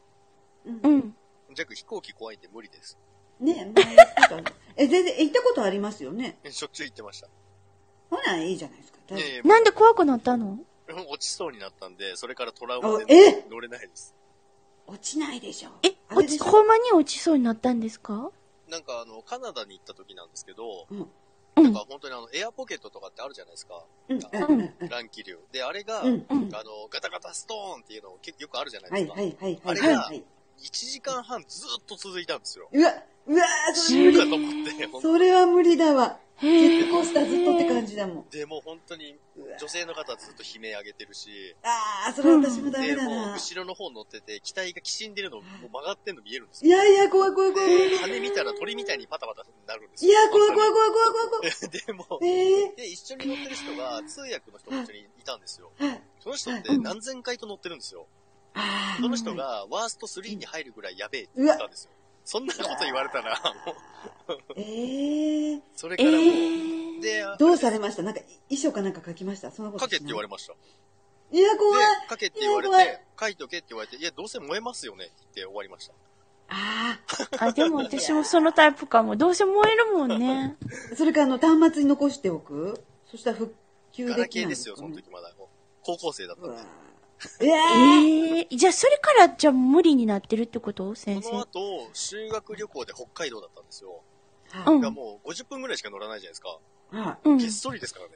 F: うん
E: う。ん。
A: ジャック飛行機怖いんで無理です。
F: ね前行ったことある え、全然行ったことありますよね。
A: しょっちゅう行ってました。
F: ほな、いいじゃないですか。大
A: い
F: 丈
A: やいや
E: なんで怖くなったの
A: 落ちそうになったんで、それからトラウマで
F: あえ
A: 乗れないです。
F: 夫落ちないでしょ。
E: え、
F: あれ
E: 落
F: で
E: ち、
F: しょ
E: ほんまに落ちそうになったんですか
A: なんかあの、カナダに行った時なんですけど、
F: うん
A: なんか本当にあの、エアポケットとかってあるじゃないですか。
F: うん、
E: う
F: うんん、うん
A: 乱気流。で、あれが、
F: うん。うん
A: あの、ガタガタストーンっていうの結構よくあるじゃない
F: は
A: で
F: い、
A: すか。
F: はい、はい、
A: あ
F: はい
A: れ
F: はい
A: が
F: はい。
A: 1時間半ずっと続いたんですよ。
F: うわ、うわー、そ
A: 死ぬ
F: れ無理
A: かと思って、ほん
F: それは無理だわ。
E: へ
F: ジ
E: え
F: ェットコースターずっとって感じだもん。
A: でもう本当に女性の方はずっと悲鳴上げてるし、
F: ああ、それ私もダメ
A: で
F: だ
A: もう
F: な。
A: 後ろの方乗ってて、機体がきしんでるの、もう曲がってんの見えるんです
F: い
A: よ。
F: やいや、怖い怖い
A: で
F: 怖い。いや、、
A: 羽見たら鳥みたいにパタパタなるんですよ。
F: 怖い怖い怖い怖い怖い怖い。
A: でも、
F: ええ
A: で、一緒に乗ってる人が、通訳の人も一緒にいたんですよ。
F: はい。
A: その人って何千回と乗ってるんですよ。
F: あ
A: その人が、ワースト3に入るぐらいやべえって
F: う
A: 言
F: わ
A: ったんですよ。そんなこと言われたら、もう、
F: ーええ
A: それ
E: え
A: からもう、
E: ー。
A: で、
F: どうされましたなんか、い衣装かなんか書きましたそんなこと
A: かけって言われ
F: ま
A: ました。
F: す。いや、
A: で
F: 怖い。、
A: かけって言われ
F: いや怖
A: て
F: い、
A: 書いとけって言われて、いや、どうせ燃えますよねって言って終わりました。
F: あ
E: あ、でも私もそのタイプかも。どうせ燃えるもんね。
F: あ。それから、あの、端末に残しておくそしたら復旧でき
A: ガ
F: ない。
A: ラケーですよ、その時まだ。高校生だった
F: うんわ
A: です。
F: ー。ええ
E: ええー。じゃあ、それからじゃあ無理になってるってこと先
A: その
E: 生。
A: 後、修学旅行で北海道だったんですよ。
F: ー。
E: う
A: だ
E: ん
A: からもう50分ぐらいしか乗らないじゃないですか。
F: は
E: うん
A: げっ。そりですからね。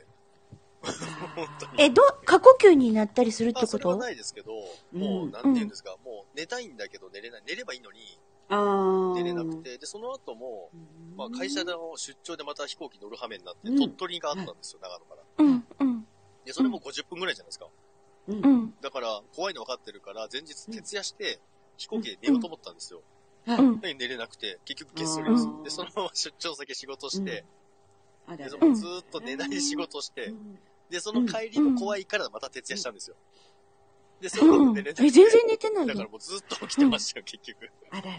A: 本当に。
E: え、ど、過呼吸になったりするっ
A: あ
E: て
A: そ
E: こ
A: れは
E: と
A: ないですけど、
F: うん
A: もう、なんて言うんですか、もう寝たいんだけど寝れない、寝ればいいのに、
F: い。ああ。
A: 寝れなく。て、で、その後も、まあ、会社。の出張でまた飛行機乗る羽目になって、
F: うん
A: 鳥取があったんですよ、長野から。
E: うん、うん、
A: で、それも50分ぐらいじゃないですか。
F: うん
E: う。ん、
A: だから、怖いの分かってるから、前日徹夜して、飛行機で寝ようと思ったんですよ。
F: は
E: う
F: い。
E: ん。
A: で寝れなくて、結局げっそりです
F: う。ん
A: で、そのまま出張先仕事して、
F: あれ
A: で
F: あ
A: そ
F: れ
A: のずーっと寝ない仕事して、で、その帰りも怖いからまた徹夜したんですよ。で、その
E: う
A: 後
E: ん。
A: 寝
E: え、
A: れなくて
E: 全然寝てない
A: だから
E: よ。
A: もうずっと起きてましたよ、結局。
F: あららら。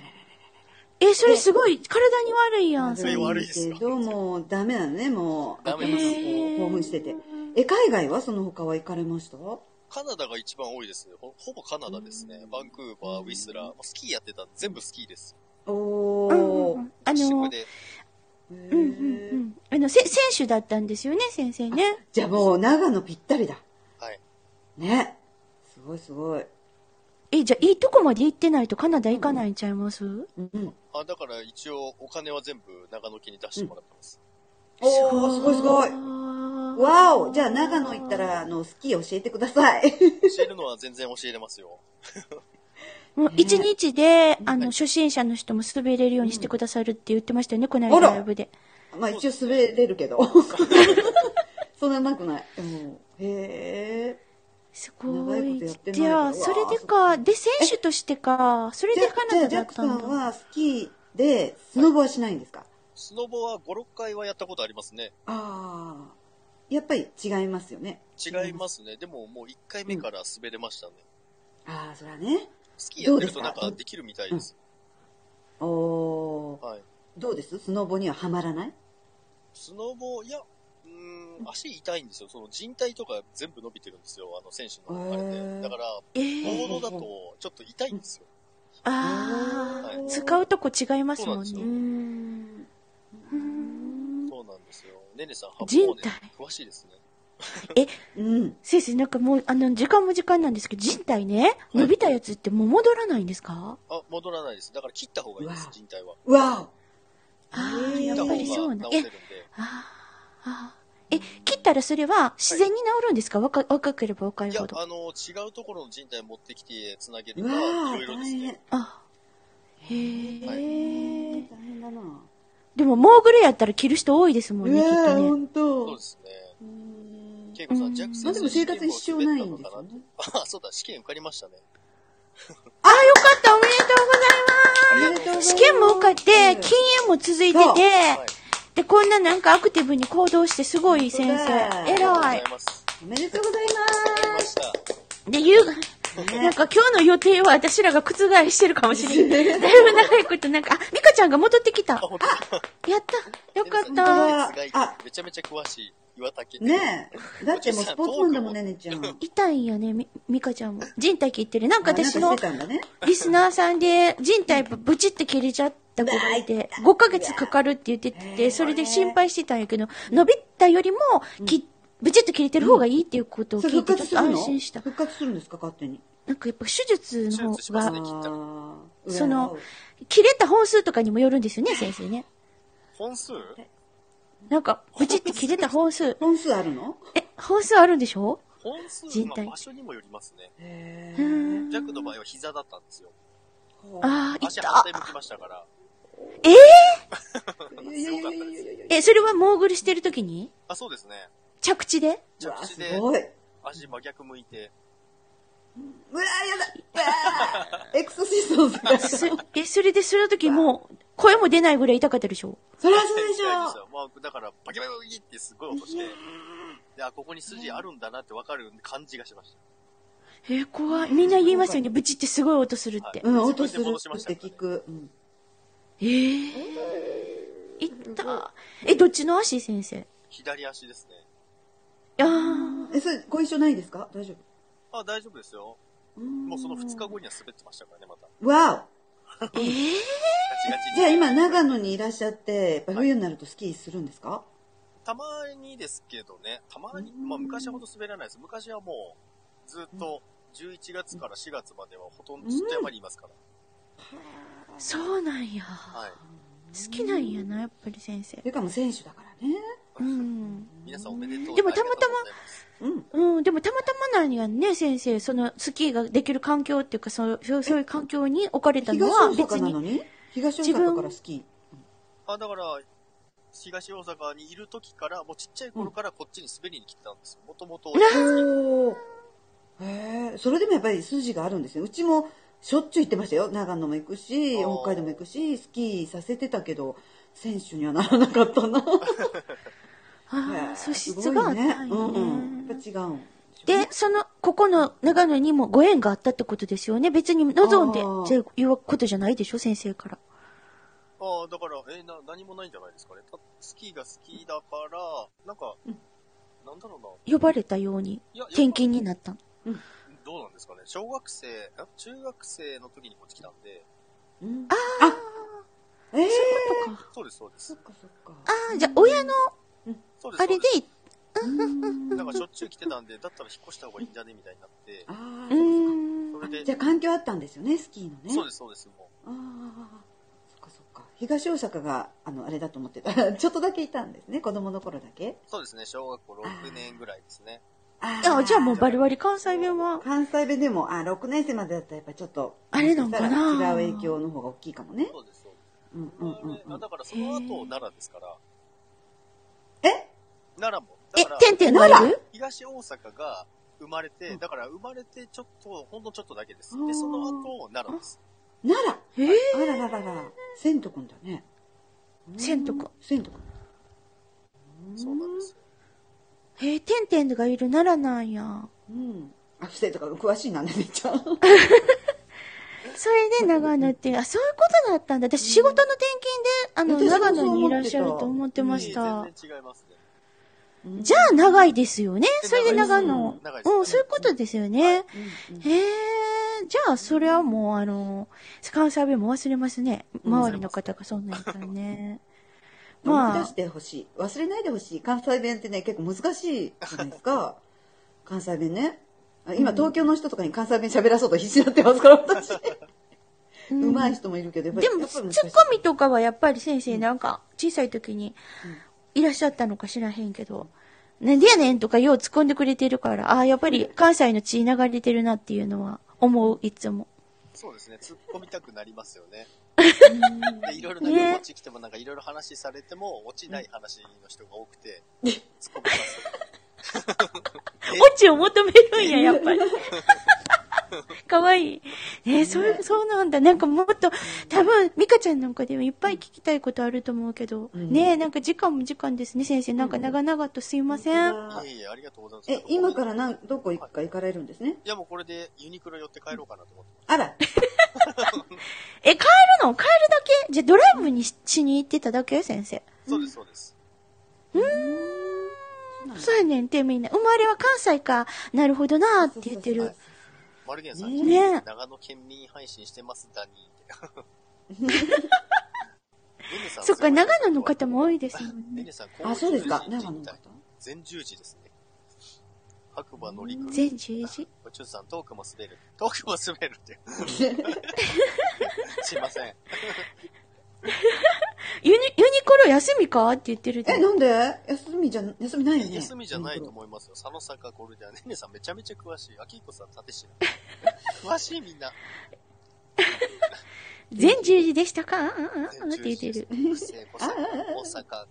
E: え、それすごい、体に悪いやん、そ
A: れ
E: れ。
A: 悪いですよ
F: けど、もうダメなのね、もう。
A: ダメ
F: 頭
A: で
F: が
A: す
F: こう、興奮してて。え、海外はその他は行かれました
A: カナダが一番多いですね。ほほぼカナダですね。バンクーバー、ウィスラー、まあスキーやってたんで全部スキーです。
F: お
E: うんう
F: ー
E: ん。あ
A: 合宿
E: の、
A: で
F: へ
E: うん、うん、う
F: ー
E: ん。あの、せ、選手だったんですよね、先生ね。
F: じゃあもう、長野ぴったりだ。
A: はい。
F: ね。すごいすごい。
E: え、じゃあ、いいとこまで行ってないとカナダ行かないんちゃいます
F: うん。
A: あ、だから一応お金は全部長野県に出してもらって ます。
F: おー、すごいすごい。
E: い
F: わおじゃあ長野行ったら、あの、スキー教えてください。
A: 教えるのは全然教えれますよ。
E: もう一日で、あの、初心者の人も滑れるようにしてくださるって言ってましたよね、この
F: あ
E: 間
F: ら
E: ライブで。
F: まあ一応 滑れるけど。そんななくない。うんへえ。
E: すご
F: 長い
E: い
F: ことやっ。てない
E: じゃあ、
F: から
E: それでか、で、選手としてか、それ
F: じゃ
E: で
F: あ
E: カ
F: じ
E: ナ
F: ゃあ
E: ダ
F: ジ
E: だっ
F: ャック
E: た
F: さ
E: ん
F: ん
E: だ。
F: はスキーでスノボはしないんですか、
A: スノボは5、6回はやったことありますね。
F: ああやっぱり違いますよね
A: 違いますね。でももう1回目から滑れましたね。
F: ああそりゃね
A: スキーやってると
F: どう
A: なん
F: ですか
A: かできるみたいです。
F: おお
A: はい。
F: どうですスノボにはハマらない
A: スノボ、いや、うーん、足痛いんですよ。その人体とか全部伸びてるんですよ。あの選手のあれ
F: へ
A: で。
F: ー
A: だから、
E: えー、
A: ボードだとちょっと痛いんですよ。
E: あ
A: は
E: あ、
A: い
E: 使うとこ違いますもん
A: そう
E: ね
A: な。
F: うんん
E: うん
A: そうなんですよ。ねねさん、ハ
E: 人
A: ね
E: 体、
A: 詳しいですね。
F: うん
E: 先生、なんかもう、あの、時間も時間なんですけど、人体ね、伸びたやつってもう戻らないんですか
A: あ、戻らないです。だから切った方がいいです
F: う、わ
A: 人体は。
F: わ
E: ああ、
A: 切
E: や
A: った
E: っ
A: 方
E: ぱ
A: が
E: り
A: 治
E: そ
A: せ
E: う
A: るん
E: な
A: で。。
E: え、あーあー。え、切ったらそれは自然に治るんですか、若若ければ若い
A: いや
E: ほ、ど。
A: あの、違うところの人体持ってきて繋げ
F: お
A: れば、
F: わあ
A: いろいろで
F: 大
A: す
F: 変
A: ね。
E: あ、へえ、
A: はい
F: 大変だな
E: でも、モーグルやったら着る人多いですもんね、きっとね。
F: 本当
A: そうですね。ケイコ
E: う
A: さ
E: ん
A: ん、ジャックさ
F: ま
A: ん
F: あでも生活に支障ないんですよね。
A: あ、そうだ、試験受かりましたね。
E: ああ、よかった、おめでとう
F: ありがと
E: ご
F: うござい
E: ざいま。
F: ます
E: 試
F: す
E: 験も受かって、禁煙も続いて
F: そう
E: て、
A: はい。
E: で、こんななんかアクティブに行動してすごい先
F: 本当だ
E: 生。
A: ありがとうご
E: 偉
A: ざ
E: い
A: い。ます。
F: おめでとうござい
A: 受かり
F: ま
A: ますした。
E: で、言う、なんか今日の予定は私らが覆してるかもしれない。だいぶ長いこと、なんか、あ、ミカちゃんが戻ってきた。や
A: あ、本当だ
E: った。よかっ
A: 本当
E: た。
A: だ
F: 本当だ
A: めちゃめちゃ詳しい、岩竹。
F: ねえだってもうスポーツマンだもんねねちゃんあ
E: 痛いんよね、み、ミカちゃんも。人体切ってる。なんか
F: なんか
E: 私
F: して
E: の
F: たんだね
E: リスナーさんで、人体ぶブチって切れちゃった子がいて、5ヶ月かかるって言ってて、それで心配してたんやけど、伸びたよりも、き、ブチって切れてる方がいいっていうことを
F: それ
E: 聞い
F: 復
E: て、ちょっ
F: 活
E: と
F: するの
E: 安心した。
F: 復活するんですか勝手に
E: なんかやっぱ手術の
A: 手術し
E: 方
A: ますね
E: が、
F: ああ
E: その切れた本数とかにもよるんですよね、先生ね。
A: 本数
E: なんか、ブチって切れた本数。
F: 本数あるの
E: え、本数あるんでしょ
A: 本数、
E: 人
A: ま
E: 体
A: あ場所にもよりますね。
F: へ
E: う
F: え
E: ーん。
A: ジャックの場合は膝だったんですよ。
E: ああ、い
A: 足
E: た
A: 反。対向きましたから。
E: え
A: すごかったです。
E: え、それはモーグルしてる時に
A: あ、そうですね。
E: 着地で
F: う
A: 着
F: わ
A: 地
F: す
A: で
F: ごい
A: 足真逆向いて。
F: うわーやだうわーエクソシストだ
E: すえ、それでその時もう、声も出ないぐらい痛かったでしょ
F: そりゃそうでし
A: 痛いです
F: ょ
A: よまあ、だから、バキバキバキってすごい音して、で、あ、ここに筋あるんだなってわかる感じがしました。
E: えー怖い。みんな言いますよね。ブチってすごい音するって。
F: うん音す
A: 自
F: る
A: 分で戻しま
F: っ
A: した
F: て
A: からね
F: 聞くうん
E: えー、いった。え、どっちの足先生
A: 左足ですね。
E: あー
F: えそれご一緒ないですか大丈
A: あ、大丈夫ですよ。
F: 夫ん
A: もうその2日後には滑ってましたからね、また。
F: わ
E: え
A: ガ
E: ー、
A: チガチ
F: お
A: に
F: じゃあ今長野にいらっしゃってやっぱ冬になるとスキーするんですか
A: たまにですけどね、たまに、まあ昔ほど滑らないです。昔はもう、ずっと11月から4月まではほとんどずっと山にいますから。
E: そうなんや。
A: はい。
E: 好きなんやな、やっぱり先生
F: と。いうかもう選手だからね
E: うん。
A: 皆さんおめでとう。
E: でもたま
A: あり
E: たま
A: がとうございます
F: うん
E: うん、でもたまたまなんやね、先生。その、スキーができる環境っていうか、そうそうそういう環境に置かれたのは
F: 東
E: 別
F: 大阪なの
E: に。
F: に東大阪からスキ
A: あ、だから、東大阪にいる時から、もうちっちゃい頃からこっちに滑りに来てたんですよ。もともと、
F: ーおおへえそれでもやっぱり筋があるんですねうちもしょっちゅう行ってましたよ長野も行くし
A: あー
F: 北海道も行くしスキーさせてたけど選手にはならなかったな
E: あ
F: へ
E: あ、
F: え
E: 素
F: す
E: 質
F: ごい
E: があったんや
F: ね
E: ね。
F: うんうんやっぱ違うんしょうね
E: で、その、ここの長野にもご縁があったってことですよね。別に望んで
F: あー
E: っていうことじゃないでしょ、先生から。
A: ああ、だから、えな、何もないんじゃないですかね。たスキーが好きだから、なんか、なんだろうな。
E: 呼ばれたように、
A: いや、やっぱ
E: 転勤になったの。
A: どうなんですかね。小学生、あ中学生の時にこっち来たんで、
F: うんあええ
E: そうか。
A: そうです、そうです
F: そっ。かそっか
E: ああ、じゃあ、親の
A: そうです。
E: あれで
A: そう、
F: うん
A: すなんかしょっちゅう来てたんで、だったら引っ越した方がいいんじゃねみたいになって、
F: あ
E: う
A: そ
E: ん。
F: ー
A: れで
F: じゃ、あ環境あったんですよねスキーのね
A: そうです、そうです、も
F: ああそっかそっか東大阪があのあれだと思ってた ちょっとだけいたんですね子供の頃だけ
A: う。そうですね、小学校6年ぐらいですね。
F: あ
E: ああ、じゃあもうバリバリ関西弁は、
F: 関西弁でもあ6年生までだったらやっぱちょっと
E: あれなんかな
F: もしかしたら違う影響の方が大きいかもね
A: そうです、そうです。
F: うんうんうんうん
A: あだからその後、奈良ですから、
F: え
A: 奈良も。
E: え
A: だか、ら、
E: てんてんがいる
A: 東大阪が、生まれて、だから生まれてちょっと、ほんのちょっとだけです。
F: あー
A: で、その後、奈良です。
F: 奈良
E: えー、
F: あらららら、千とくんだね。
E: 千とくん。
F: 千とくん。
A: そうなんですよ。
E: えー、てんてんがいる奈良なんや。
F: うん。あ、千とか詳しいなんだね、ちゃん。
E: それで長野って、あ、そういうことだったんだ。私仕事の転勤で、あの、長
F: 私もそう
E: 野にい
F: 思
E: ら
F: っ
E: ってしたゃると思ってました
A: 全。然違いますね。
E: じゃあ長いですよね。それで長
A: う
E: 野
A: ん。長いですね
E: うん、そういうことですよね。
F: うん
E: へえ、じゃあ、それはもう、あの、スカウサーベも忘れますね。
F: うん
E: 周りの方がそんなにいたらね。
F: うん思
E: ま
F: い出
E: あ
F: し、てほしい。忘れないでほしい。関西弁ってね、結構難しいじゃないで すか。関西弁ね。あ今、東京の人とかに関西弁喋らそうと必死になってますから、私。
E: うん
F: うまい人もいるけど、やっぱり。
E: でも、
F: やっぱ
E: ツ
F: り
E: ッ
F: 難しい
E: コミとかはやっぱり先生なんか、小さい時にいらっしゃったのか知らへんけど、なんでやねんとかよう突っ込んでくれてるから、ああ、やっぱり関西の血流れてるなっていうのは思う、いつも。
A: そうですね、突っ込みたくなりますよね。でいろいろなん
E: ね
A: か、こっち来てもなんかいろいろ話されても、落ちない話の人が多くて、突っ込みます。
E: オチを求めるんや、やっぱり。かわいい。ねそういう、そうなんだ。なんかもっと、多分、ミカちゃんなんかでもいっぱい聞きたいことあると思うけど、
F: うん
E: ねなんか時間も時間ですね、先生。なんか長々とすいません。
A: いえいえ、ありがとうございます。
F: え、今からなんどこ行くか行かれるんですね。
A: いや、もうこれでユニクロ寄って帰ろうかなと思ってます。
F: あら、
E: え、帰るの帰るだけじゃあドライブにししに行ってただけ先生。
A: そうです、そうです。
E: そうやねんってみんな。生まれは関西か。なるほどなーって言ってる。
A: マルゲンさん、
E: ね
A: 長野県民配信してます、ダニーって。 レネさん
E: そっか、長野の方も多いですもん
A: レ
E: ね。
A: ネさん、
F: あ、そうですか。
A: 神
F: 長野の方。
A: 全十字ですね。白馬のりく。
E: 全10時
A: おちゅうさん、トークも滑る。トークも滑るって。 すいません。
E: ユニ、ユニクロ休みかって言ってるで
F: え、なんで休みじゃ、休みないよね。
A: 休みじゃないと思いますよ。佐野坂ゴルジャー。ねねさんめちゃめちゃ詳しい。あきいこさん縦知らん。 詳しいみんな。
E: 全10時でしたかうんうんうんって言ってる。
A: 不正小坂、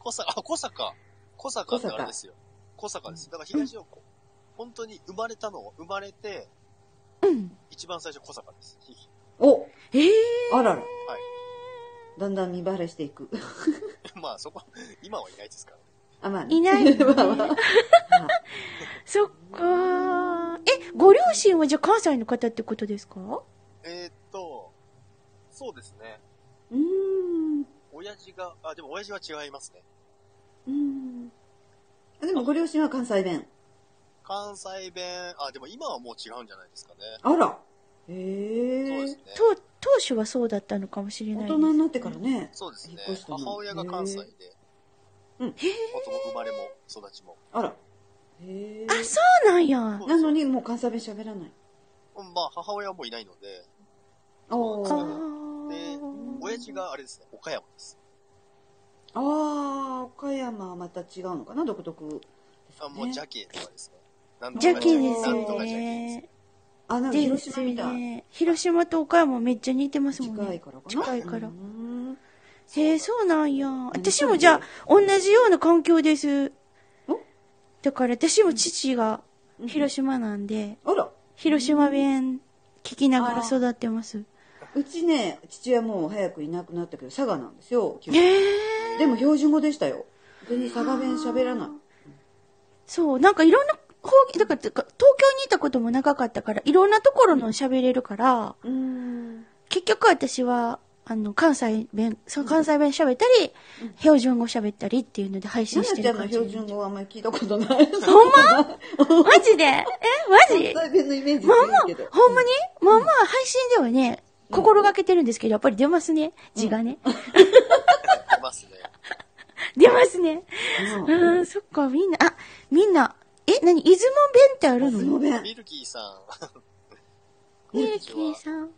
A: 小坂、小坂、あ、小坂、小坂ってあれですよ。小坂です。だから東横、本当に生まれたの、生まれて、一番最初小坂です。
F: お、
E: えー、
F: あらら。だんだん見バレしていく。
A: まあそこ、今はいないですからね。
F: あ、まあ、
E: いないね
F: まあまあ
E: そっかー。え、ご両親はじゃあ関西の方ってことですか
A: えー、っと、そうですね。
F: うーん。
A: 親父が、あ、でも親父は違いますね。
F: うーん。あでも、ご両親は関西弁。
A: 関西弁、あ、でも今はもう違うんじゃないですかね。
F: あら。へ
A: そうです
F: え
A: ね。。
E: と、当初はそうだったのかもしれな
F: 大
E: いで
F: 人
E: す。
F: になってからね。
A: そうですね
F: 引っ越し。たの
A: 母親が関西で。
F: うんへ
A: 元も生まれも育ちも。
F: あら。へえ
E: あ、。そうなんや。
F: なのに、もう関西弁喋らない。
A: うんまあ母親はもういないので、
F: お
E: あ
F: ー。
A: で
E: ー、
A: 親父があれですね、岡山です。
F: あー、岡山はまた違うのかな、独特です
A: あ
F: か
A: もう
F: ね。
A: ジャケとかですね。なんとか
E: ジャケです
A: なんと
E: よ
A: かジャケ
E: ね
A: で。
F: あ、なんか広島みたい。
E: ね。広島と岡山めっちゃ似てますもん
F: 近い
E: ね。
F: からかな。
E: 近いから
F: うーん
E: へえ、そうなんや。
F: ん
E: 私もじゃあ、同じような環境です。だから私も父が広島なんで、
F: あら、
E: 広島弁聞きながら育ってます。
F: うちね、父親もう早くいなくなったけど、佐賀なんですよ。
E: へえ、
F: でも標準語でしたよ。全然佐賀弁喋らない。
E: そう、なんかいろんな方言、だから、てか東京にいたことも長かったから、いろんなところの喋れるから、
F: うーん。
E: 結局私は、あの、関西弁、そう関西弁喋ったり、標準語喋ったりっていうので配
F: な
E: 信し
F: な
E: て
F: ちゃ
E: る
F: んの
E: 感じ。
F: 標準語はあんまり聞いたこ とない。
E: ほんま マジでえマジ
F: 関西弁のイメージ
E: まあ
F: 強いけ
E: ま
F: ど
E: あ、。ほんまにまあまあ、配信ではね、心がけてるんですけど、やっぱり出ますね。字がね。
A: 出ますね。
E: 出ますね。
F: うん
E: うん、そっか、みんな、あ、みんな、え、何出雲弁ってある
F: 出
E: の
F: 雲弁。
A: ミルキーさん、
E: ミルキ
A: ちは
E: ーさん。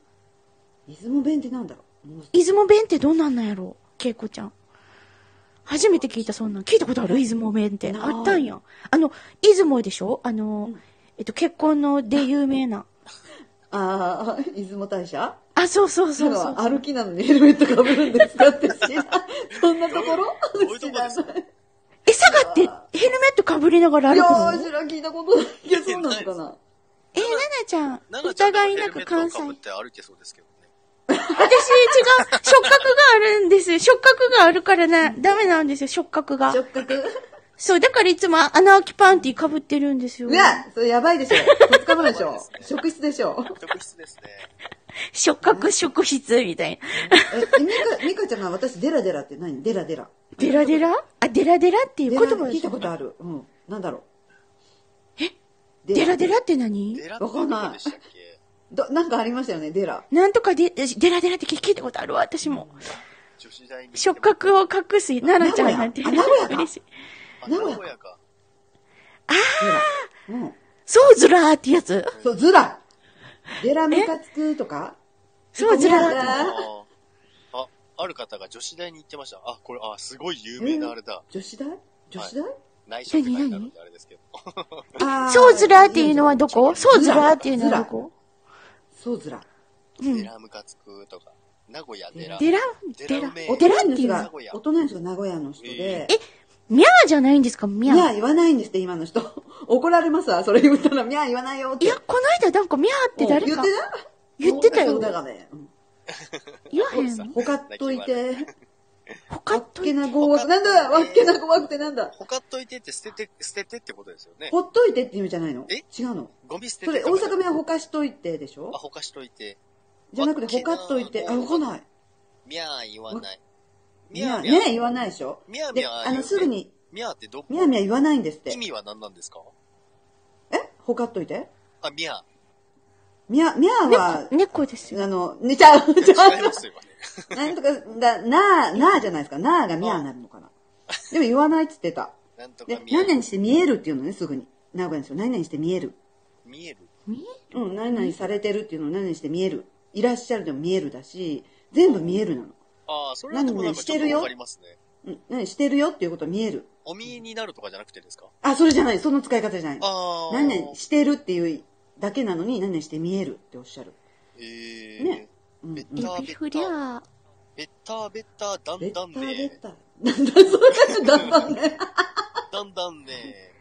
F: 出雲弁ってなんだろうもう
E: 出雲弁ってどんなんなんやろけいこちゃん。初めて聞いた、そんなん。聞いたことある出雲弁って。
F: ない
E: あったんや。あの、出雲でしょあの、えっと、結婚ので有名な。
F: ああ、出雲大社
E: あ、そうそうそ
F: そ
E: ううそう。
F: 歩きなのにヘルメットかぶるんですかって知らんそんなところ
A: どういうとこですか
F: 知らない
E: え、佐賀ってヘルメットかぶりながら
F: いや
E: 歩く
F: ー、
E: の
F: 知らん聞いたことないけど、そうなのか な。
E: えー、ナナちゃん、
A: 奈
E: お
A: 々ちゃんでも
E: 互いなく関西。
A: ヘルメットをかぶって歩
E: 私
A: いてそうですけどね。
E: 違う、触覚があるんです。触覚があるからね、ダメなんですよ、触覚が。
F: 触覚
E: そう、だからいつも穴開きパンティ被ってるんですよ
F: う。わそれやばいでしょ。とっつかむでしょ。職質でしょ。
A: 特質ですね。
E: 触覚、触筆みたいな。
F: え、ミカ、ミカちゃんが私、デラデラって何デラデラ。
E: デラデラあ、デラデラっていう
F: デ
E: 言
F: ラ
E: 葉
F: 聞いたこと
E: あ
F: ある。うん。なんだろう。え
E: デラデラって何
A: デラ
F: わかんない
A: でしたっけ
F: ど、なんかありましたよね、デラ。
E: なんとかで、デラデラって聞いたことあるわ、私も。
A: 女子大に。
E: 触覚を隠す、ナナちゃんなんて。
F: 名古屋あ名古屋か
E: 嬉しい。
A: あ。名古屋か。
F: デラ。うん。
E: そう、ズラーってやつ。
F: そう、ズラ。デラムカつくとか
E: そう、ズラー。
A: あ
F: ー。
A: ーあ、ある方が女子大に行ってました。あ、これ、あ、すごい有名なあれだ。
F: 女子大女子大、
A: 内緒って書いてあるんであれですけど。
F: あー
E: そうずらーっていうのはどこそうずらーっていうのはどこ
F: そうずら。
E: うん
A: デラムカつくとか。名古屋デラ。
E: デラ、デ
A: デラ
E: ラ。
A: 梅。
F: お
E: 寺
F: 寺
E: っ
F: ってて
E: い
F: いうう
E: の
F: の
E: は
F: が、大人の人が名古屋の人で、え
E: ミャーじゃないんですかミ
F: ミ
E: ャ
F: ャー
E: ー。
F: 言わないんですって、今の人。 怒られますわ、それ言ったら、ミャー言わないよって。
E: いや、この間なんかミャーって誰
F: 言っ
E: か
F: てた
E: 言ってた
F: そ
E: よ
F: う。だからね。うん
E: 言わへん。
F: ほかっといて、
E: 他
F: わっ
E: っと
F: け
E: いて。
F: なごわく、なんだ、わっけなごわくてなんだ。
A: ほかっといてって捨てて、捨ててってことですよね。
F: ほっといてって意味じゃないの
A: え
F: 違うの。
A: ゴミ捨て
F: そ
A: て
F: れ、
A: と
F: 大
A: かじゃなく
F: 阪
A: て。
F: 弁はほかしといてでしょ
A: あ、ほかしといて。
F: じゃなくて、ほかっといて、あ、わかんない。
A: みゃー言わない。
F: ミャー、
A: み
F: ね
A: ゃー
F: 言わないでしょ
A: みゃーみ
F: で、
A: ゃー
F: あの、すぐに、
A: みゃーってどこ
F: みゃーみゃー言わないんですって
A: 意。味は何なんですか
F: えほかっといて
A: あ、みゃー。
F: みゃ、みゃーは、
E: 猫ですよ。
F: あの、寝ちゃう、寝ちゃ
A: 違いうま。すよね。
F: なんとか、だ、なあ、なあじゃないですか。なあがみゃあになるのかな。でも言わないって言ってた。
A: なんと
F: で
A: か、見え
F: 何
A: る。
F: 々して見えるっていうのね、すぐに。名古屋の人、何々して見える。
A: 見える。
F: うん、何々されてるっていうのを何々して見える。いらっしゃるでも見えるだし、全部見えるなの。
A: ああ、それはでもなんかちょっとわかりますね。
F: うん、何々してるよっていうことは見える。
A: お見えになるとかじゃなくてですか
F: あ、それじゃない、その使い方じゃない。
A: ああ。
F: 何々してるっていうだけなのに、何々して見えるっておっしゃる。
A: えー、
F: ねうん、
A: ベッ
F: うん
A: タ
E: エ
A: ーベ
E: ビフ
A: ッ
E: リ
A: ター。
E: ャー。
A: ベッターベッター、だ
F: ベ
A: ん
F: ッタ
A: だん
F: ーベ
A: ね
F: ッ。ター。だんだん、 そういうだんだんね。
A: だんだんね。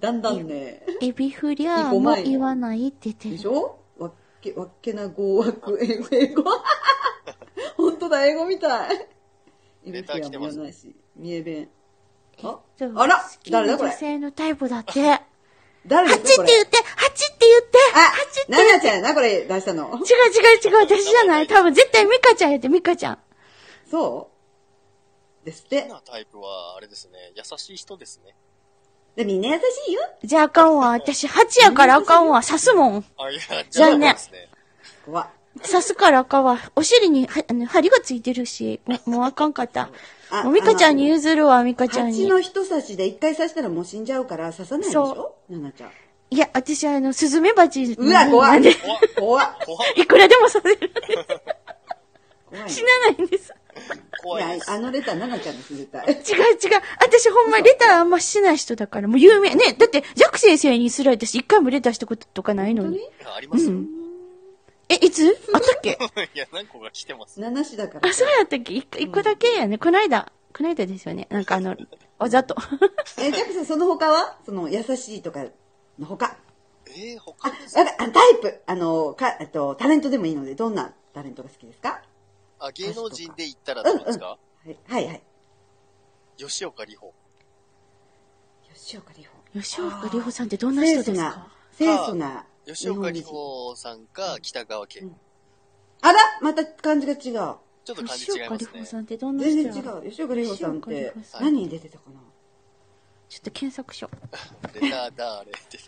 F: だんだんね。
E: エビフリャーも言わないって言って
F: でし
E: る。
F: ょわっけ、わっけな語 枠、英語、英語。本当だ、英語みたい。イ
A: レ
F: ベ
A: ター来
F: ア
A: て
F: も
A: ま
F: や
A: す
F: ないし、三重弁。あ
E: そう
F: あら
E: 好きな
F: 誰だこれ
E: 女性のタイプだって。ハ
F: 誰
E: チ
F: で
E: って
F: すかこれ
E: 言って、ハチって言って、
F: あ
E: ハチ、って
F: ななちゃんやな、これ出した
E: 違
F: の。
E: う違う違う、私じゃない。多分絶対ミカちゃんやって、ミカちゃん。
F: そうですっ
A: 好
F: て
A: き。なタイプは、あれですね。優しい人ですね。
F: で、みんな優しいよ。
E: じゃああかんわ。私、8やからあかんわ。刺すもん。
A: あ、いや、
E: じゃあね
A: 違うんですね。
F: ここは。
E: 刺すからあかんわ。お尻に、は、あの、針がついてるし、ももうあかんかった。
F: あ
E: もうミカちゃんに譲るわ、ミカちゃん
F: 蜂
E: に。
F: の人差しで一回刺したらもう死んじゃうから刺さないでしょななちゃん。
E: いや、私、あの、スズメバチ。
F: うわ、怖
E: なん
F: い
E: で。
A: 怖っ。
F: 怖い。
A: 怖っ。
E: いくらでも刺せるんで
F: 怖い。
E: 死なないんです。
A: 怖い
F: い
A: で
F: や、
A: す。
F: あのレターななちゃんです、絶対。
E: 違う違う。私ほんまレターあんましない人だから、もう有名。ね、だって、ジャック先生にすら私一回もレターしたこととかないのに。
A: ありますよ。
E: え、いつあったっけ
A: いや、何個か来てます。
F: ななしだか ら
E: あ、。そうやったっけ一個一個だけやね。こないだ。こないだですよね。なんかあの、わざ と。
F: え、ジャックさん、その他はその、優しいとかの他。
A: えー、
F: あ、
A: 他
F: わ
A: です
F: かったあタイプ。あの、か、えっと、タレントでもいいので、どんなタレントが好きですか
A: あ、芸能人で言ったらどうです か
F: はい、はい、はい。
A: 吉岡里帆。
F: 吉岡里帆。
E: 吉岡里帆さんってどんな人ですか
F: 清楚な。
A: 吉岡里帆さんか北川景子。
F: あらまた感じが違う。
A: ちょっと感じ
E: 吉
A: 違い
E: 岡
A: ま
E: 里
A: すね
E: 帆。さんってどんな人
F: 全
E: や
F: 然違
E: ろ
F: う。吉岡里帆さんって
E: 吉岡里帆さ、ん
F: 何に出てたかな
E: ちょっと検索しよう。
A: レターダーレって。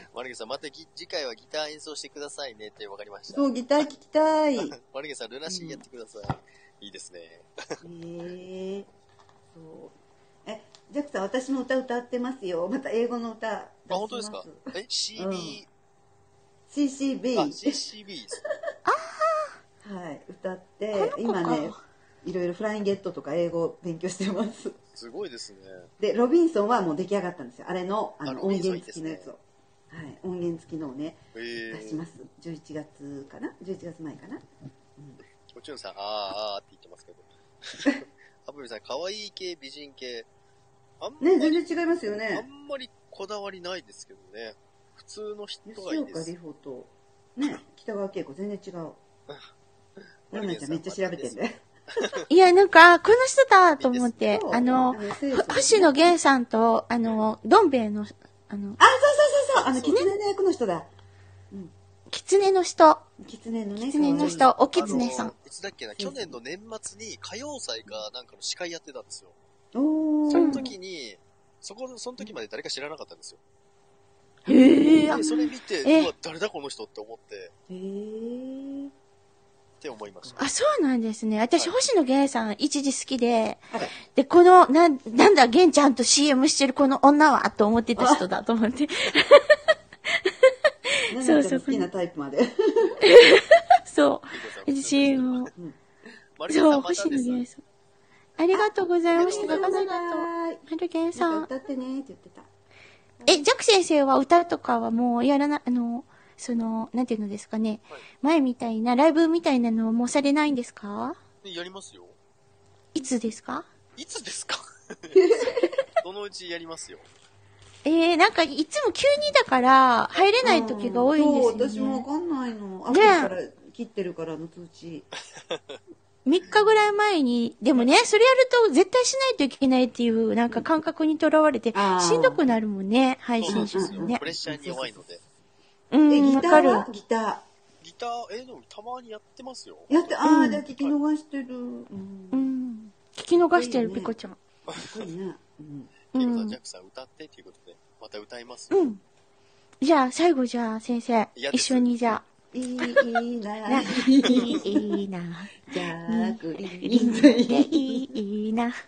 A: マルゲさん、またぎ次回はギター演奏してくださいねって分かりました
F: そ。う、ギター聞きたい。へ
A: マルゲさん、ルナシーやってください。いいですね。
F: えそう。え、ジャックさん、私も歌歌ってますよ。また英語の歌出します。
A: あ、本当ですかえ、CB、あ、
F: ?CCB。
A: CCB ですね。
F: はい、歌って、今ね、いろいろフラインゲットとか英語を勉強してます。
A: すごいですね。
F: で、ロビンソンはもう出来上がったんですよ。あれの、あ
A: あ
F: の、
A: ロビ
F: 音
A: ンソン
F: 源付きのやつを。はい、音源付きのをね、
A: え
F: 出し
A: ー
F: ま、す。11月かな ?11 月前かな
A: おちゅん さん、あーあーって言ってますけど。アブミさん、可愛い系、美人系。ああんま
F: ね、
A: り、
F: 全然違いますよ
A: あ
F: ね。
A: んまりこだわりないですけどね。普通の人が
F: 吉
A: いいで
F: 岡
A: す
F: 里。帆と、ね、北川景子全然違う。ラメちゃんめっちゃ調べてんだよ。
E: いや、なんか、あこの人だと思って、あの、ほ星野
F: の
E: 源さんと、あの、どん兵衛の、あの、
F: あ、そうそうそうそう、あの、狐の役の人だ。
E: 狐の人、
F: 狐のね、
E: 狐の
F: 可愛い。
E: 人、お狐さ
A: あ
E: ん
A: の。いつだっけな、去年の年末に歌謡祭かなんかの司会やってたんですよ。
F: おー。
E: そ
A: そ
E: の
A: の時に、そこ、その時まで誰か知らなかったんですよ。
E: へえ、あ
A: で、それ見て、
E: え
A: うわ、誰だこの人って思って、
F: へ
A: っ
F: ー。
A: て思いました。
E: あ、そうなんですね。私、
A: はい
E: 星野源さん一時好きで
F: あら、
E: で、この、なん、なんだ、源ちゃんと CM してるこの女は、と思ってた人だと思って。そう
F: ラメちゃ
E: んそう
F: の好きなタイプまで。
E: そ
A: ゆうこさん
E: う。CM を。
A: マリコ
E: そ
A: さ、
E: うん
A: また
E: 星
A: で
E: 野
A: す。
E: 源さん。ありがとうございました。
F: あり
E: 高
F: がとうござ
E: 々
F: います
E: と。はるげんさ
F: なん
E: ん。
F: か歌ってねって言ってた。
E: え、ジャク先生は歌とかはもうやらな、あの、その、なんていうのですかね。
A: はい
E: 前みたいな、ライブみたいなのはもうされないんですか
A: やりますよ。
E: いつですか
A: いつです かそのうちやりますよ。
E: えー、なんかいつも急にだから、入れない時が多いんですよ、ね。
F: そう、私もわかんないの。あ、
E: ねえ
F: から切ってるからの通知。
E: 3日ぐらい前に、でもね、それやると絶対しないといけないっていう、なんか感覚にとらわれて、
F: あー
E: しんどくなるもんね、配
A: そうなん
E: 信
A: です
E: 者さん
A: よ。
E: ね
A: プ。レッシャーに弱いので。
E: う
F: え、
E: ん、
F: ギ
E: わ
F: タ
E: か
F: ー
E: る。
F: はギタ
A: ギター、えでもたまにやってますよ。
F: ー。やって、あ
E: う
F: ー、
E: ん
F: じゃあ聞き逃してる。う。
E: うんん。聞き逃してる、
F: いいね
E: ピコちゃん。
F: すごいね。うん。
E: う
A: ゆうこさん、ジャ
E: ん
A: ッ。クさん歌ってっていうことで、また歌いますよ。
E: うん。じゃあ、最後じゃあ、先生
A: いや、で
E: 一
A: す
E: 緒にじゃ
F: いい、いい
E: あ、な、
F: な。
E: いい、いいな、
F: じゃあ、くり
E: いい
F: ん
E: な、
F: で
E: いい、いいな。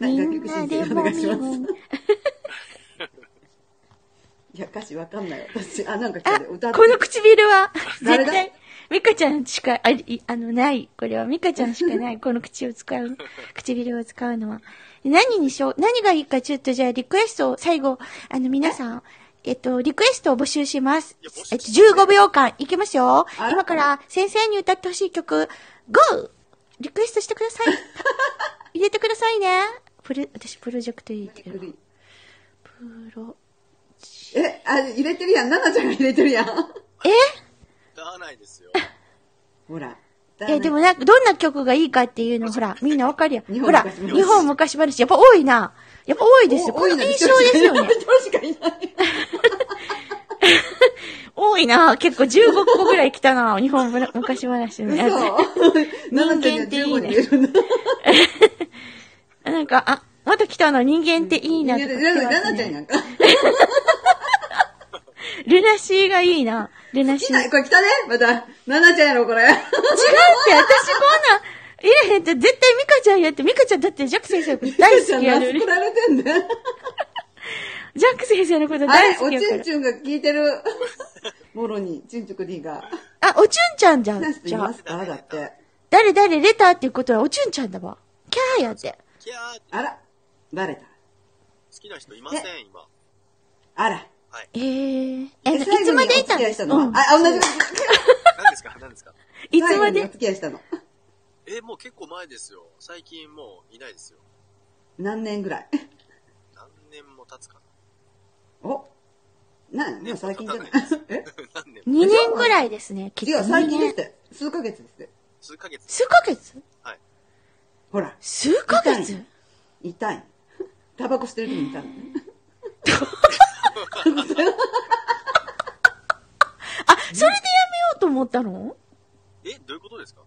E: み
F: み
E: ん
F: んな
E: な
F: で
E: でも
F: もみ
E: み
F: ん
E: ん
F: な
E: な。
F: いや、歌詞わかんない。私、あ、なんか来たで、歌って。
E: この唇は、
F: 誰
E: 絶
F: だ
E: 対、ミカちゃんしか、あいあの、ない。これはミカちゃんしかない。この口を使う、唇を使うのは。何にしよう、何がいいかちょっとじゃあリクエストを、最後、あの、皆さん、えっと、リクエストを募集します
A: いや募集。
E: えっと、15秒間、いきますよ
F: あ。ら
E: 今から先生に歌ってほしい曲、GO! リクエストしてください。入れてくださいね。プロ、私、プロジェクト入れてる。プロ、
F: え、あ、入れてるやん。ななちゃんが入れてるやん。
A: 歌わないですよ。
F: ほら。
E: えでもなんか、どんな曲がいいかっていうの、ほ ら、みんなわかるやん。
F: 日本
E: ほら、
F: 昔話
E: 日本昔話、やっぱ多いな。やっぱ多い
F: お、
E: ですよ。こ
F: 多い
E: の
F: の一
E: 印
F: 人
E: 象ですよ ね。
F: しかいない。一人しかいない。
E: 多いな。結構15個ぐらい来たな。日 本むら昔話のや
F: そう。ななちゃんには15人いるんだ。
E: つ。 なんか、あ、また来たな。人間っていいなとか来てま
F: な
E: す
F: なちゃん
E: ね。
F: やんか。
E: ルナシーがいいな。ルナ
F: 来
E: シー。違うって、
F: ない、これ来たね。また。ななちゃんやろ、これ。
E: 私こんなん、いやへんって、絶対ミカちゃんやって、ミカちゃんだってジャック先生のこと大好きや
F: な
E: の
F: す
E: に
F: く。られてんだよ。
E: ジャック先生のこと
F: あ
E: 大
F: れ、
E: 好
F: お
E: きや
F: ち
E: か
F: ん
E: ら。
F: ちゅんが聞いてる。もろに、ちんちゅくりが。
E: あ、おちゅんちゃんじゃん
F: なす。と
E: じ
F: 言い
E: ゃ
F: ま
E: あ、
F: すかだって。
E: 誰誰レターっていうことはおちゅんちゃんだわ。キャーやって。
A: キャーって
F: あら、バレた。
A: 好きな人いません、今。
F: あら。
E: えー、え、
F: え
E: い
F: 最
E: つ
F: 後に
E: ま
F: お
E: でい
F: 付
E: た
F: き
E: の
F: 合いしたのは、
E: うん
F: あ、同じこと。
A: 何ですか 何ですか
E: いつま
F: 最後にお
E: で
F: 付き合いしたの。
A: えもう結構前ですよ。最近もういないですよ。
F: 何年ぐらい。
A: 何年も経つか
F: おな
A: な。
F: もう最近じゃない。 え
A: 何年も。
E: ?2 年ぐらいですね、きっ
F: 違
E: と。
F: う、最近です
E: 2年
F: って。数ヶ月ですって。
A: 数ヶ月。
E: 数ヶ月
F: ほら、
E: 数ヶ
F: 痛
E: 月
F: い痛い。タバコ吸ってる時に痛いのね。
E: あ、それでやめようと思ったの
A: え、どういうことですか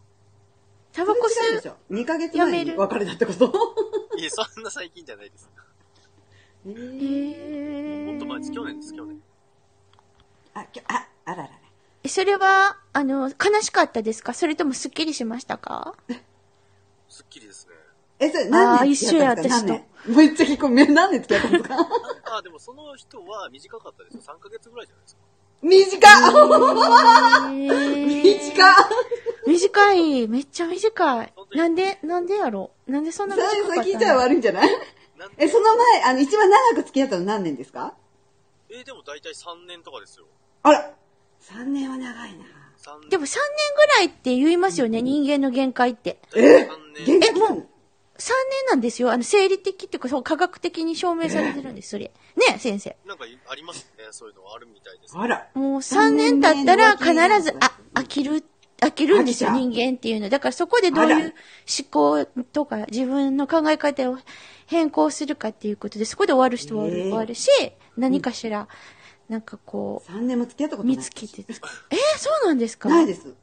E: タバ
F: タバ
E: コ
F: コ吸うで
E: 吸
F: し
E: う。
F: ょ。2ヶ月
E: や
F: 前
E: める
F: に別れたってこと。
A: いえ、そんな最近じゃないです。
F: え
E: え
F: ー
A: もっと前です。
E: ー。
A: 去年です、去年。
F: あ、きょ、あ、あららら。
E: それは、あの、悲しかったですかそれともスッキリしましたか
A: すっきり ですね。
F: え、それ
E: あ
F: 何
E: ー
F: 年付き合ったんですか
E: 一緒や
F: 何年めっちゃ聞こえ、め何年付き合ったんです か
A: あ、でもその人は短かったですよ。3ヶ月ぐらいじゃないですか。
F: 短っ 短っ
E: 短短い。めっちゃ短い。なんで、なんでやろなんでそんな
F: 最
E: 短
F: 初
E: かっ
F: 聞い
E: た
F: ちゃ
E: の
F: 悪いんじゃない
A: なんで
F: え、その前、あの、一番長く付き合ったの何年ですか
A: えでも大体3年とかですよ。
F: あら !3 年は長いな。
A: 3年。
E: でも3年ぐらいって言いますよね、人間の限界って。
A: え
E: え、
A: 年。
E: もう、3 3年なんですよ。あの、生理的っていうか、そう、科学的に証明されてるんです、それ。ね、先生。
A: なんかいありますね。そういうのあるみたいですね。
F: あら。
E: もう3年経ったら必ず、あ、飽きる、飽きるんですよ、
F: 飽きた
E: 人間っていうの。だからそこでどうい
F: あ
E: う
F: ら
E: 思考とか自分の考え方を変更するかっていうことで、そこで終わる人は
F: ええ
E: 終わるし、何かしら、なんかこ
F: 3年も付き合ったこ
E: う、
F: とない。
E: 見つけて。えー、そうなんですか
F: ないです。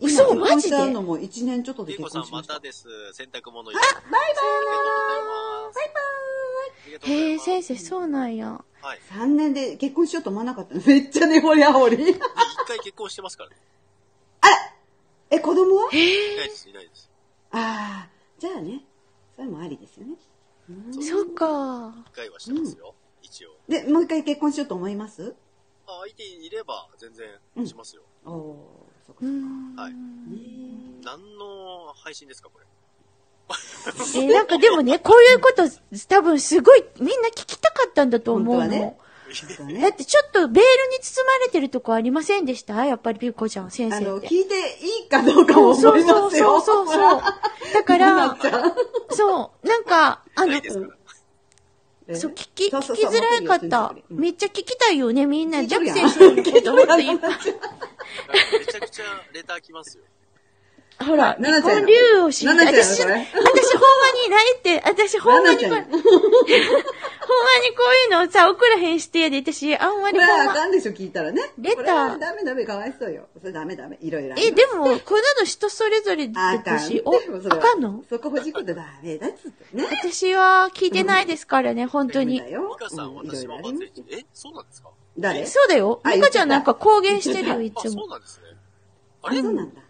E: 嘘
F: 今
E: マジで
F: 結婚したのも1年ちょっとで
A: りこ
F: 結
A: さ
F: 婚
A: ん
F: しま
A: ま
F: した
A: た。です。洗濯物あ、バイバイバイバイ
E: へ
A: バ
E: え、
A: イ
E: 先生、そうなんや。
A: はい。
F: 3年で結婚しようと思わなかった の。めっちゃねほりあほり。
A: 一回結婚してますからね。
F: え、子供は
A: な
F: い
A: いです、いないです。
F: ああ、じゃあね。それもありですよね。
E: そうか。
A: 一回はしてますよ。一応。
F: で、もう一回結婚しようと思います
A: あ、相手いれば全然しますよ。
F: おおー、そっか
E: う
F: そっか。
E: ん。
A: はい。
F: ね
A: 何の配信ですか、これ。
E: えーなんかでもね、こういうこと、多分すごい、みんな聞きたかったんだと思うの。
F: 本当はねえそう
E: だ
F: ね
E: ってちょっとベールに包まれてるとこありませんでしたやっぱりピューコちゃん、先
F: あ
E: 生
F: の、
E: って。
F: 聞いていいかどうかも
E: そうそう
F: 思い
E: そ
F: ま
E: う
F: すよ。
E: そう そう。だか
F: な
E: ら
F: っち、ゃう
E: そう、なんか、あの
A: ない、ですから。
E: そう、聞き、
F: そう
E: 聞
F: そう
E: き
F: そう
E: づらかった
F: わかるよ。言ってる通りうん
E: めっちゃ聞きたいよね、みんな。
F: 聞い
E: ジ
F: て
E: ャック
F: るやん
E: 選手のことをってい
F: 聞いてるやん
E: う。
A: めちゃくちゃレター来ますよ。
E: ほら、
F: な
E: 離
F: なちゃんや
E: 婚理由を知りたい。
F: ななち
E: 私、
F: ゃ
E: 私、
F: ん
E: ほん
F: や
E: ま
F: ろ
E: にないって、私、ほんまにこれ、ほ
F: なん
E: ま
F: な
E: に
F: ち
E: こういうのさ、送らへんしてやで、私、あんま
F: こ
E: り
F: れ
E: ほん
F: はあ
E: ま、
F: かんでしょ、聞いたらね。
E: レター
F: これはダメダメ、かわいそうよ。それダメダメ、いろいろある。
E: え、でも、こんなの人それぞれ
F: あ
E: だ
F: か
E: と
F: ん。
E: し、
F: で
E: お、
F: もそれ
E: あ
F: は
E: かんの
F: そこほじくとダメだっつってね。
E: 私は聞いてないですからね、本当
F: ダメ
E: に
F: だ。よ
A: ミカさん、
F: うんいろ
A: 私
F: いろ
A: も
F: あ
A: バ
F: り
A: ツ
F: ま
A: イ
F: す
A: チ
F: よ。
A: え、そうなんですか
F: 誰
E: そうだよ。
F: あ
E: ミカちゃんなんか公言してるよ、
F: 言
E: い
A: あ、そ
E: つ
A: う
E: も。
A: なんですね。あ
F: あ、
A: れ
F: そうなんだ。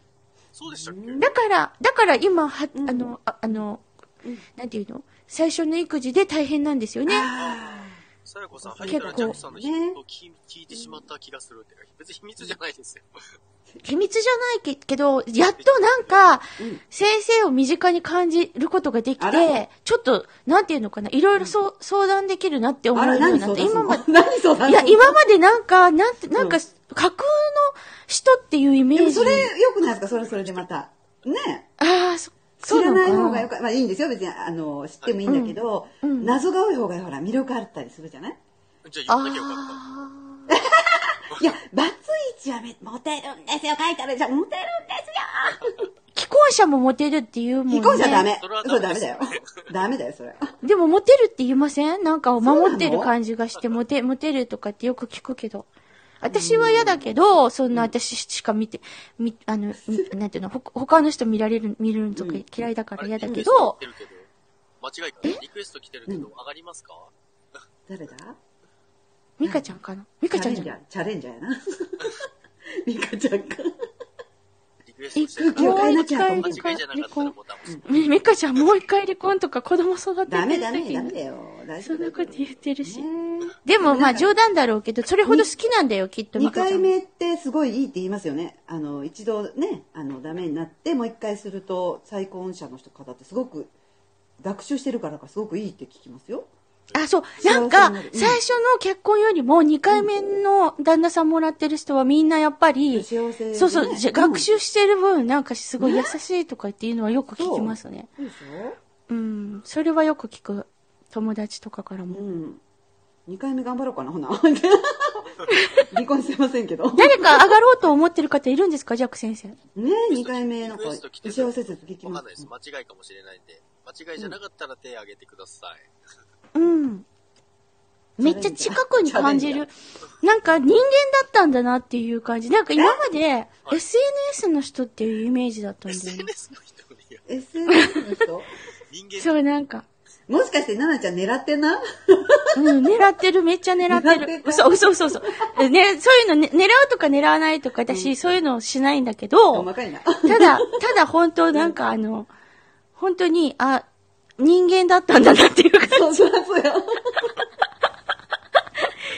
A: そうでしたっけ
E: だから、だから今、は、あの、ああの
F: うん、
E: なんていうの最初の育児で大変なんですよね。
F: あ
A: さやこさん、入ったら
E: 結構
A: ジャックさんの秘密
F: ね
A: を聞い聞いてしまった気がするって。別に秘密じゃないですよ。
E: 秘密じゃないけけど、やっとなんか、
F: うん
E: 先生を身近に感じることができ
F: あら
E: て、ちょっと、なんていうのかな、いろいろそう相談できるなって
F: ー
E: 思う
F: あ
E: よう
F: ら、
E: に
F: 何
E: な
F: 相
E: って、
F: 談す
E: 今
F: る
E: ま
F: の
E: で、
F: 何相談
E: い
F: す
E: や、
F: るの
E: 今までなんか、なんて、なんか、
F: う
E: 架空の人っていうイメー
F: でも
E: ジ。
F: それ良くないですかそれはそれでまた。ね
E: ああ、そ、
F: 知らない方が
E: よ
F: よかまあいいんですよ。別に、あの、知ってもいいんだけど、
E: うんうん
F: 謎が多い方がほら、魅力あったりするじゃない
A: じゃあ
E: あ
A: 言っなきゃよかっ
E: ー
F: いや、バツイチはめ、モテるんですよ、書いてあるじゃん、モテるんですよ
E: 既婚者もモテるっていうもんね。
F: 非婚者ダメ。
A: それは
F: そう
A: ダ
F: ダ
A: メです
F: メだよ。 ダメだよ、それは。
E: でもモテるって言いませんなんか守って
F: そうな
E: る
F: の
E: 感じがして、モテ、モテるとかってよく聞くけど。私は嫌だけど、そんな私しか見て、み、あの、みなんていうの、ほ、他の人見られる、見るのとか
F: うん
E: 嫌いだか
A: た。
E: ら嫌だ
A: あれ
E: け
A: リクエスト
E: ど
A: 来、てるけど間違いかなリクエスト来てるけど、上がりますか
F: 誰だ
E: ミカちゃんかなミ
F: チ
E: カち
F: ャ
E: ゃん
F: レ
E: じ
F: ン
E: ゃな
F: ジ
E: い
F: ャー、チャレンジャーやな。 ミカちゃんか。
A: リクエストして
E: え
A: る
F: 空気を変えなきゃと思
E: も
F: っ
E: う
A: 間
E: 一
F: て。
E: 回
A: 違いじゃなかったらボタン押す。
E: みミカちゃんもう一回離婚とか子供育てて
F: ダメ
E: る
F: ダメ、
E: 時
F: ダメ
E: に。
F: だよ。大丈
E: そ
F: 夫
E: んなこと言ってるし。
F: ね
E: でもまあ冗談だろうけど、それほど好きなんだよ、きっと
F: 二
E: ミカち
F: 回
E: ゃん。
F: 目ってすごいいいって言いますよね。あの、一度ね、あの、ダメになって、もう一回すると、再婚者の人方ってすごく、学習してるからか、すごくいいって聞きますよ。
E: あ、そう。
F: 幸せ
E: なんか
F: になる、うん
E: 最初の結婚よりも2回目の旦那さんもらってる人はみんなやっぱり、
F: 幸せでね
E: そうそう、じゃ
F: ん
E: 学習してる分、なんかすごい優しいとかっていうのはよく聞きますね。
F: そうでしょ
E: うん。それはよく聞く。友達とかから
F: う
E: も。
F: ん。2回目頑張ろうかな、ほ な。離婚してませんけど。ね
E: 誰か上がろうと思ってる方いるんですかジャック先生。
F: 2回目の子、
A: リクエスト来てる
F: 小説聞き
A: わかん
F: ます
A: ないです。。間違いかもしれないんで。間違いじゃなかったら手挙げてください。
E: うん。めっちゃ近くに感じ
F: チャレ
E: る。なんか人間だったんだなっていう感じ。なんか今まで SNS の人っていうイメージだったんだよね。
A: SNS の人に
F: SNS の人
A: 人間
E: そう、なんか。
F: もしかして、奈々ちゃん狙ってんな
E: うん、狙ってる、めっちゃ狙って
F: 狙って
E: る。
F: た
E: 嘘、嘘、嘘、 嘘。ね、そういうの、ね、狙うとか狙わないとか、私、そういうのしないんだけど、
F: 細かいな。
E: ただ、ただ本当、なんかあの、本当に、あ、人間だったんだなっていうか、
F: そうそうそうよ。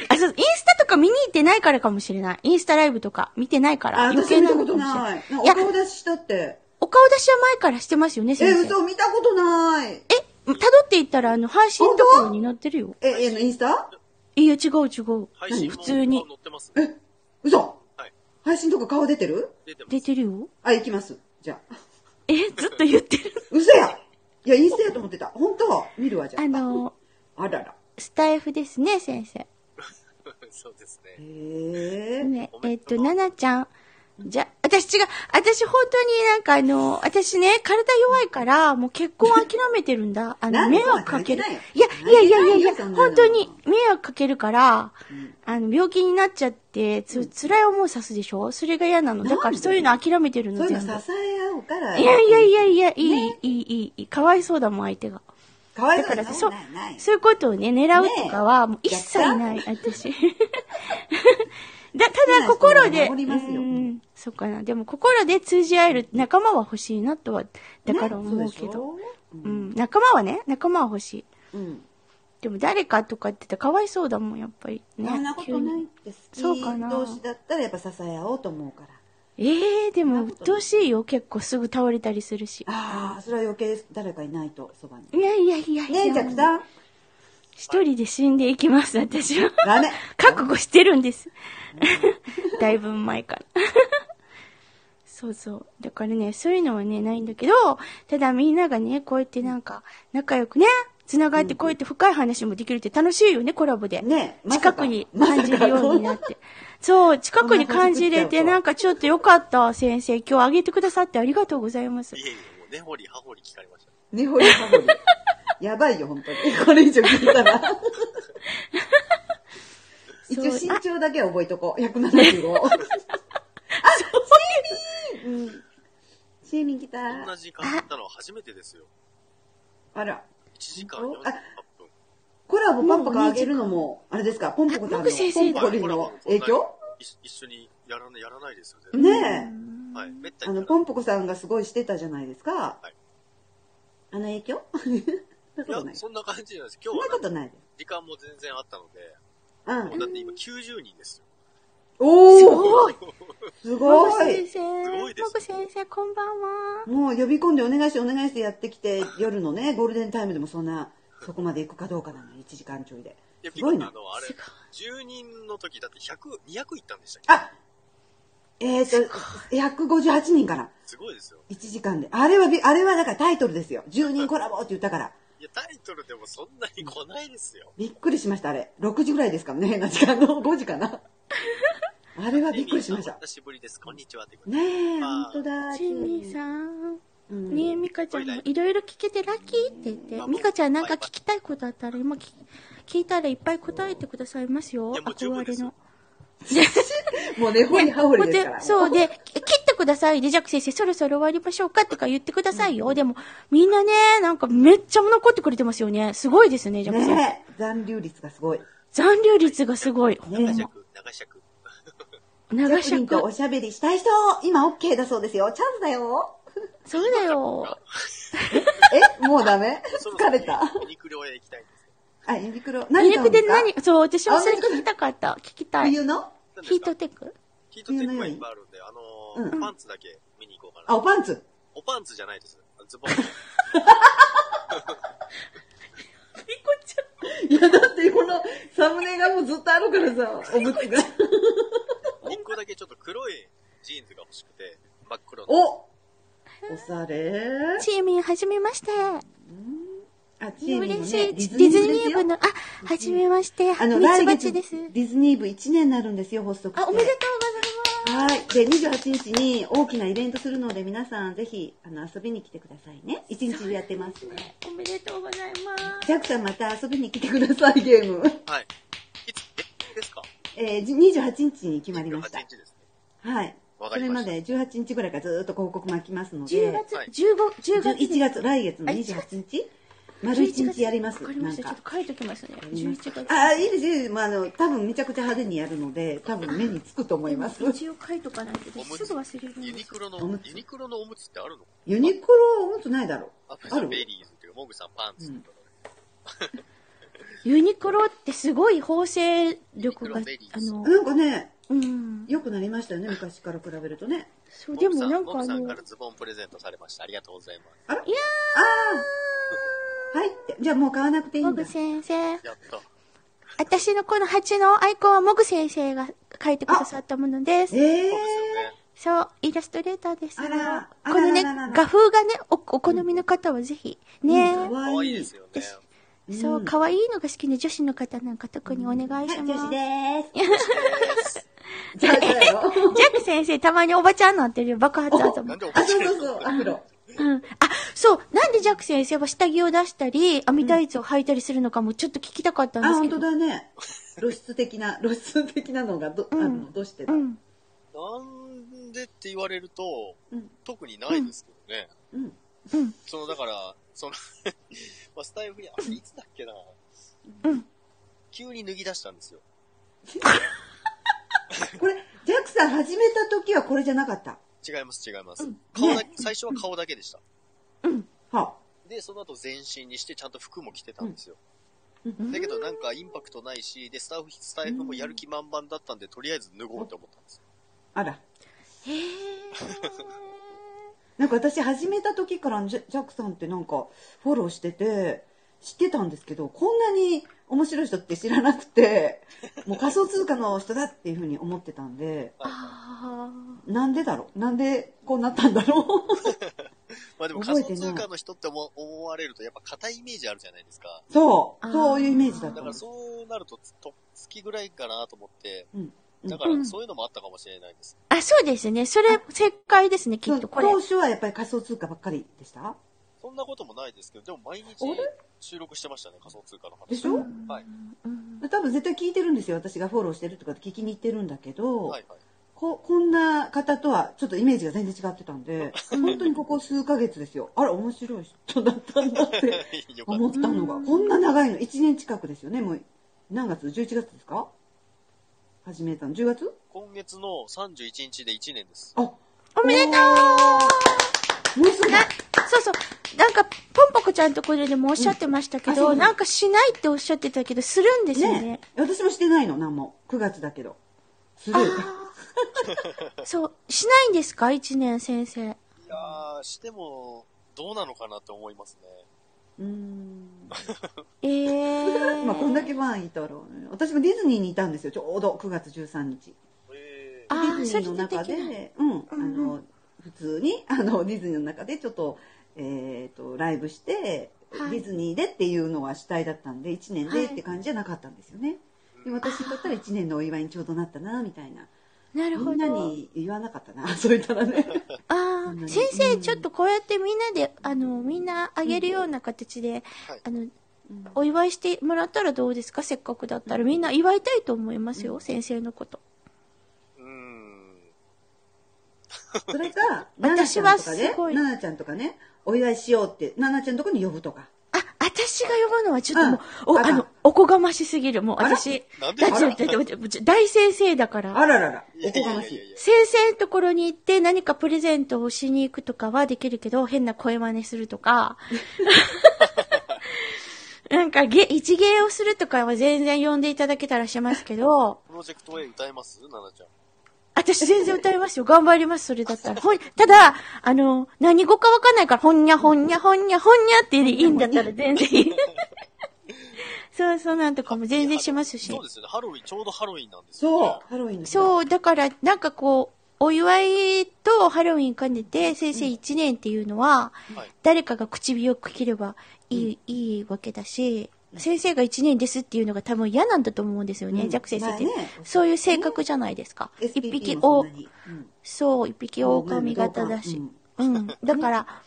E: あ、そう、インスタとか見に行ってないからかもしれない。インスタライブとか見てないから、
F: あ、
E: 余
F: 私
E: 計
F: 見
E: な
F: た
E: のか
F: こと
E: もしれ
F: な
E: ないい。。
F: なん
E: い
F: か
E: や
F: お、顔出ししたって。
E: お顔出しは前からしてますよね、
F: え、
E: 先生。
F: 嘘、見たことない。
E: え、辿っていったら、あの、配信ところに載ってるよ。
F: え、え、のインスタ
E: いや、違う違う。
A: 配信も
E: 普通に
A: もう載ってますね。
F: 嘘
A: はい
F: 配信とか顔出てる
A: 出てます
E: 出。てるよ。
F: あ、行きます。じゃあ。
E: え、ずっと言ってる。
F: 嘘やいや、インスタやと思ってた。本当見るわ、じゃあ。
E: あの、
F: あらら。
E: スタイフですね、先生。
A: そうです
F: へ
A: ね。
F: え。
E: ね、えっと、ななちゃん。じゃ、私違う。私本当になんかあの、私ね、体弱いから、もう結婚諦めてるん だ。あ
F: な
E: の、
F: んで
E: 迷惑かける。
F: そんなの
E: いや、いやいやいやいや、
F: そんなの
E: 本当に迷惑かけるから、
F: うん
E: あの、病気になっちゃって、つ、辛い思いさすでしょそれが嫌なの。だか
F: なん
E: ら
F: で
E: そういうの諦めてる
F: そ
E: の、
F: うい
E: 全
F: う
E: 部。
F: の支え合うから。
E: いやいやいやいや、いい、いい、いい、いい。かわいそうだもん、相手が。
F: かわ
E: だ
F: いそ
E: か
F: う
E: ら
F: な
E: そう
F: ないない。
E: そういうことをね、狙うとかは、もう一切ない、 私。だ、ただ心で、
F: 守りますよ
E: うん、そうかな。でも心で通じ合える仲間は欲しいなとは、だから思うけど。
F: ね。そうでし
E: う
F: ょ
E: ん、仲間はね、仲間は欲しい。
F: うん。
E: でも誰かとかって言ったらかわいそうだもん、やっぱり。ね。
F: そんなことないって好き
E: そうかな
F: 同士だったらやっぱ支え合おうと思うから。
E: 急にええで
F: そん
E: も、
F: なことない
E: 鬱陶しいよ、結構すぐ倒れたりするし。
F: ああ、それは余計誰かいないと、そばに。
E: いやいやいやいや。
F: ねえ、ジャックさん。
E: 一人で死んでいきます、私は。
F: ダメ。
E: 覚悟してるんです。 だいぶ前から。そうそう。だからね、そういうのはね、ないんだけど、ただみんながね、こうやってなんか、仲良くね、繋がってこうやって深い話もできるって楽しいよね、コラボで。
F: ねえ、まさか
E: 近くに感じるようになって。そう、近くに感じれて、なんかちょっとよかった、先生。今日あげてくださってありがとうございます
A: い。えいえ、もう根掘り葉掘り聞かれました。
F: ねほりはほり。やばいよ、本当に。これ以上聞いたら。一応身長だけは覚えとこう。175。あ、シェーミンうん。シェーミン来
A: こんな
F: た。
A: 時間だったのは初めてですよ。
F: あら。
A: 1時間48
F: 本当
A: 分。
F: コラボパンパカあげるのも、あれですか、ポンポコさん
E: あ
F: の、
E: 僕先
F: ポ
E: 生
F: ン
E: だ
F: ポ
A: は
F: コ
A: い
F: リン
A: コラボ
F: の
A: も
F: 影響
A: い一緒にやらなやらないですよね。
F: ね
A: はい。めった
F: え。あ
A: にや
F: の、
A: ら
F: ポ
A: ない。
F: ンポコさんがすごいしてたじゃないですか
A: はい。
F: あの影響そんなこと
A: い
F: な
A: や、
F: い。
A: そんな感じじゃないです。今
F: そん
A: 日
F: な
A: は
F: ことないです。
A: 時間も全然あったので、
F: う。
A: もうんだって今90人ですよ。
E: す
F: おお
E: ごい
F: す
E: マコ
F: ごい
E: 先生、
A: すご
E: マ
A: いです
E: コ先生、こんばんは。
F: もう呼び込んでお願いしてお願いしてやってきて、夜のね、ゴールデンタイムでもそんな、そこまで行くかどうかなの、1時間ちょいで。
A: いや、
F: すごいな
A: あの、あれ、10人の時だって100、200いったんでしたっけ
F: あえっ、と、158人から、
A: すごいですよ。
F: 1時間で。あれはび、あれはだからタイトルですよ。10人コラボって言ったから。
A: いや、タイトルでもそんなに来ないですよ。
F: びっくりしました、あれ。6時ぐらいですからね、変な時間の5時かな。あれはびっくりしま
A: エミ
F: した
A: さんお。久しぶりです。こんにちはってことで。
F: ねえ、本当だ。
E: ジミーさん。
F: うん
E: ねえ、ミカちゃんもいろいろ聞けてラッキーって言って、ミカちゃんなんか聞きたいことあったら今聞聞いたらいっぱい答えてくださいますよ
A: いや、もう十分で
E: 憧れ
A: すよ
E: の。
F: もうね、ほりはほりですから。
E: そうで、切ってください。で、ジャック先生、そろそろ終わりましょうかとか言ってくださいよ。でも、みんなね、なんかめっちゃ残ってくれてますよね。すごいですね、ジャック先生。
F: ねえ、残留率がすごい。
E: 残留率がすごい。ほんま
A: 長尺、長尺。
E: 長
F: ジャクリンとお
E: 尺。
F: しゃべりしたい人、今 OK だそうですよ。チャンスだよ。
E: そうだよ。
F: え、もうダ メ
A: そろそろ
F: 疲れた。
A: ユニクロへ行きたいんですけ
F: あ、ユニクロ。
E: ミルクで
F: 買うん
E: 何
F: す
E: そう、私もそれ
F: あ本当だ
E: 聞きたかった。聞きたい。ヒ
F: 冬の
A: ど。何で
E: ー
A: す
E: ト
A: か
E: テック
A: ヒートテックはいっぱいあるんで、あのー
F: うん
A: パンツだけ見に行こうか
F: あ、
A: な。
F: おパンツ。
A: おパンツじゃないです。ズボン。
F: い や、だってこのサムネがもうずっとあるからさ、おむつが。
A: 一個だけちょっと黒いジーンズが欲しくて、真っ黒 の。
F: おおしゃれ
E: チーミン、はじめまして。
F: あ、チームの
E: 嬉
F: ね
E: しい。デ
F: ディ
E: ィ
F: ズ
E: ズ
F: ニ
E: ニー
F: ー部
E: 部
F: の。
E: の、あ、はじめまして。
F: あの、
E: ミツ
F: 来
E: バ
F: 月、
E: チ
F: デ
E: です。
F: ィズニー部1年になるんですよ、発足して。
E: あ、おめでとう
F: はい。で、28日に大きなイベントするので、皆さんぜひ、あの、遊びに来てくださいね。1日中やってます。
E: ございます。おめでとうございます。
F: ジャックさんまた遊びに来てください、ゲ ーム。
A: はい。いつ、え、ですか
F: えー、じ28日に決まりました
A: 28。日ですね。
F: はい。
A: わ
F: そ
A: かり
F: れ
A: ま
F: ま
A: した
F: で18日ぐらいからずーっと広告巻きますの
E: 10
F: で、
E: 月
A: はい、
E: 15、10月。
F: 11月、来月の
E: あ
F: 28日、丸1日やります。
E: わかりました。ち
F: な
E: ょ
F: ん
E: っ
F: か
E: と書いときますね。11月。
F: ああ、いいです、いいです。まあ、あの、多分めちゃくちゃ派手にやるので、多分目につくと思います。
E: 一応書いとかないと、
A: おむ
E: す
A: つ
E: ぐ忘れるん
A: ユ
E: で
A: ニ
E: す
A: クロの
F: おむ、つ
A: ユニクロのおむつってあるの
F: ユニクロ、もっとないだろ
A: ア
F: あ
A: プ
F: る
A: ベリーズっていうか、モグさんパンツとかね
E: ユニクロってすごい縫製力が、あの
F: う。、なんかね、
E: うん。
F: 良くなりましたよね、昔から比べるとね。
E: そう、でもなん
A: モ
E: か
A: グ
E: あ
A: さん
E: の
A: か、らズボンプレゼントされました。ありがとうございます。
F: ああ、はいって。じゃあもう買わなくていい
E: モ
F: んだ
E: グ。先生、
A: やった。
E: 私のこの蜂のアイコンはモグ先生が書いてくださったものです。
F: ええ
A: そうですよね。
E: そう、イラストレーターです。
F: あらあら
E: このね、
F: あらあらあら
E: 画風がねお、お好みの方はぜひ、ね、
F: うん可
A: 可
F: 愛
A: 愛
F: い
A: いですよね。
E: そう、
F: ん
E: 可愛いのが好きな女子の方なんか特にお願いします。ジ
F: す。 じゃあ、そうやろ
E: ャック先生、たまにおばちゃんなってるよ、爆発
A: な
E: 頭
A: ん。でお
F: あ、
A: かしい
F: そうそうそう、アフロ。
E: うん。あ、そう、なんでジャック先生は下着を出したり、編みタイツを履いたりするのかもちょっと聞きたかったんで
F: あ、
E: すけ
F: 本
E: ど。
F: 当だね。露出的な、 露出的なのがど、あの、どうしてだ
E: う。ん。
A: なんでって言われると、
F: うん
A: 特にないですけどね。
F: うん。
A: その、だから、その、 まあ、スタイフに、あれ、いつだっけな。
E: うん
A: 急に脱ぎ出したんですよ。
F: これ、ジャックさん始めた時はこれじゃなかった。
A: 違います、違います。
E: うん
A: 顔だけ、最初は顔だけでした。
F: は
A: で、その後全身にして、ちゃんと服も着てたんですよ。
F: うん
A: だけどなんかインパクトないし、で、スタッフ、スタイフもやる気満々だったんで、とりあえず脱ごうと思ったんですよ。
F: あ。あら。
E: へー。
F: なんか私始めた時からジャジャックさんってなんかフォローしてて、知ってたんですけど、こんなに面白い人って知らなく て、もう仮想通貨の人だっていうふうに思ってたんで、
A: はいはい
E: あ
F: なんでだろうなんでこうなったんだろう
A: まあでも
F: 覚え
A: 仮
F: てな
A: 想通
F: い
A: 貨の人って思思われると、やっぱ硬いイメージあるじゃないですか。
F: そう、
E: あー
F: そういうイメージだっ
A: だ
F: た
A: からそうなると、と月ぐらいかなと思って、
F: うんうん
A: だからそういうのもあったかもしれないです。
E: ーあ、そうですね。それ、正解ですね、き
F: そ
E: っ
F: う
E: と。これ。
F: 当初はやっぱり仮想通貨ばっかりでした
A: そんなこともないですけど、でも毎日収録してましたね、仮想通貨の話。
F: でしょ
A: はい。
E: うん
F: 多分絶対聞いてるんですよ。私がフォローしてるとかって聞きに行ってるんだけど、
A: はいはい。
F: ここんな方とはちょっとイメージが全然違ってたんで、本当にここ数ヶ月ですよ。あら、面白い人だったんだ って。
A: よかっ
F: 思ったのが、こんな長いの、1年近くですよね、もう、何月 ?11 月ですか始めたの、10月
A: た。今月の31日で1年です。
F: あ、
E: おめでとう
F: もうすぐだ
E: そうそう。なんか、ポンポコちゃんとこれでもおっしゃってましたけ
F: うんあそ
E: ど、
F: う
E: なんかしないっておっしゃってたけど、するんですよね。
F: ねえ私もしてないの、何も。9月だけど。すごい。
E: そう。しないんですか一年先生。
A: いやー、しても、どうなのかなって思いますね。
F: うーん。
E: えー。
F: まあ、こんだけファンいたらね、私もディズニーにいたんですよ、ちょうど9月13日。
A: え
E: あ
F: デ
E: ー
F: ィズニーの中
E: それでで
F: で、うん、あ
E: うんう
F: の、普通に、 あの、ディズニーの中でちょっと、えっ、と、ライブして、
E: はい
F: ディズニーでっていうのは主体だったんで、1年
E: はい
F: でって感じじゃなかったんですよね。で私にとったら1年のお祝いにちょうどなったな、みたいな。
E: なるほど。
F: みんなに言わなかったな、 そう言った らね。
E: あ
F: んな
E: あ、
F: に
E: 先生、ちょっとこうやってみんなで、あの、みんなあげるような形で、あの、お祝いしてもらったらどうですかせっかくだったら。みんな祝いたいと思いますよ、先生のこと。
A: うーん。
F: それか、ナナ
E: 私
F: ちゃん
E: は
F: とか
E: す
F: ね、
E: ごい
F: ナナちゃんとかね、お祝いしようって、ナナちゃんのとこに呼ぶとか。
E: あ、私が呼ぶのはちょっともう、
F: うん
E: お、
F: あら
E: あの、おこがましすぎる。もう
F: あら
E: 私、
A: なんで
E: だ
A: で
E: っ
A: す
E: て
A: か
E: だってだって大先生だから。
F: あららら、
A: い
F: お
A: やい
F: こ
A: や
F: が
A: い
F: ま
A: や
F: し
A: いや
F: い。
A: いや。
E: 先生のところに行って何かプレゼントをしに行くとかはできるけど、変な声真似すると か、なんかげ一芸をするとかは全然呼んでいただけたらしますけど、
A: プロジェクト A 歌えますナナちゃん。
E: 私全然歌いますよ。頑張ります、それだったら。ほん、ただ、あの、何語かわかんないから、ほんにゃほんにゃほんにゃほんにゃっていいんだったら全然いい。 そうそうなんとかも全然しますし
A: そう。ですよね。ハロウィン、ちょうどハロウィンなんですよ、
F: そう
A: ね。、
F: ハロウィンの日だ
E: そう、だから、なんかこう、お祝いとハロウィン兼ねて、先生1年っていうのは、
A: はい
E: 誰かが唇を切ればいい、いいわけだし、先生が1年ですっていうのが多分嫌なんだと思うんですよね、
F: うん
E: ジャック先生って、
F: まあね
E: そういう性格じゃないですか。一
F: SPP
E: 匹
F: もそ
E: を
F: んな、にうん
E: そう、一匹狼型だし。うん。だから、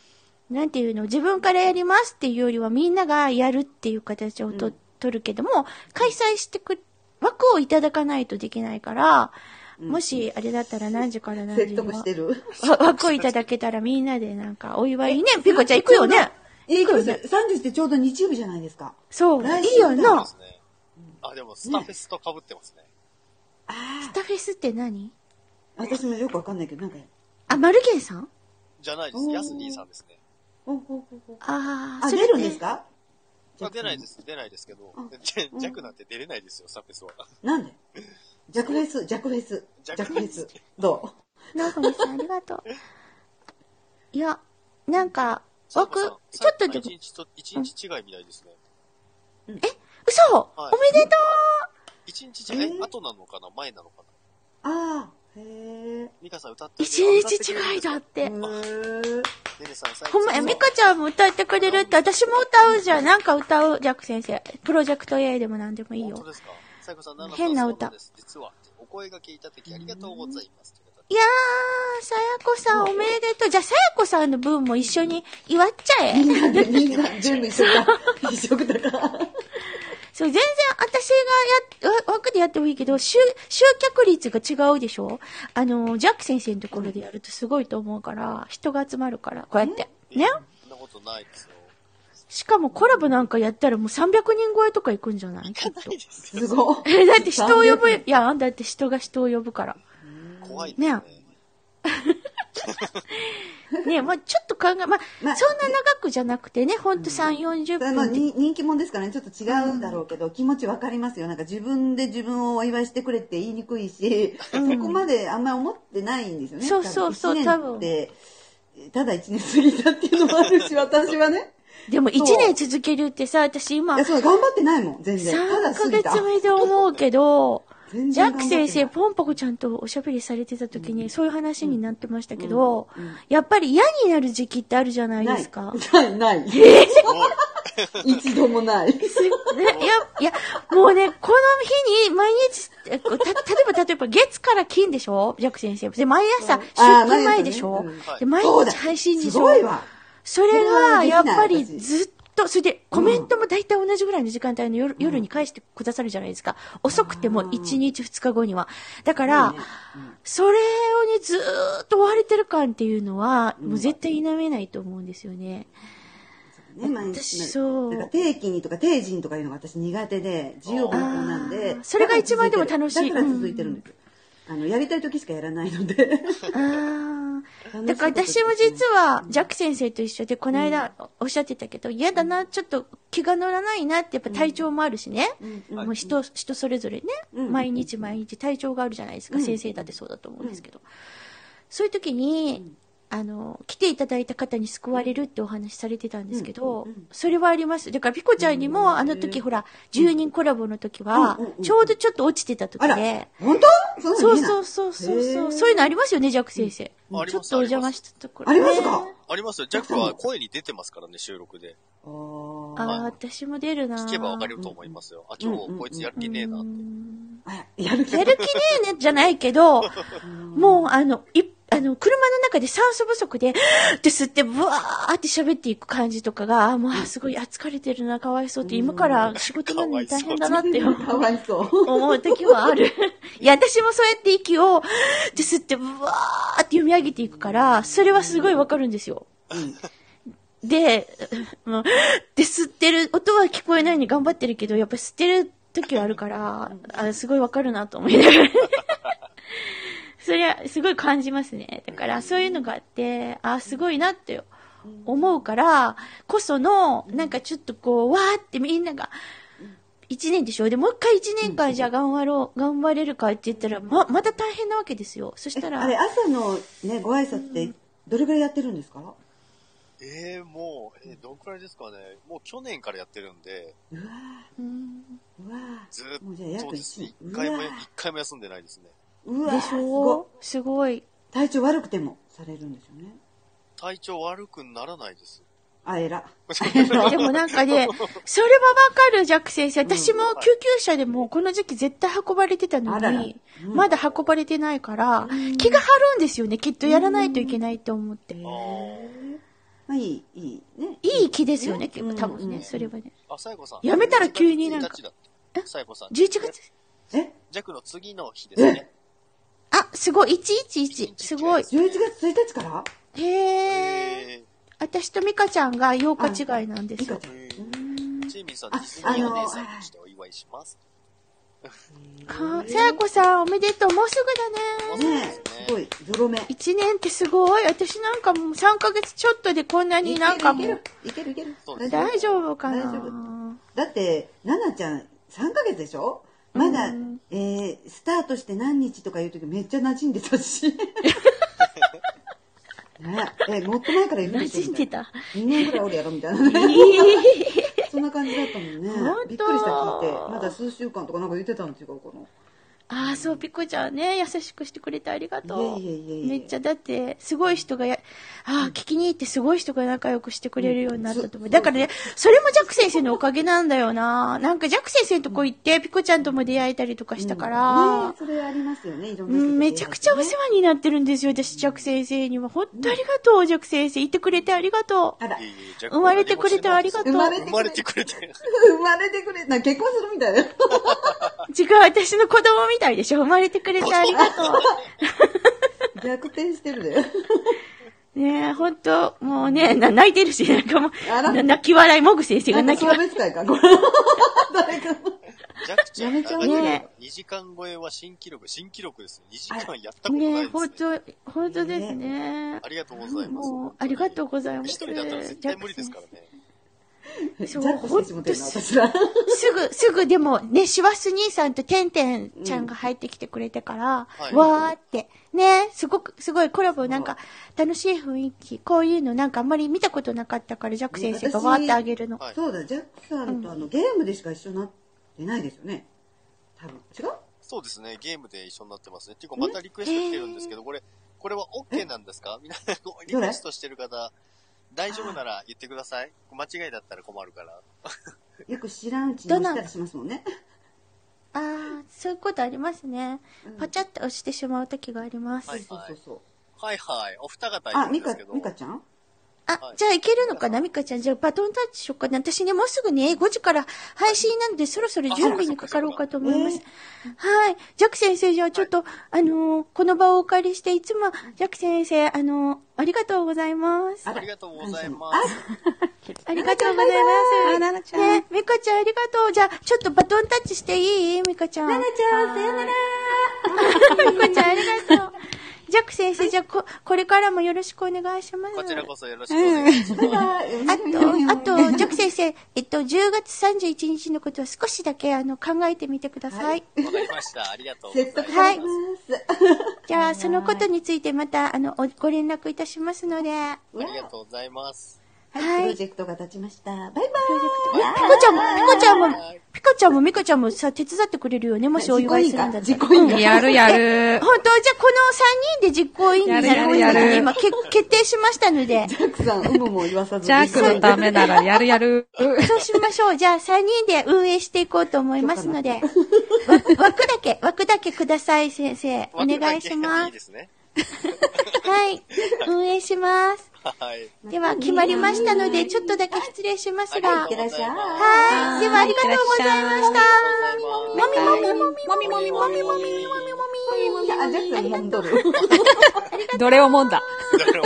E: なんていうの、自分からやりますっていうよりは、みんながやるっていう形をと、
F: うん
E: 取るけども、開催してく、枠をいただかないとできないから、もし、あれだったら何時から何時
F: 説
E: には
F: 得してる。
E: わ枠をいただけたらみんなでなんか、お祝いね、ピコちゃん行くよね。
F: いいかもしれない。30ってちょうど日曜日じゃないですか。
E: そう、
F: 来週
E: いいよ
A: そう
E: な。
A: ですね。あ、でも、スタフェスと被ってますね。
E: スタフェスって何
F: 私もよくわかんないけど、なんか、
E: あ、マルゲンさん
A: じゃないです。ヤスディさんですね。
F: ほうほうほうほう
E: ああ、
F: あ、
E: それ
F: 出
E: って
F: るんですか
A: まあ、出ないです。出ないですけど
F: うん、
A: ジャクなんて出れないですよ、スタフェスは。
F: なんでジャクフェス、ジャクフェス、
A: ジ
F: ジャ
A: ャク
F: クフ
A: フ
F: ェ
A: ェ
F: ス
A: ス。
F: ど
E: なおこみさん、ありがとう。いや、なんか、枠、ちょっと
A: で
E: でも
A: 一、日と、一日違いみたいですね。
E: 嘘、
A: はい
E: おめでと
A: 一日違い、
F: えー
A: 後なのかな前なのか
F: うああ、へえ。
A: ミカさん歌って
E: 一日違いだっ
F: へ
E: て。
F: え。
A: ねねさん、最
E: ほんまや、ミカちゃんも歌ってくれるって、私も歌うじゃん。なんか歌う、ジャック先生。プロジェクト A でもなんでもいい
A: 本
E: よ
A: 当。ですかサイコさん、ナナさん
E: 変な歌
A: そうです実は、お声がけいただきありがとうございます。ということで
E: いやー、さやこさんおめでとう。じゃあ、さやこさんの分も一緒に祝っちゃえ。
F: みんな全部一緒だ。 一緒だから。
E: そう、全然私がやっ、わ枠でやってもいいけど、集、集客率が違うでしょあの、ジャック先生のところでやるとすごいと思うから、人が集まるから、こうやって。
A: い
E: ね
A: やそんなことないですよ。
E: しかもコラボなんかやったらもう300人超えとか行くんじゃ ないきっと。
F: すごい。
E: え、だって人を呼ぶ、いや、だって人が人を呼ぶから。
A: 怖いです
E: ね
A: ね。
E: ねえ、まあちょっと考え、まあ
F: まあ
E: そんな長くじゃなくてね、ほんと3、40
F: あの
E: 分で。
F: に人気者ですからねちょっと違うんだろうけど、気持ちわかりますよなんか自分で自分をお祝いしてくれって言いにくいし、そこまであんま思ってないんですよね
E: そうそうそう
F: 1年ってただ1年過ぎたっていうのもあ るし私はね
E: でも1年続けるってさ、私今
F: いや、そう頑張ってないもん全然ただ
E: 3
F: 過
E: ヶ
F: ぎた
E: 月目で思うけど、
F: 全
E: ジャッ
F: 然頑
E: ク
F: 張ってない
E: 先生、ポンポコちゃんとおしゃべりされてた時に、そういう話になってましたけど、やっぱり嫌になる時期ってあるじゃないですか。
F: ないないない
A: すごい。
F: 一度もない
E: ね、 いや、いや、もうね、この日に毎日、えこうた、 例えば、例えば、月から金でしょジャック先生。で、毎朝、出
F: あー
E: 勤前でしょ、
F: 毎朝ね
A: うん
E: で、毎
F: そうだ
E: 日配信でし
F: す
E: ょ
F: ごいわ
E: それが、やっぱり
F: それはできない私
E: ずっと、それで、コメントも大体同じぐらいの時間帯の夜,、夜に返してくださるじゃないですか。遅くても1日2日後には。だから、それをね、ずーっと追われてる感っていうのは、もう絶対否めないと思うんですよね。
F: ね毎
E: 私
F: 日な
E: そう
F: なんか定期にとか定時にとかいうのが私苦手で自由奔放なん
E: あ
F: で
E: ーそれが一番でも楽しい
F: だから続いてるんです、あのやりたい時しかやらないので
E: ああ。 だから私も実は、ジャック先生と一緒で、この間おっしゃってたけど、嫌だな、ちょっと気が乗らないなって、やっぱ体調もあるしね。もう人、人それぞれね、毎日毎日体調があるじゃないですか。先生だってそうだと思うんですけど。そういう時に、あの、来ていただいた方に救われるってお話しされてたんですけど、それはあります。だから、ピコちゃんにも、あの時、ほら、10人コラボの時は
F: うんうんう、ん
E: ちょうどちょっと落ちてた時
F: あら
E: で、
F: 本当そ
E: そう
F: う
E: そうそうそ
F: そ
E: うそ
F: へ
E: う。
F: ー
E: そういうのありますよね、ジャック先生。
A: うんあり
E: ち
A: ま
E: ょっ
A: す
E: とお邪魔したところ。
F: ありますか
E: ね
A: ありますよ。ジャックは声に出てますからね、収録で。
E: あ
F: うあー
E: あ、私も出るな。
A: 聞けばわかると思いますよ。あ、今日こいつやる気ねえなって。
F: あやる気
E: やる気ねえね、じゃないけど、もう、あの、い、あの、車の中で酸素不足で、って吸って、ブワーって喋っていく感じとかが、あもう、あすごい、あ疲れてるな、かわいそうって、今から仕事なのに大変だなって
F: かわいそう
E: 思う時もある。いや、私もそうやって息を、って吸って、ブワーって読み上げていくから、それはすごいわかるんですよ。で、もう、で吸ってる、音は聞こえないように頑張ってるけど、やっぱり吸ってる時はあるから、あすごいわかるなと思いながら。それはすごい感じますね。だから、そういうのがあって、あすごいなって思うから、こその、なんかちょっとこう、わーってみんなが、一年でしょで、もう一回一年間じゃあ頑張ろう、頑張れるかって言ったら、ま、また大変なわけですよ。そしたら、
F: あれ朝のねご挨拶ってどれぐらいやってるんですか
A: ええもう、えーどんくらいですかね。もう去年からやってるんで、
F: うわ
A: ずっ
F: もうじゃあ約
A: とですね
F: 一年
A: 一回も、
F: うわ
A: 一回も休んでないですね。
F: ーうわ
E: で
F: ー
E: し
F: すごい
E: ょすごい。
F: 体調悪くてもされるんですよね
A: 体調悪くならない です。
F: あえら
E: でもなんかね、それはわかる、ジャック先生。私も救急車でもこの時期絶対運ばれてたの
F: あらら
E: に、まだ運ばれてないから、気が張るんですよね。きっとやらないといけないと思って。
A: あー
F: まあいいいいね
E: いい気ですよね、
F: うん
E: 多分
F: う
E: ね、
F: ん
E: それはね。
A: あ、サイコさん。
E: やめたら急になんか
A: 11日だって。サイコさん。
E: 11月。
F: え
A: ジャックの次の日ですね。
E: あ、すごい、111。すごい。
F: 11月1日から
E: へー。
A: え
E: 私とミカちゃんが8日違いなんですよ。
A: ーえー。チーミンさん、デ
F: あ
A: ィズニーお姉さんとしてお祝いします。
E: かさやこさん、おめでとう。もうすぐだね。
F: ねえすごいゾロ目
E: 1年ってすごい。私なんかもう3ヶ月ちょっとでこんなになんかもう。
F: いけるいけるいけ
A: そう
F: るいける
E: 大丈夫かな
F: 大丈夫だって奈々ちゃん3ヶ月でしょまだ、えースタートして何日とかいう時めっちゃ馴染んで たしねええもっと前からいる
E: 馴
F: でしょ
E: 染んでた。
F: 2年ぐらいおるやろみた いな、ね、そんな感じだったもんね
E: 本当
F: びっくりした聞いてまだ数週間とかなんか言ってたん違うかな
E: ああ、そう、ピコちゃんね、優しくしてくれてありがとう。
F: いえいえいえいえ
E: めっちゃ、だって、すごい人がや、ああ、聞きに行ってすごい人が仲良くしてくれるようになったと思う。だからね、それもジャック先生のおかげなんだよな。なんかジャック先生のとこ行って、ピコちゃんとも出会えたりとかしたから、
F: ねそれありますよね、いろ
E: う
F: んな人と出会えてね、
E: ん、めちゃくちゃお世話になってるんですよ、私、ジャック先生には。本当ありがとう、ジャック先生。いてくれてありがとう。
F: あら
A: いえ、いえ
E: 生まれてくれてありがとう
A: 生まれてくれて。
F: 生まれてくれ、な結婚するみたいな。
E: 違う、私の子供みたいでしょ。生まれてくれてありがとう。
F: 逆転してるで。
E: ねえ、ほんと、もうね、な泣いてるし、なんかも
F: あら
E: う、な泣き笑い、モグ先生
F: な
E: が
F: ん
E: 泣き
F: か送
E: 笑い。
F: 別会か、これ。誰か。
A: ジャックちゃん、
E: やめちゃうね
A: 2時間超えは新記録、新記録ですね。2時間やったことない
E: ねえ、
A: です、
E: ほんと、ほんとですね。
A: ありがとうございます。
E: もう、ありがとうございます。
A: 一人だったら絶対無理ですからね。
F: ジャックしてしもてるな、私ら。
E: すぐ、すぐ、でも、ね、シワス兄さんとテンテンちゃんが入ってきてくれてから、
A: うんはい
E: わーって、ね、すごく、すごいコラボなんか、楽しい雰囲気、こういうのなんかあんまり見たことなかったから、ジャック先生がわーってあげるの。
A: はい
F: そうだ、ジャックさんとあの、ゲームでしか一緒になってないですよね。多分。違う
A: そうですね、ゲームで一緒になってますね。っていうか、またリクエスト来てるんですけど、これ、これは OK なんですか皆さん、こうリクエストしてる方、大丈夫なら言ってください。間違いだったら困るから。
F: よく知らんうちにしたりしますもんね。
E: あー、そういうことありますね
F: うん。
E: パチャって押してしまう時があります。
A: はい
F: そうそうそう。
A: はいはい、お二方い
F: あ、
A: るん
F: ミ
A: で
F: カ
A: すけ、ど。
F: ミカちゃん
E: あ、
A: はい
E: じゃあいけるのかなミカちゃん。じゃあバトンタッチしようかな。私ね、もうすぐね、5時から配信なので、そろそろ準備にかかろうかと思います。はい。ジャック先生、じゃあちょっと、あのーこの場をお借りして、いつも、ジャック先生、あのーありがとうございます。
F: あ
A: あ
F: ら
A: りがとうございます。
E: ありがとうございます。ね、ミカちゃん、ね、ミカちゃんありがとう。じゃあ、ちょっとバトンタッチしていいミカちゃん。
F: ちゃん、さよなら
E: ミカちゃんありがとう。ジャック先生、じゃあこ、これからもよろしくお願いします。
A: こちらこそよろしくお願いします。
E: あと、あと、ジャック先生、えっと、10月31日のことを少しだけ、あの、考えてみてください。
A: わかりました。ありがとうござい
F: 説
A: ます
F: 得。されます。
E: じゃあ、そのことについてまた、あの、おご連絡いたしますので。
A: ありがとうございます。
F: はい、プ
E: は
F: ロ
E: い。
F: ジェクトが立ちました。バイバ
E: ピコちゃんも、ピコちゃんも、ピコちゃんもミカちゃんもさ、手伝ってくれるよね、もしお祝いするんだった
F: 実
E: ら。
F: 行委員
E: うん
F: が
G: やるやる。
E: 本当じゃあ、この3人で実行委員になること
G: やる
E: が
G: やる
E: 今、け決定しましたので。
F: イ。ジャックさん、有無も言わさず
G: ジャックのためならやるやる。
E: そうしましょう。じゃあ、3人で運営していこうと思います ので。わ枠だけ、枠だけください、先生。お願いしま
A: いい
E: す
A: で。すね。
E: はい。運営します。
A: はい。
E: では、決まりましたので、ちょっとだけ失礼しますが。は
A: ありがとうございます。
E: い。では、ありがとうございました。もみもみもみもみもみもみもみもみもみもみ
F: あ、ジャックさん、もんどる。
G: どれをもんだ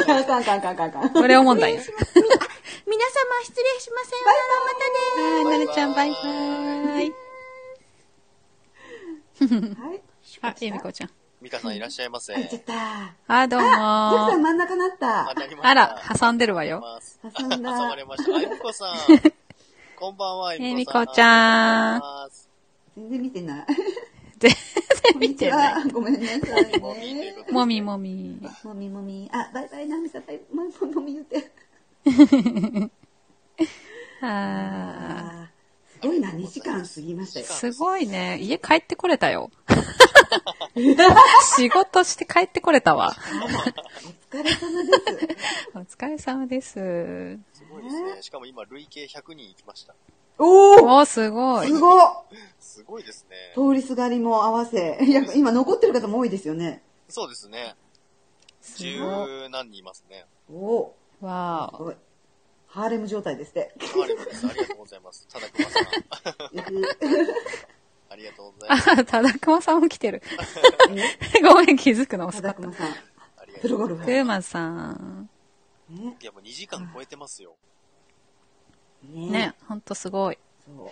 F: カンカンカンカンカンカン。
G: どれをもんだよ。
E: 皆様、失礼しません。またね
G: なるちゃんバイバーイ。
F: はい。
G: あ、えみこちゃん。
A: ミカさんいらっしゃいませ。
F: 入っちゃった。
G: あ、どうも
F: ジャックさん
G: ー。
F: 真ん中なった
A: 当。たりました
G: あら、挟んでるわよ。
A: 挟
F: 挟んだ
A: まれました。あゆみこさん。こんばんは、
G: え
A: ゆみ
G: み
A: こさん。
G: こちゃん。
F: 全然見てない。
G: 全然見てない。
F: い。ごめんなさい
A: もみという
F: ね。
A: ことで
G: もみもみ。
F: もみもみ。あ、バイバイ、ナミさん、バイバイ、もみ言って。あ
G: あ
F: ーすごいな、2時間過ぎましたよ
G: ー。すごいね。家帰ってこれ たよ。仕事して帰ってこれたわ。
F: お疲れ様です。
G: お疲れ様です。
A: すごいですね。しかも今、累計100人いきました。
F: おー
G: おー、すごい
F: す。ごっ
A: すごいですね。
F: 通りすがりも合わせ。 いや、今残ってる方も多いですよね。
A: そうですね。十何人いますね。
F: おー。
G: わ
F: すごい。ハーレム状態ですって。
A: ありがとうございます。ありがとうございます。ただくまさん。ありがとうござい
G: あ
A: ます。
G: あ、ただくまさんも来 てる。ごめん、気づくの遅か
F: 貞
G: った
F: 熊。さん。
A: ありがと
F: プ
A: う
F: ロ
A: ござい
F: ゴルフ
G: く
F: ァー。
G: ーまさん。
F: ね
A: ます。いや、もう2時間超えてますよ。
F: ね
G: ね、ほんとすごい。
F: そ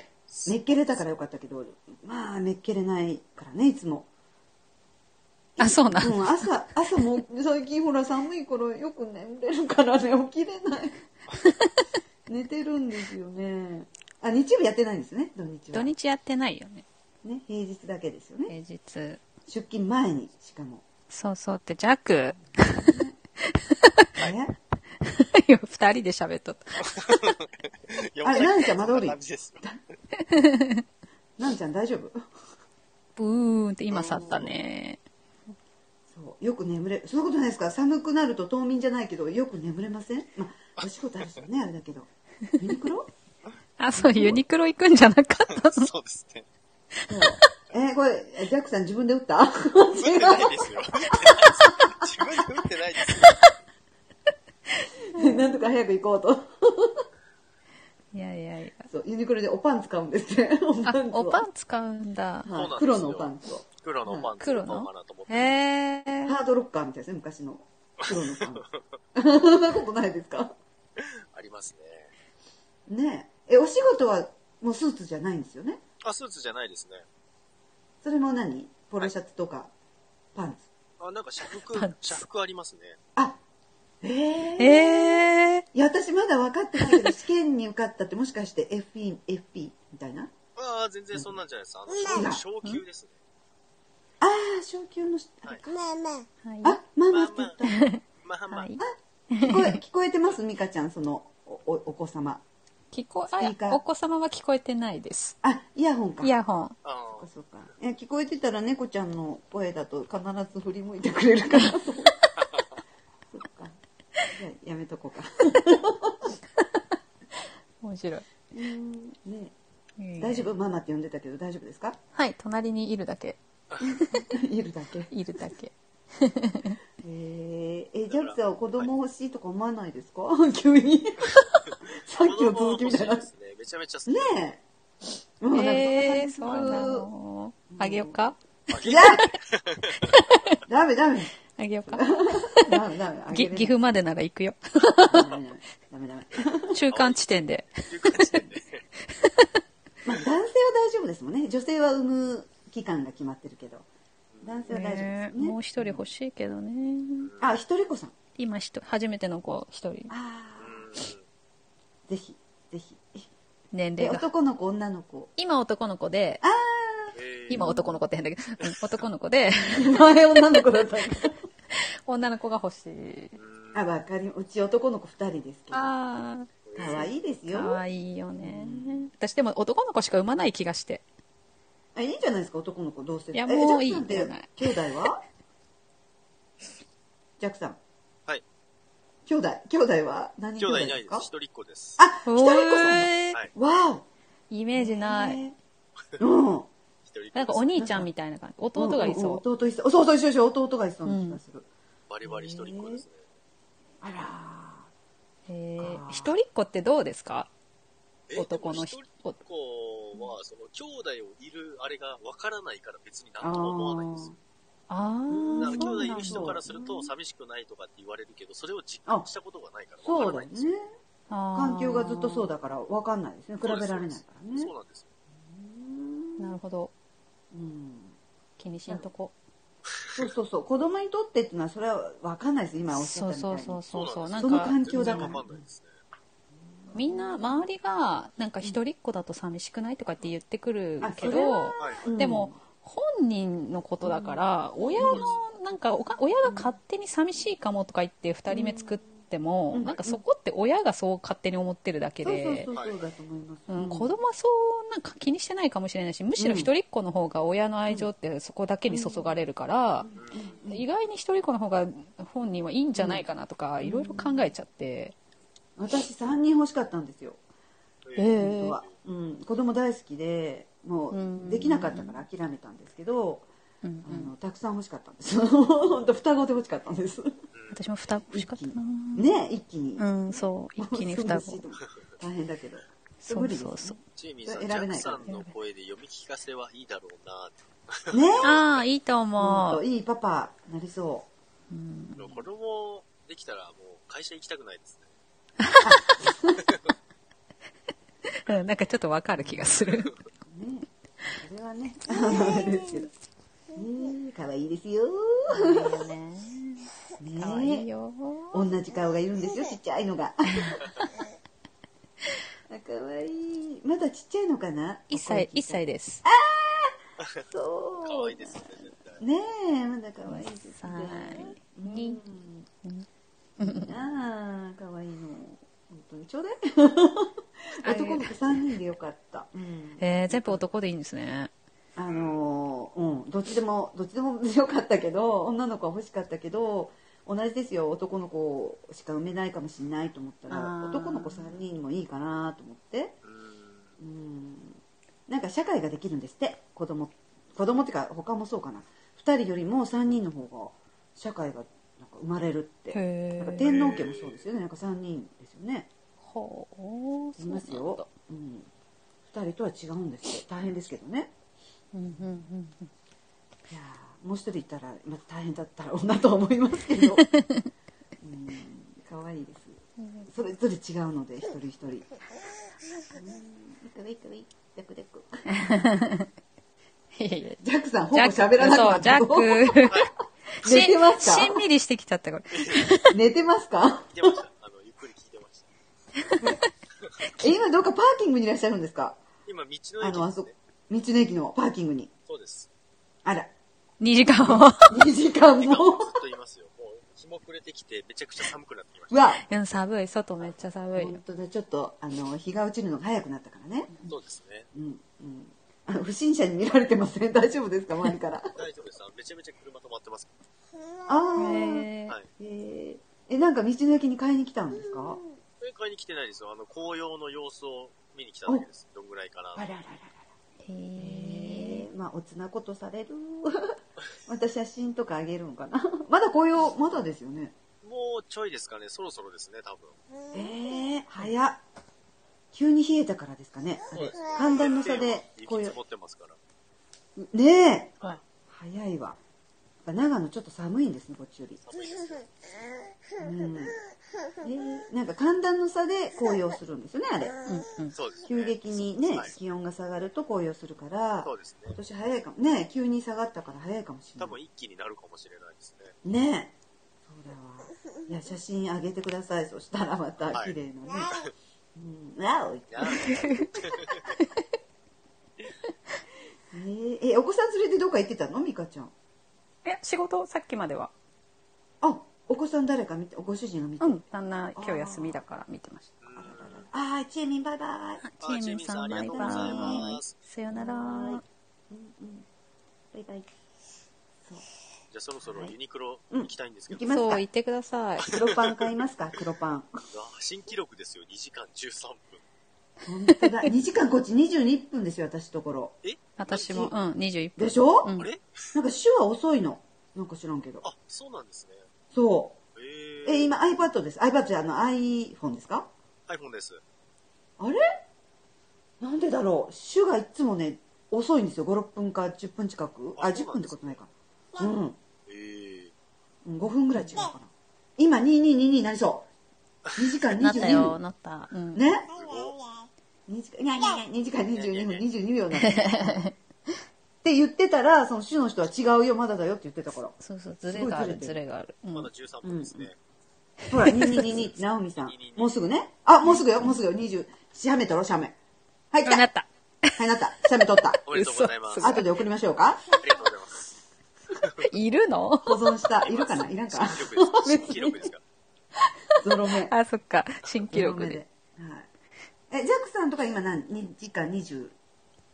F: う。めっけれたからよかったけど、まあ、めっけれないからね、いつ も。
G: あ、そうな。
F: うん、朝、朝も最近ほら寒い頃よく眠れるからね、 起きれない。寝てるんですよね。あ、日曜日やってないんですね、土日は。
G: 土日やってないよね。
F: ね、平日だけですよね。
G: 平日。
F: 出勤前に、しかも。
G: そうそうって、ジャック、
F: ね
G: 今二人で喋っとった。
A: いや
F: あれ
A: もう
F: なんか間取り
A: そんな感じです
F: なんちゃん大丈夫
G: プーンって今去ったね。
F: そうよく眠れそんなことないですか寒くなると冬眠じゃないけどよく眠れませんまあお仕事ある人 はねあれだけどユニクロ
G: あ、そう、ユニクロ行くんじゃなか ったの
A: そうですね。
F: そうえーこれジャックさん自分で打った
A: 打ってないです よ。自分で打ってないですよ。
F: なんとか早く行こうと
G: いやいやいや。
F: そうユニクロでおパン使うんですねおパ
G: あ
F: ンツ、を
G: おパン使うんだ。
A: そうなんですよ
F: はい黒のおパンツを
A: 黒のパンツ買お
G: 黒
A: うか
G: の
A: なと思って。
G: へえ。
F: ハードロッカーみたいですね昔の黒のパンツ そんなことないですか
A: ありますね。
F: ねええお仕事はもうスーツじゃないんですよね
A: あ、スーツじゃないですね。
F: それも何ポロシャツとかパンツ
A: あ、なんか社服
G: パン、ツ
A: 社服ありますね。
F: あええ
G: ええ。
F: いや、私まだ分かってないけど、試験に受かったってもしかして FP、FP みたいな
A: ああ、全然そんなんじゃないです。あ
F: うん
A: の、昇級ですね。
F: ああ、昇級のし、あれか
G: はい。
F: あ、ママって言った。
A: まあまあ
G: は、い。
F: 聞こえ、聞こえてますミカちゃん、その、お、おお子様。
G: 聞こ
F: スピーカー
G: あ、お子様は聞こえてないです。
F: あ、イヤホンか。
G: イヤホン。
A: あー
F: そうかそうか。え、聞こえてたら猫ちゃんの声だと必ず振り向いてくれるから。そうか。じゃあやめとこうか。
G: 面白い。
F: ね
G: うん
F: 大丈夫ママって呼んでたけど大丈夫です か
G: はい、隣にいるだけ。
F: いるだけ。へ
G: いるだけ。
F: ええ、ジャックさんは子供欲しいとか思わないですか 急に。さっきの続きみたい
A: 子供は
F: な
A: 欲しで。すね。めちゃめちゃ好き。
F: ねえ。うん、
G: ええ
F: なんか
G: そ
F: そうう
G: な
F: いう。
G: の。あげようか
F: いや ダメダメ。
G: あげようか
F: ダメダメ。あげ
G: ぎ
F: れない
G: 岐阜までなら行くよ。
F: ダメダメダメ。
G: 中間地点で。
A: っていう感じでね。
F: まあ男性は大丈夫ですもんね。女性は産む期間が決まってるけど。男性は大丈夫で
G: ね
F: す
G: え
F: ね。
G: もう一人欲しいけどね。
F: あ、一人子さん。
G: 今ひと、初めての子一人。
F: あ
A: うん
F: あ、ぜひ、ぜひ。
G: 年
F: え、
G: 齢が。
F: 男の子、女の子。
G: 今男の子で、
A: えー
G: 今男の子って変だけど、うん男の子で、
F: 前女の子だったんだ。
G: 女の子が欲しい。
F: あ、わかりうち男の子二人ですけど。可
G: あ
F: 愛いです
G: あ、か
F: よ。
G: わいいよね。私でも男の子しか産まない気がして。
F: あ、いいじゃないですか、男の子、どうせ。
G: いや
F: え
G: もういい
F: ジャックさんって兄弟はジャックさん。
A: はい。
F: 兄弟、兄弟は何
A: 兄
F: 人
A: 弟
F: 兄
A: い
F: 弟
A: な
F: で
A: い
F: す
A: で
F: か
A: す。一人っ子です。
F: あ、一人子さんだ。
G: えー
A: はい。
F: わお。
G: イメージない。
F: へ ーうん。
A: 一人っ子です。
G: なんかお兄ちゃんみたいな感じ。弟がい
F: うんうん
G: そ
F: 弟いそう。そうそう、一緒一緒、弟がいそうな気がする。
A: バリバリ一人っ子ですね。
F: あら
G: う。へえ
F: か
G: 一人っ子ってどうですか
A: えー
G: 男の
A: で
G: 人
A: も一人っ子は、その、兄弟をいるあれがわからないから別になんとも思わないんですよ。
G: あ
A: だ
G: あ
A: から、兄弟い
G: そうなん
A: る
G: だ。
A: 人からすると寂しくないとかって言われるけど、それを実感したことがないからわ
F: そ
A: か
F: う
A: ら
F: だ
A: ない
F: よ
A: ん
F: ね
A: ですよ。。
G: 環
F: 環境がずっとそう
G: だ。
F: だから分かんないですね。比べられないからね
A: そう。なんですよ。
G: なるほど。
F: うん
G: 気にしんとこ。
F: そうそうそう。子供にとってっていうのはそれは分かんないです。今おっしゃ
G: そ
F: ったみ
G: う
F: たい
G: そう
F: に。
G: そうそうそう。
A: な
G: なん
F: そ
G: ん
F: の
G: か、
F: 環境だから。
A: 全然わかんないですね。
G: みんな、周りが、なんか一人っ子だと寂しくないとかって言ってくる
F: あそ
G: け
F: れ
G: ど
F: は、
A: はい。
F: うん
G: でも、本人のことだから、親の、なんかおか、親が勝手に寂しいかもとか言って二人目作っても、
F: うん
G: なんかそこって親がそう勝手に思ってるだけ
F: そう
G: で、
F: そうそうそうだと思います。
G: うん、子供はそうなんか気にしてないかもしれないしむしろ一人っ子の方が親の愛情ってそこだけに注がれるから、意外に一人っ子の方が本人はいいんじゃないかなとかいろいろ考えちゃって、
F: 私3人欲しかったんですよ。
G: え
F: 本当は、うん、子供大好きでもうできなかったから諦めたんですけど、
G: うん
F: あのたくさん欲しかったんです 本当双子で欲しかったんです
G: 私も双子欲しかったな
F: ね一気に、
G: うん そう一気に双
F: 恐
G: 子
F: ろしいと 思う大変だけど
G: そ
F: 無
G: う
F: 理です
G: そうそう
A: チーミーさん、ジ
F: 選べな
A: ャ
F: い
A: ック
F: から
A: さんの声で読み聞かせはいいだろうなって。
F: ね
G: ああいいと
F: ほん
G: 思
F: と
G: う
F: いいパパなりそう
A: 子供できたらもう会社行きたくないですね。
G: うん なんかちょっとわかる気がする
F: ねそれは ね あれですけどね可愛いですよね
G: かわいいよ
F: 同じ顔がいるんですよちっちゃいの があ可愛いまだちっちゃいのかな
G: 1
F: お声聞い
G: 歳
F: た
G: 一歳です
F: そう
A: 可愛いですね、絶対。
F: ねえまだ可愛いですね
G: 1歳に
F: ああ可愛いの本当にちょう だい
G: あ
F: 男の子3人でよかった、うん
G: えー、全部男でいいんですね
F: あのーうんどっちでもどっちでもよかったけど女の子は欲しかったけど同じですよ男の子しか産めないかもしれないと思った
E: あ
F: ら
E: ー
F: 男の子3人もいいかなと思って
A: うん
F: うんなんか社会ができるんですって子供子供っていうか他もそうかな2人よりも3人の方が社会がなんか生まれるって
G: へ
F: なんか
G: ー
F: 天皇家もそうですよねなんか3人ですよね
G: ほう
F: います
G: そうなんだ
F: よ、うん、2人とは違うん ですよ大変ですけどね
G: うんうんうんうん
F: いやーもう一人いたら、まあ、大変だったろうなとは思いますけ どうん可愛いですそれぞれ違うので一人一人うん可愛い可愛いダクダク
G: いやいや
F: ジャックさんほぼ喋らなくなっ
G: ジャ
F: た
G: ックそう、ジャック。
F: 寝てますか
G: しんしんみりしてきちゃった、これ。
F: 寝てますか
A: 聞いてました。あの、ゆっくり聞いてました。
F: え今どっかパーキングにいらっしゃるんですか
A: 今、道の駅です、ね。
F: あのあそこ道の駅のパーキングに
A: そうです。
F: あら
G: 2時間も。
F: 2時間
A: 今、ずっ
F: も
A: といますよ。もう、日も暮れてきて、めちゃくちゃ寒くなってきまし
F: うわ
G: うん、寒い。外めっちゃ寒いよ
F: 本。当だちょっとあの日が落ちるのが早くなったからね
A: た。そうですね。
F: うんうんあの不審者に見られてません 大丈夫ですか周りから
A: 大丈夫です。あのめちゃめちゃ車止まってます。
F: ああ、
G: へー
A: はい。
F: えーえ、なんか道の駅に買いに来たんですか
A: 上買いに来てないですよ。あの、紅葉の様子を見に来ただけです。どんぐらいかな。
F: あらららら。
G: へー
F: えー、まあ、おつなことされる。 また写真とかあげるのかな。 まだ紅葉、まだですよね。
A: もうちょいですかね。そろそろですね、多分。
F: えー、早っ。急に冷えたからですかね。あれ
A: そうですね
F: 寒暖の差で
A: 雪
F: 紅
A: 積も
F: 葉。
A: ってますから。
F: ねえ。
A: はい
F: 早いわ。やっぱ長野ちょっと寒いんですね、こっちより。
A: 寒いですよ。
F: うん。えー、なんか寒暖の差で紅葉するんですよね、あれ。
A: そうですね。
F: 急激にね
A: はい、
F: 気温が下がると紅葉するから。
A: そうです
F: 今
A: ね。
F: 年早いかもね急に下がったから早いかもしれ
A: 多
F: な
A: 分一気になるかもしれないですね。
F: いねえそうだわいや写真あげてくださいそしたらまた
A: はい
F: 綺麗なね、うん、わおい
A: いやー
F: ええお子さん連れてどっか行ってたのミカちゃん
G: え、仕事さっきまでは。
F: あお子さん誰か見てご主人が見て、
G: うん、旦那今日休みだから見てまし
F: ああチェミンバイバイ
G: た。チームさ
A: あチームさんあ
G: ん、バイバ
A: りがとうござい
G: イ
A: ます。
G: さよなら。
F: バイバイ
A: じゃあそろそろユニクロ行きたいんですけど、
F: うん行きます
G: そう、言ってください。
F: 黒パン買います か黒パン
A: うわ新記録ですよ、2時間13分。
F: 本当だ2時間こっち21分ですよ私ところ
A: え
G: 私も、うん、21分。
F: でしょ、
G: うん
A: あれ
F: なんか手話遅いのなんか知らんけど
A: あ、そうなんですね。
F: そう
A: えー、
F: え、今 iPad です。iPad じゃあの iPhone ですか
A: iPhone です。
F: あれなんでだろう主がいつもね、遅いんですよ。5、6分か10分近く。あ、
A: あそ
F: 10
A: うなん
F: 分って
A: です
F: ことないか。うん。
A: えー、
F: 5分ぐらい違うかな。今、2222になりそう。2時間
G: なったよ、
F: 22分。
G: なった。うん。
F: ね
A: すごい。
F: 2時間、いやいやいや2時間22分、22秒 なんだ。って言ってたら、その主の人は違うよ、まだだよって言ってたから。
G: そうそう、ズレがある、
F: すごいズレてる
G: ズレがある。う
A: まだ
G: ん。
A: 13分ですね。
F: ほら、2222って、ナ オミさん。もうすぐね。あ、もうすぐよ、もうすぐよ、20。写メ撮ろう、写メ。はい、来
G: な
F: た
G: った。
F: はい、なった。写メ撮った。
A: おめでとうございます。あ
F: 後で送りましょうか。
A: りがとうございます。
G: いるの
F: 保存した。いるかないらんか
A: 新記録です。新記録ですから。
F: ゾロ目。
G: あ、そっか。新記録
F: ゾロ
G: で。
F: 目で。はい。え、ジャックさんとか今何 ?2 時間20。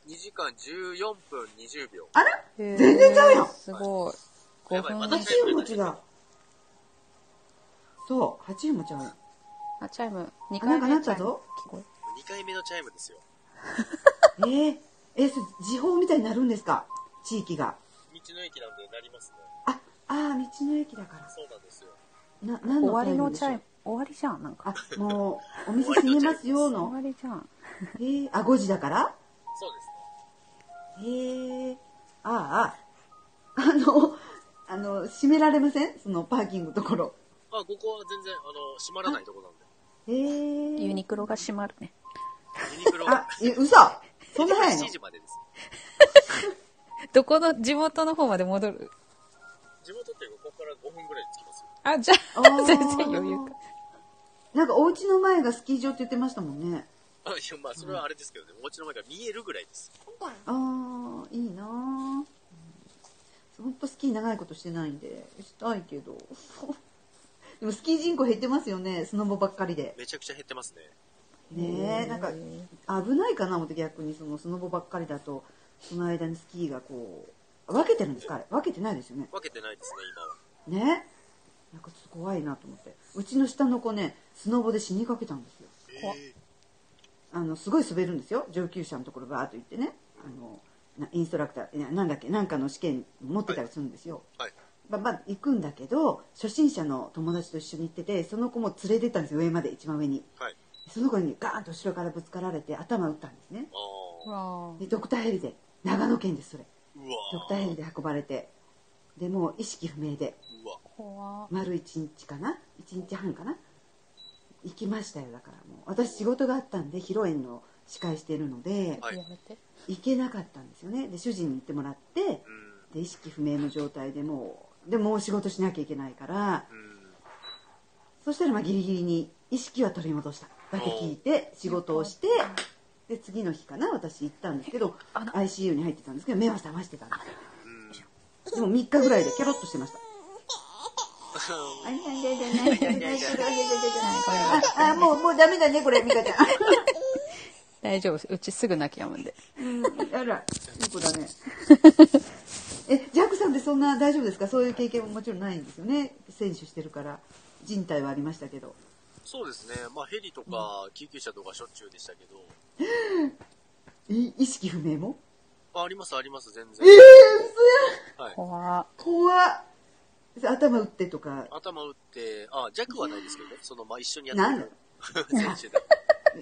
A: 2時間14分20秒。
F: あら
G: 全
F: 全然ちゃうやん
G: すごい。
A: や
G: 5
A: ばい
G: 分
A: また
F: ?8 分も違う。そう、8分も違う。
G: あ、チャイム。2
F: あ、な
G: 回
F: んか
G: 目
F: なったぞ。
G: 聞こ
A: 2回目のチャイムですよ。
F: えー、え、それ時報みたいになるんですか地域が。
A: 道の駅なんでなりますね。
F: あ、あー、道の駅だか
A: そうなんですよ。
F: ら。な、
G: え
F: 何
G: 終
F: の
G: わりのチ
F: タ
G: ャ
F: イ
G: イ
F: ム
G: ム。終わりじゃん、なんか。
F: でしょう。あ、もう、お店閉めますよ
G: 終わ
F: の。
G: りじゃん。
F: えー、あ、5時だから
A: そうですね。
F: へえ。ああ。あの、あの、閉められませんそのパーキングところ。
A: まあ、ここは全然、あの、閉まらないとこなんで。
F: へえ。
G: ユニクロが閉まるね。
A: ユニクロ
F: あ
A: が、
F: え、嘘そんな早いの
A: 7時までです。
G: どこの、地元の方まで戻る。
A: 地元っていうか、ここから5分ぐらいで着きますよ。
G: あ、じゃ
F: あ
G: あ、
F: ー
G: 全然余裕か。
F: なんかお家の前がスキー場って言ってましたもんね。
A: あ、いや、まあ、それはあれですけどね。お家の前が見えるぐらいです。
F: ああ、いいなぁ。うんほんとスキー長いことしてないんで、したいけど。 でもスキー人口減ってますよね、スノボばっかりで。
A: めちゃくちゃ減ってますね。
F: ねえ、なんか危ないかな思って逆にそのスノボばっかりだと、その間にスキーがこう、分けてるんですかあれ分けてないですよね
A: 分けてないですね、今は。
F: ねなんかちょっと怖いなと思ってうちの下の子ねスノボで死にかけたんですよあのすごい滑るんですよ上級者のところバーッと行ってねあのなインストラクターいやなんだっけなんかの試験持ってたりするんですよ、
A: はい。
F: まあまあ行くんだけど初心者の友達と一緒に行っててその子も連れてったんですよ上まで一番上に
A: はい。
F: その子にガーンと後ろからぶつかられて頭打ったんですね
A: ああ。
F: でドクターヘリで長野県ですそれ
A: うわ
F: ドクターヘリで運ばれてでもう意識不明で
A: ーうわ。
G: 怖
F: 丸1日かな1日半かな行きましたよだからもう私仕事があったんで披露宴の司会してるので
A: はい
G: やめて。
F: 行けなかったんですよねで主人に行ってもらって
A: うん。
F: で意識不明の状態でもうでもう仕事しなきゃいけないから
A: うん。
F: そしたらまあギリギリに意識は取り戻しただけ聞いて仕事をしてで次の日かな私行ったんですけど ICU に入ってたんですけど目は覚ましてたんです
A: うん。
F: でも3日ぐらいでキャロッとしてました。あいやいやいやいやいやいやいやいやいやいやあ、あもう、もうダメだね、これ、ミカちゃ
G: 大丈夫。うちすぐ泣き止むんで。
F: ん。あら、いい子だね。え、ジャックさんってそんな大丈夫ですかそういう経験ももちろんないんですよね。選手してるから、人体はありましたけど。
A: そうですね。まあ、ヘリとか、救急車とかしょっちゅうでしたけど、
F: い意識不明も
A: ああります、あります、全
F: え
A: 然
F: え。
A: はい。
G: 怖っ
F: 怖っ。頭打ってとか、
A: 頭打って、あ、弱はないですけどね。その、まあ、一緒にや
F: な
A: っ
F: ん
A: て
F: だ
A: る。 選手で。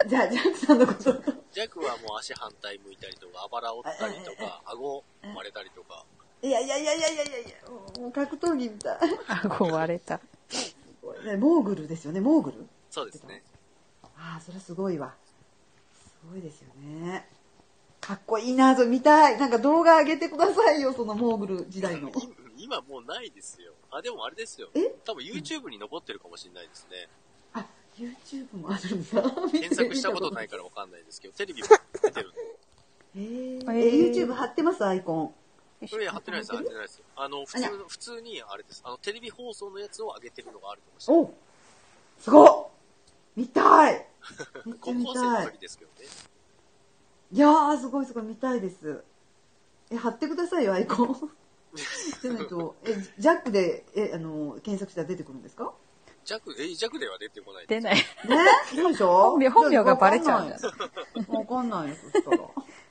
F: じゃあ、ジャックさんのこと。
A: 弱はもう足反対向いたりとか、あばら折ったりとか、顎割れたりとか。
F: いやいやいやいやいやいやいや、もう格闘技みたい。
G: 顎割れた。
F: ねモーグルですよね、モーグル
A: そうですね。
F: ああそれすごいわすごいですよねかっこいいなそれ見たいなんか動画上げてくださいよそのモーグル時代の
A: 今もうないですよ。あ、でもあれですよ
F: え。
A: 多分 YouTube に残ってるかもしれないですね。
F: あ YouTube もあるんだ 見て
A: 検索したことない
F: 見
A: からわかんないですけど、テレビも出てるんで。
F: へー
C: へ
F: え
C: ー
F: YouTube 貼ってますアイコン
A: それ貼ってないです、貼ってないです。あの、普
F: あら
A: 通の、普通にあれです。あの、テレビ放送のやつを上げてるのがあるかもしれない。
F: おすごっ見 たいめっちゃ
A: 高
F: 見
A: 校生
F: た
A: の
F: い
A: 時ですけどね。
F: いやーすごいすごい見たいですえ貼ってくださいよアイコン じゃないとえジャックでえあの検索したら出てくるんです か
A: 弱、え、弱では出てこないです。
G: 出ない。
F: ねそうでしょ
G: 本名本名がバレちゃうんだよ
F: わかんないよ、そした ら。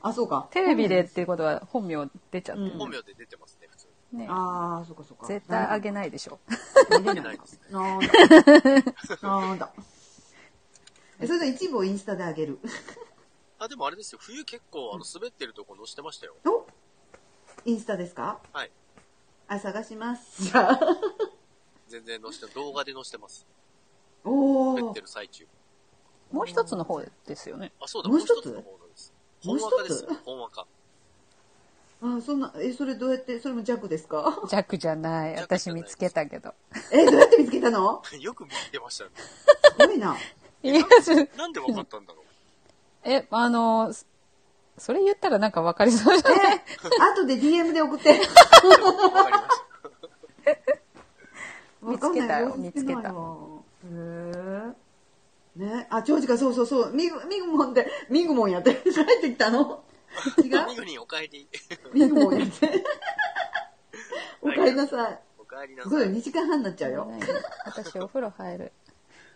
F: あ、そうか。
G: テレビでっていうことは本名出ちゃってる
A: 本名で出てますね、普通に。
G: ね。
F: ああ、そうかそうか。
G: 絶対あげないでしょ。
F: げ
A: ないです
F: なんだ。なんだ。えそれで一部をインスタであげ る。
A: あ、でもあれですよ。冬結構、あの、滑ってるとこ載せてましたよ。
F: おインスタですか
A: はい。
F: あ、探します。じゃ あ。
A: 全然載せて、動画で載せてます。
F: お
A: 滑っ
F: ー
A: て。る最中。
G: もう一つの方ですよね。
A: あ、そうだ、
F: も
A: も
F: う
A: う
F: 一
A: 一
F: つ
A: つの方なんです。
F: もう
A: 本
F: 一つ
A: 若ですよ、本若。
F: あ、そんな、え、それどうやって、それも弱ですか
G: 弱じゃない。
A: 弱じ
G: 私
A: ゃない
G: 見つけたけど。
F: え、どうやって見つけた の
A: よく見てましたね。
F: すごいな。
G: いや、す
A: なんでわかったんだろう。
G: え、あの、そそれ言ったらなんかわかりそうじゃない
F: 後で DM で送って。
A: わかりました。
G: 見つけたよ
F: わかんない
G: 見つけた
F: へえ。ねあ、長寿か、そうそうそう。ミグ、ミグモンって、ミグモンやって、帰 ってきたの違
A: ミ
F: う
A: グにお帰り。
F: ミグモンや って。おかえりなさい。
A: お帰りな
F: そう
A: さ
F: だよ、
A: い。
F: 2時間半になっちゃうよ。
G: 私お風呂入る。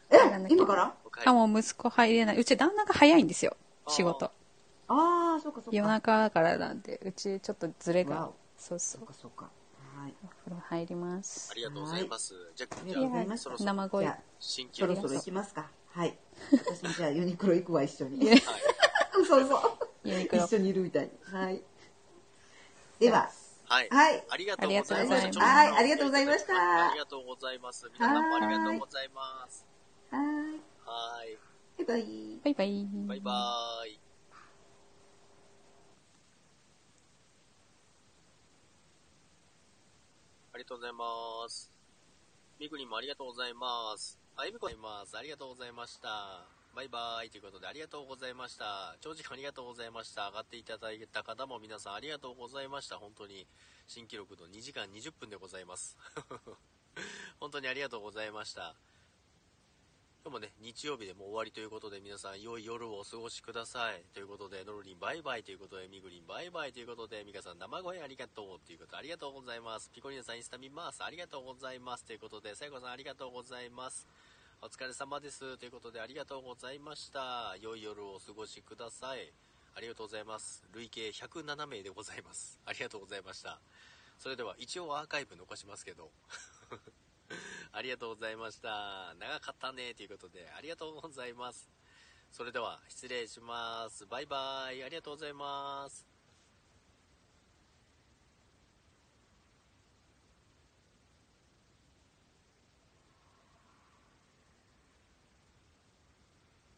F: え
G: んだっけ
F: 今から
A: お帰り
G: あ、。もう息子入れない。うち旦那が早いんですよ。仕事。
F: ああ、そうかそうか。
G: 夜中だからなんで、うちちょっとズレ
F: わ
G: が
F: お。
G: そうそ
F: そうう。かそうか。はい。
G: お風呂入ります
A: あ。りがとうございます。じゃあ、
F: り
A: じ
F: がとうござい
A: ゃ
F: ま
A: あ、
F: す
A: そろそろ
G: 生
F: じ
G: 声
F: ゃあ。、
A: 新規
F: そ
A: の
F: ろそろ行きますか。はい。私もじゃあユニクロ行くわ、一緒 に。
A: はい。
F: そうそう。
G: ユニクロ
F: 一緒にいるみたい。はい。では、
A: はい。
F: はい
A: ありがとうございま。
G: ありがとうございますす
F: はいありがとうございました
A: ありがとうございます。皆さんもありがとうございます。
F: はーい。
A: はい。
F: バイバイ。
G: バイバイ。
A: バイバーイ。ありがとうございます。みぐりんもありがとうございます。あゆみこあります。ありがとうございました。バイバイということでありがとうございました。長時間ありがとうございました。上がっていただいた方も皆さんありがとうございました。本当に新記録の2時間20分でございます。本当にありがとうございました。今日もね、日曜日でもう終わりということで、皆さん、良い夜をお過ごしください。ということで、ノルリンバイバイということで、ミグリンバイバイということで、ミカさん、生声ありがとうということありがとうございます。ピコリンさん、インスタ見ます。ありがとうございます。ということで、サイコさん、ありがとうございます。お疲れ様です。ということで、ありがとうございました。良い夜をお過ごしください。ありがとうございます。累計107名でございます。ありがとうございました。それでは、一応アーカイブ残しますけど。 ありがとうございました。長かったね。ということで、ありがとうございます。それでは、失礼します。バイバイ。ありがとうございます。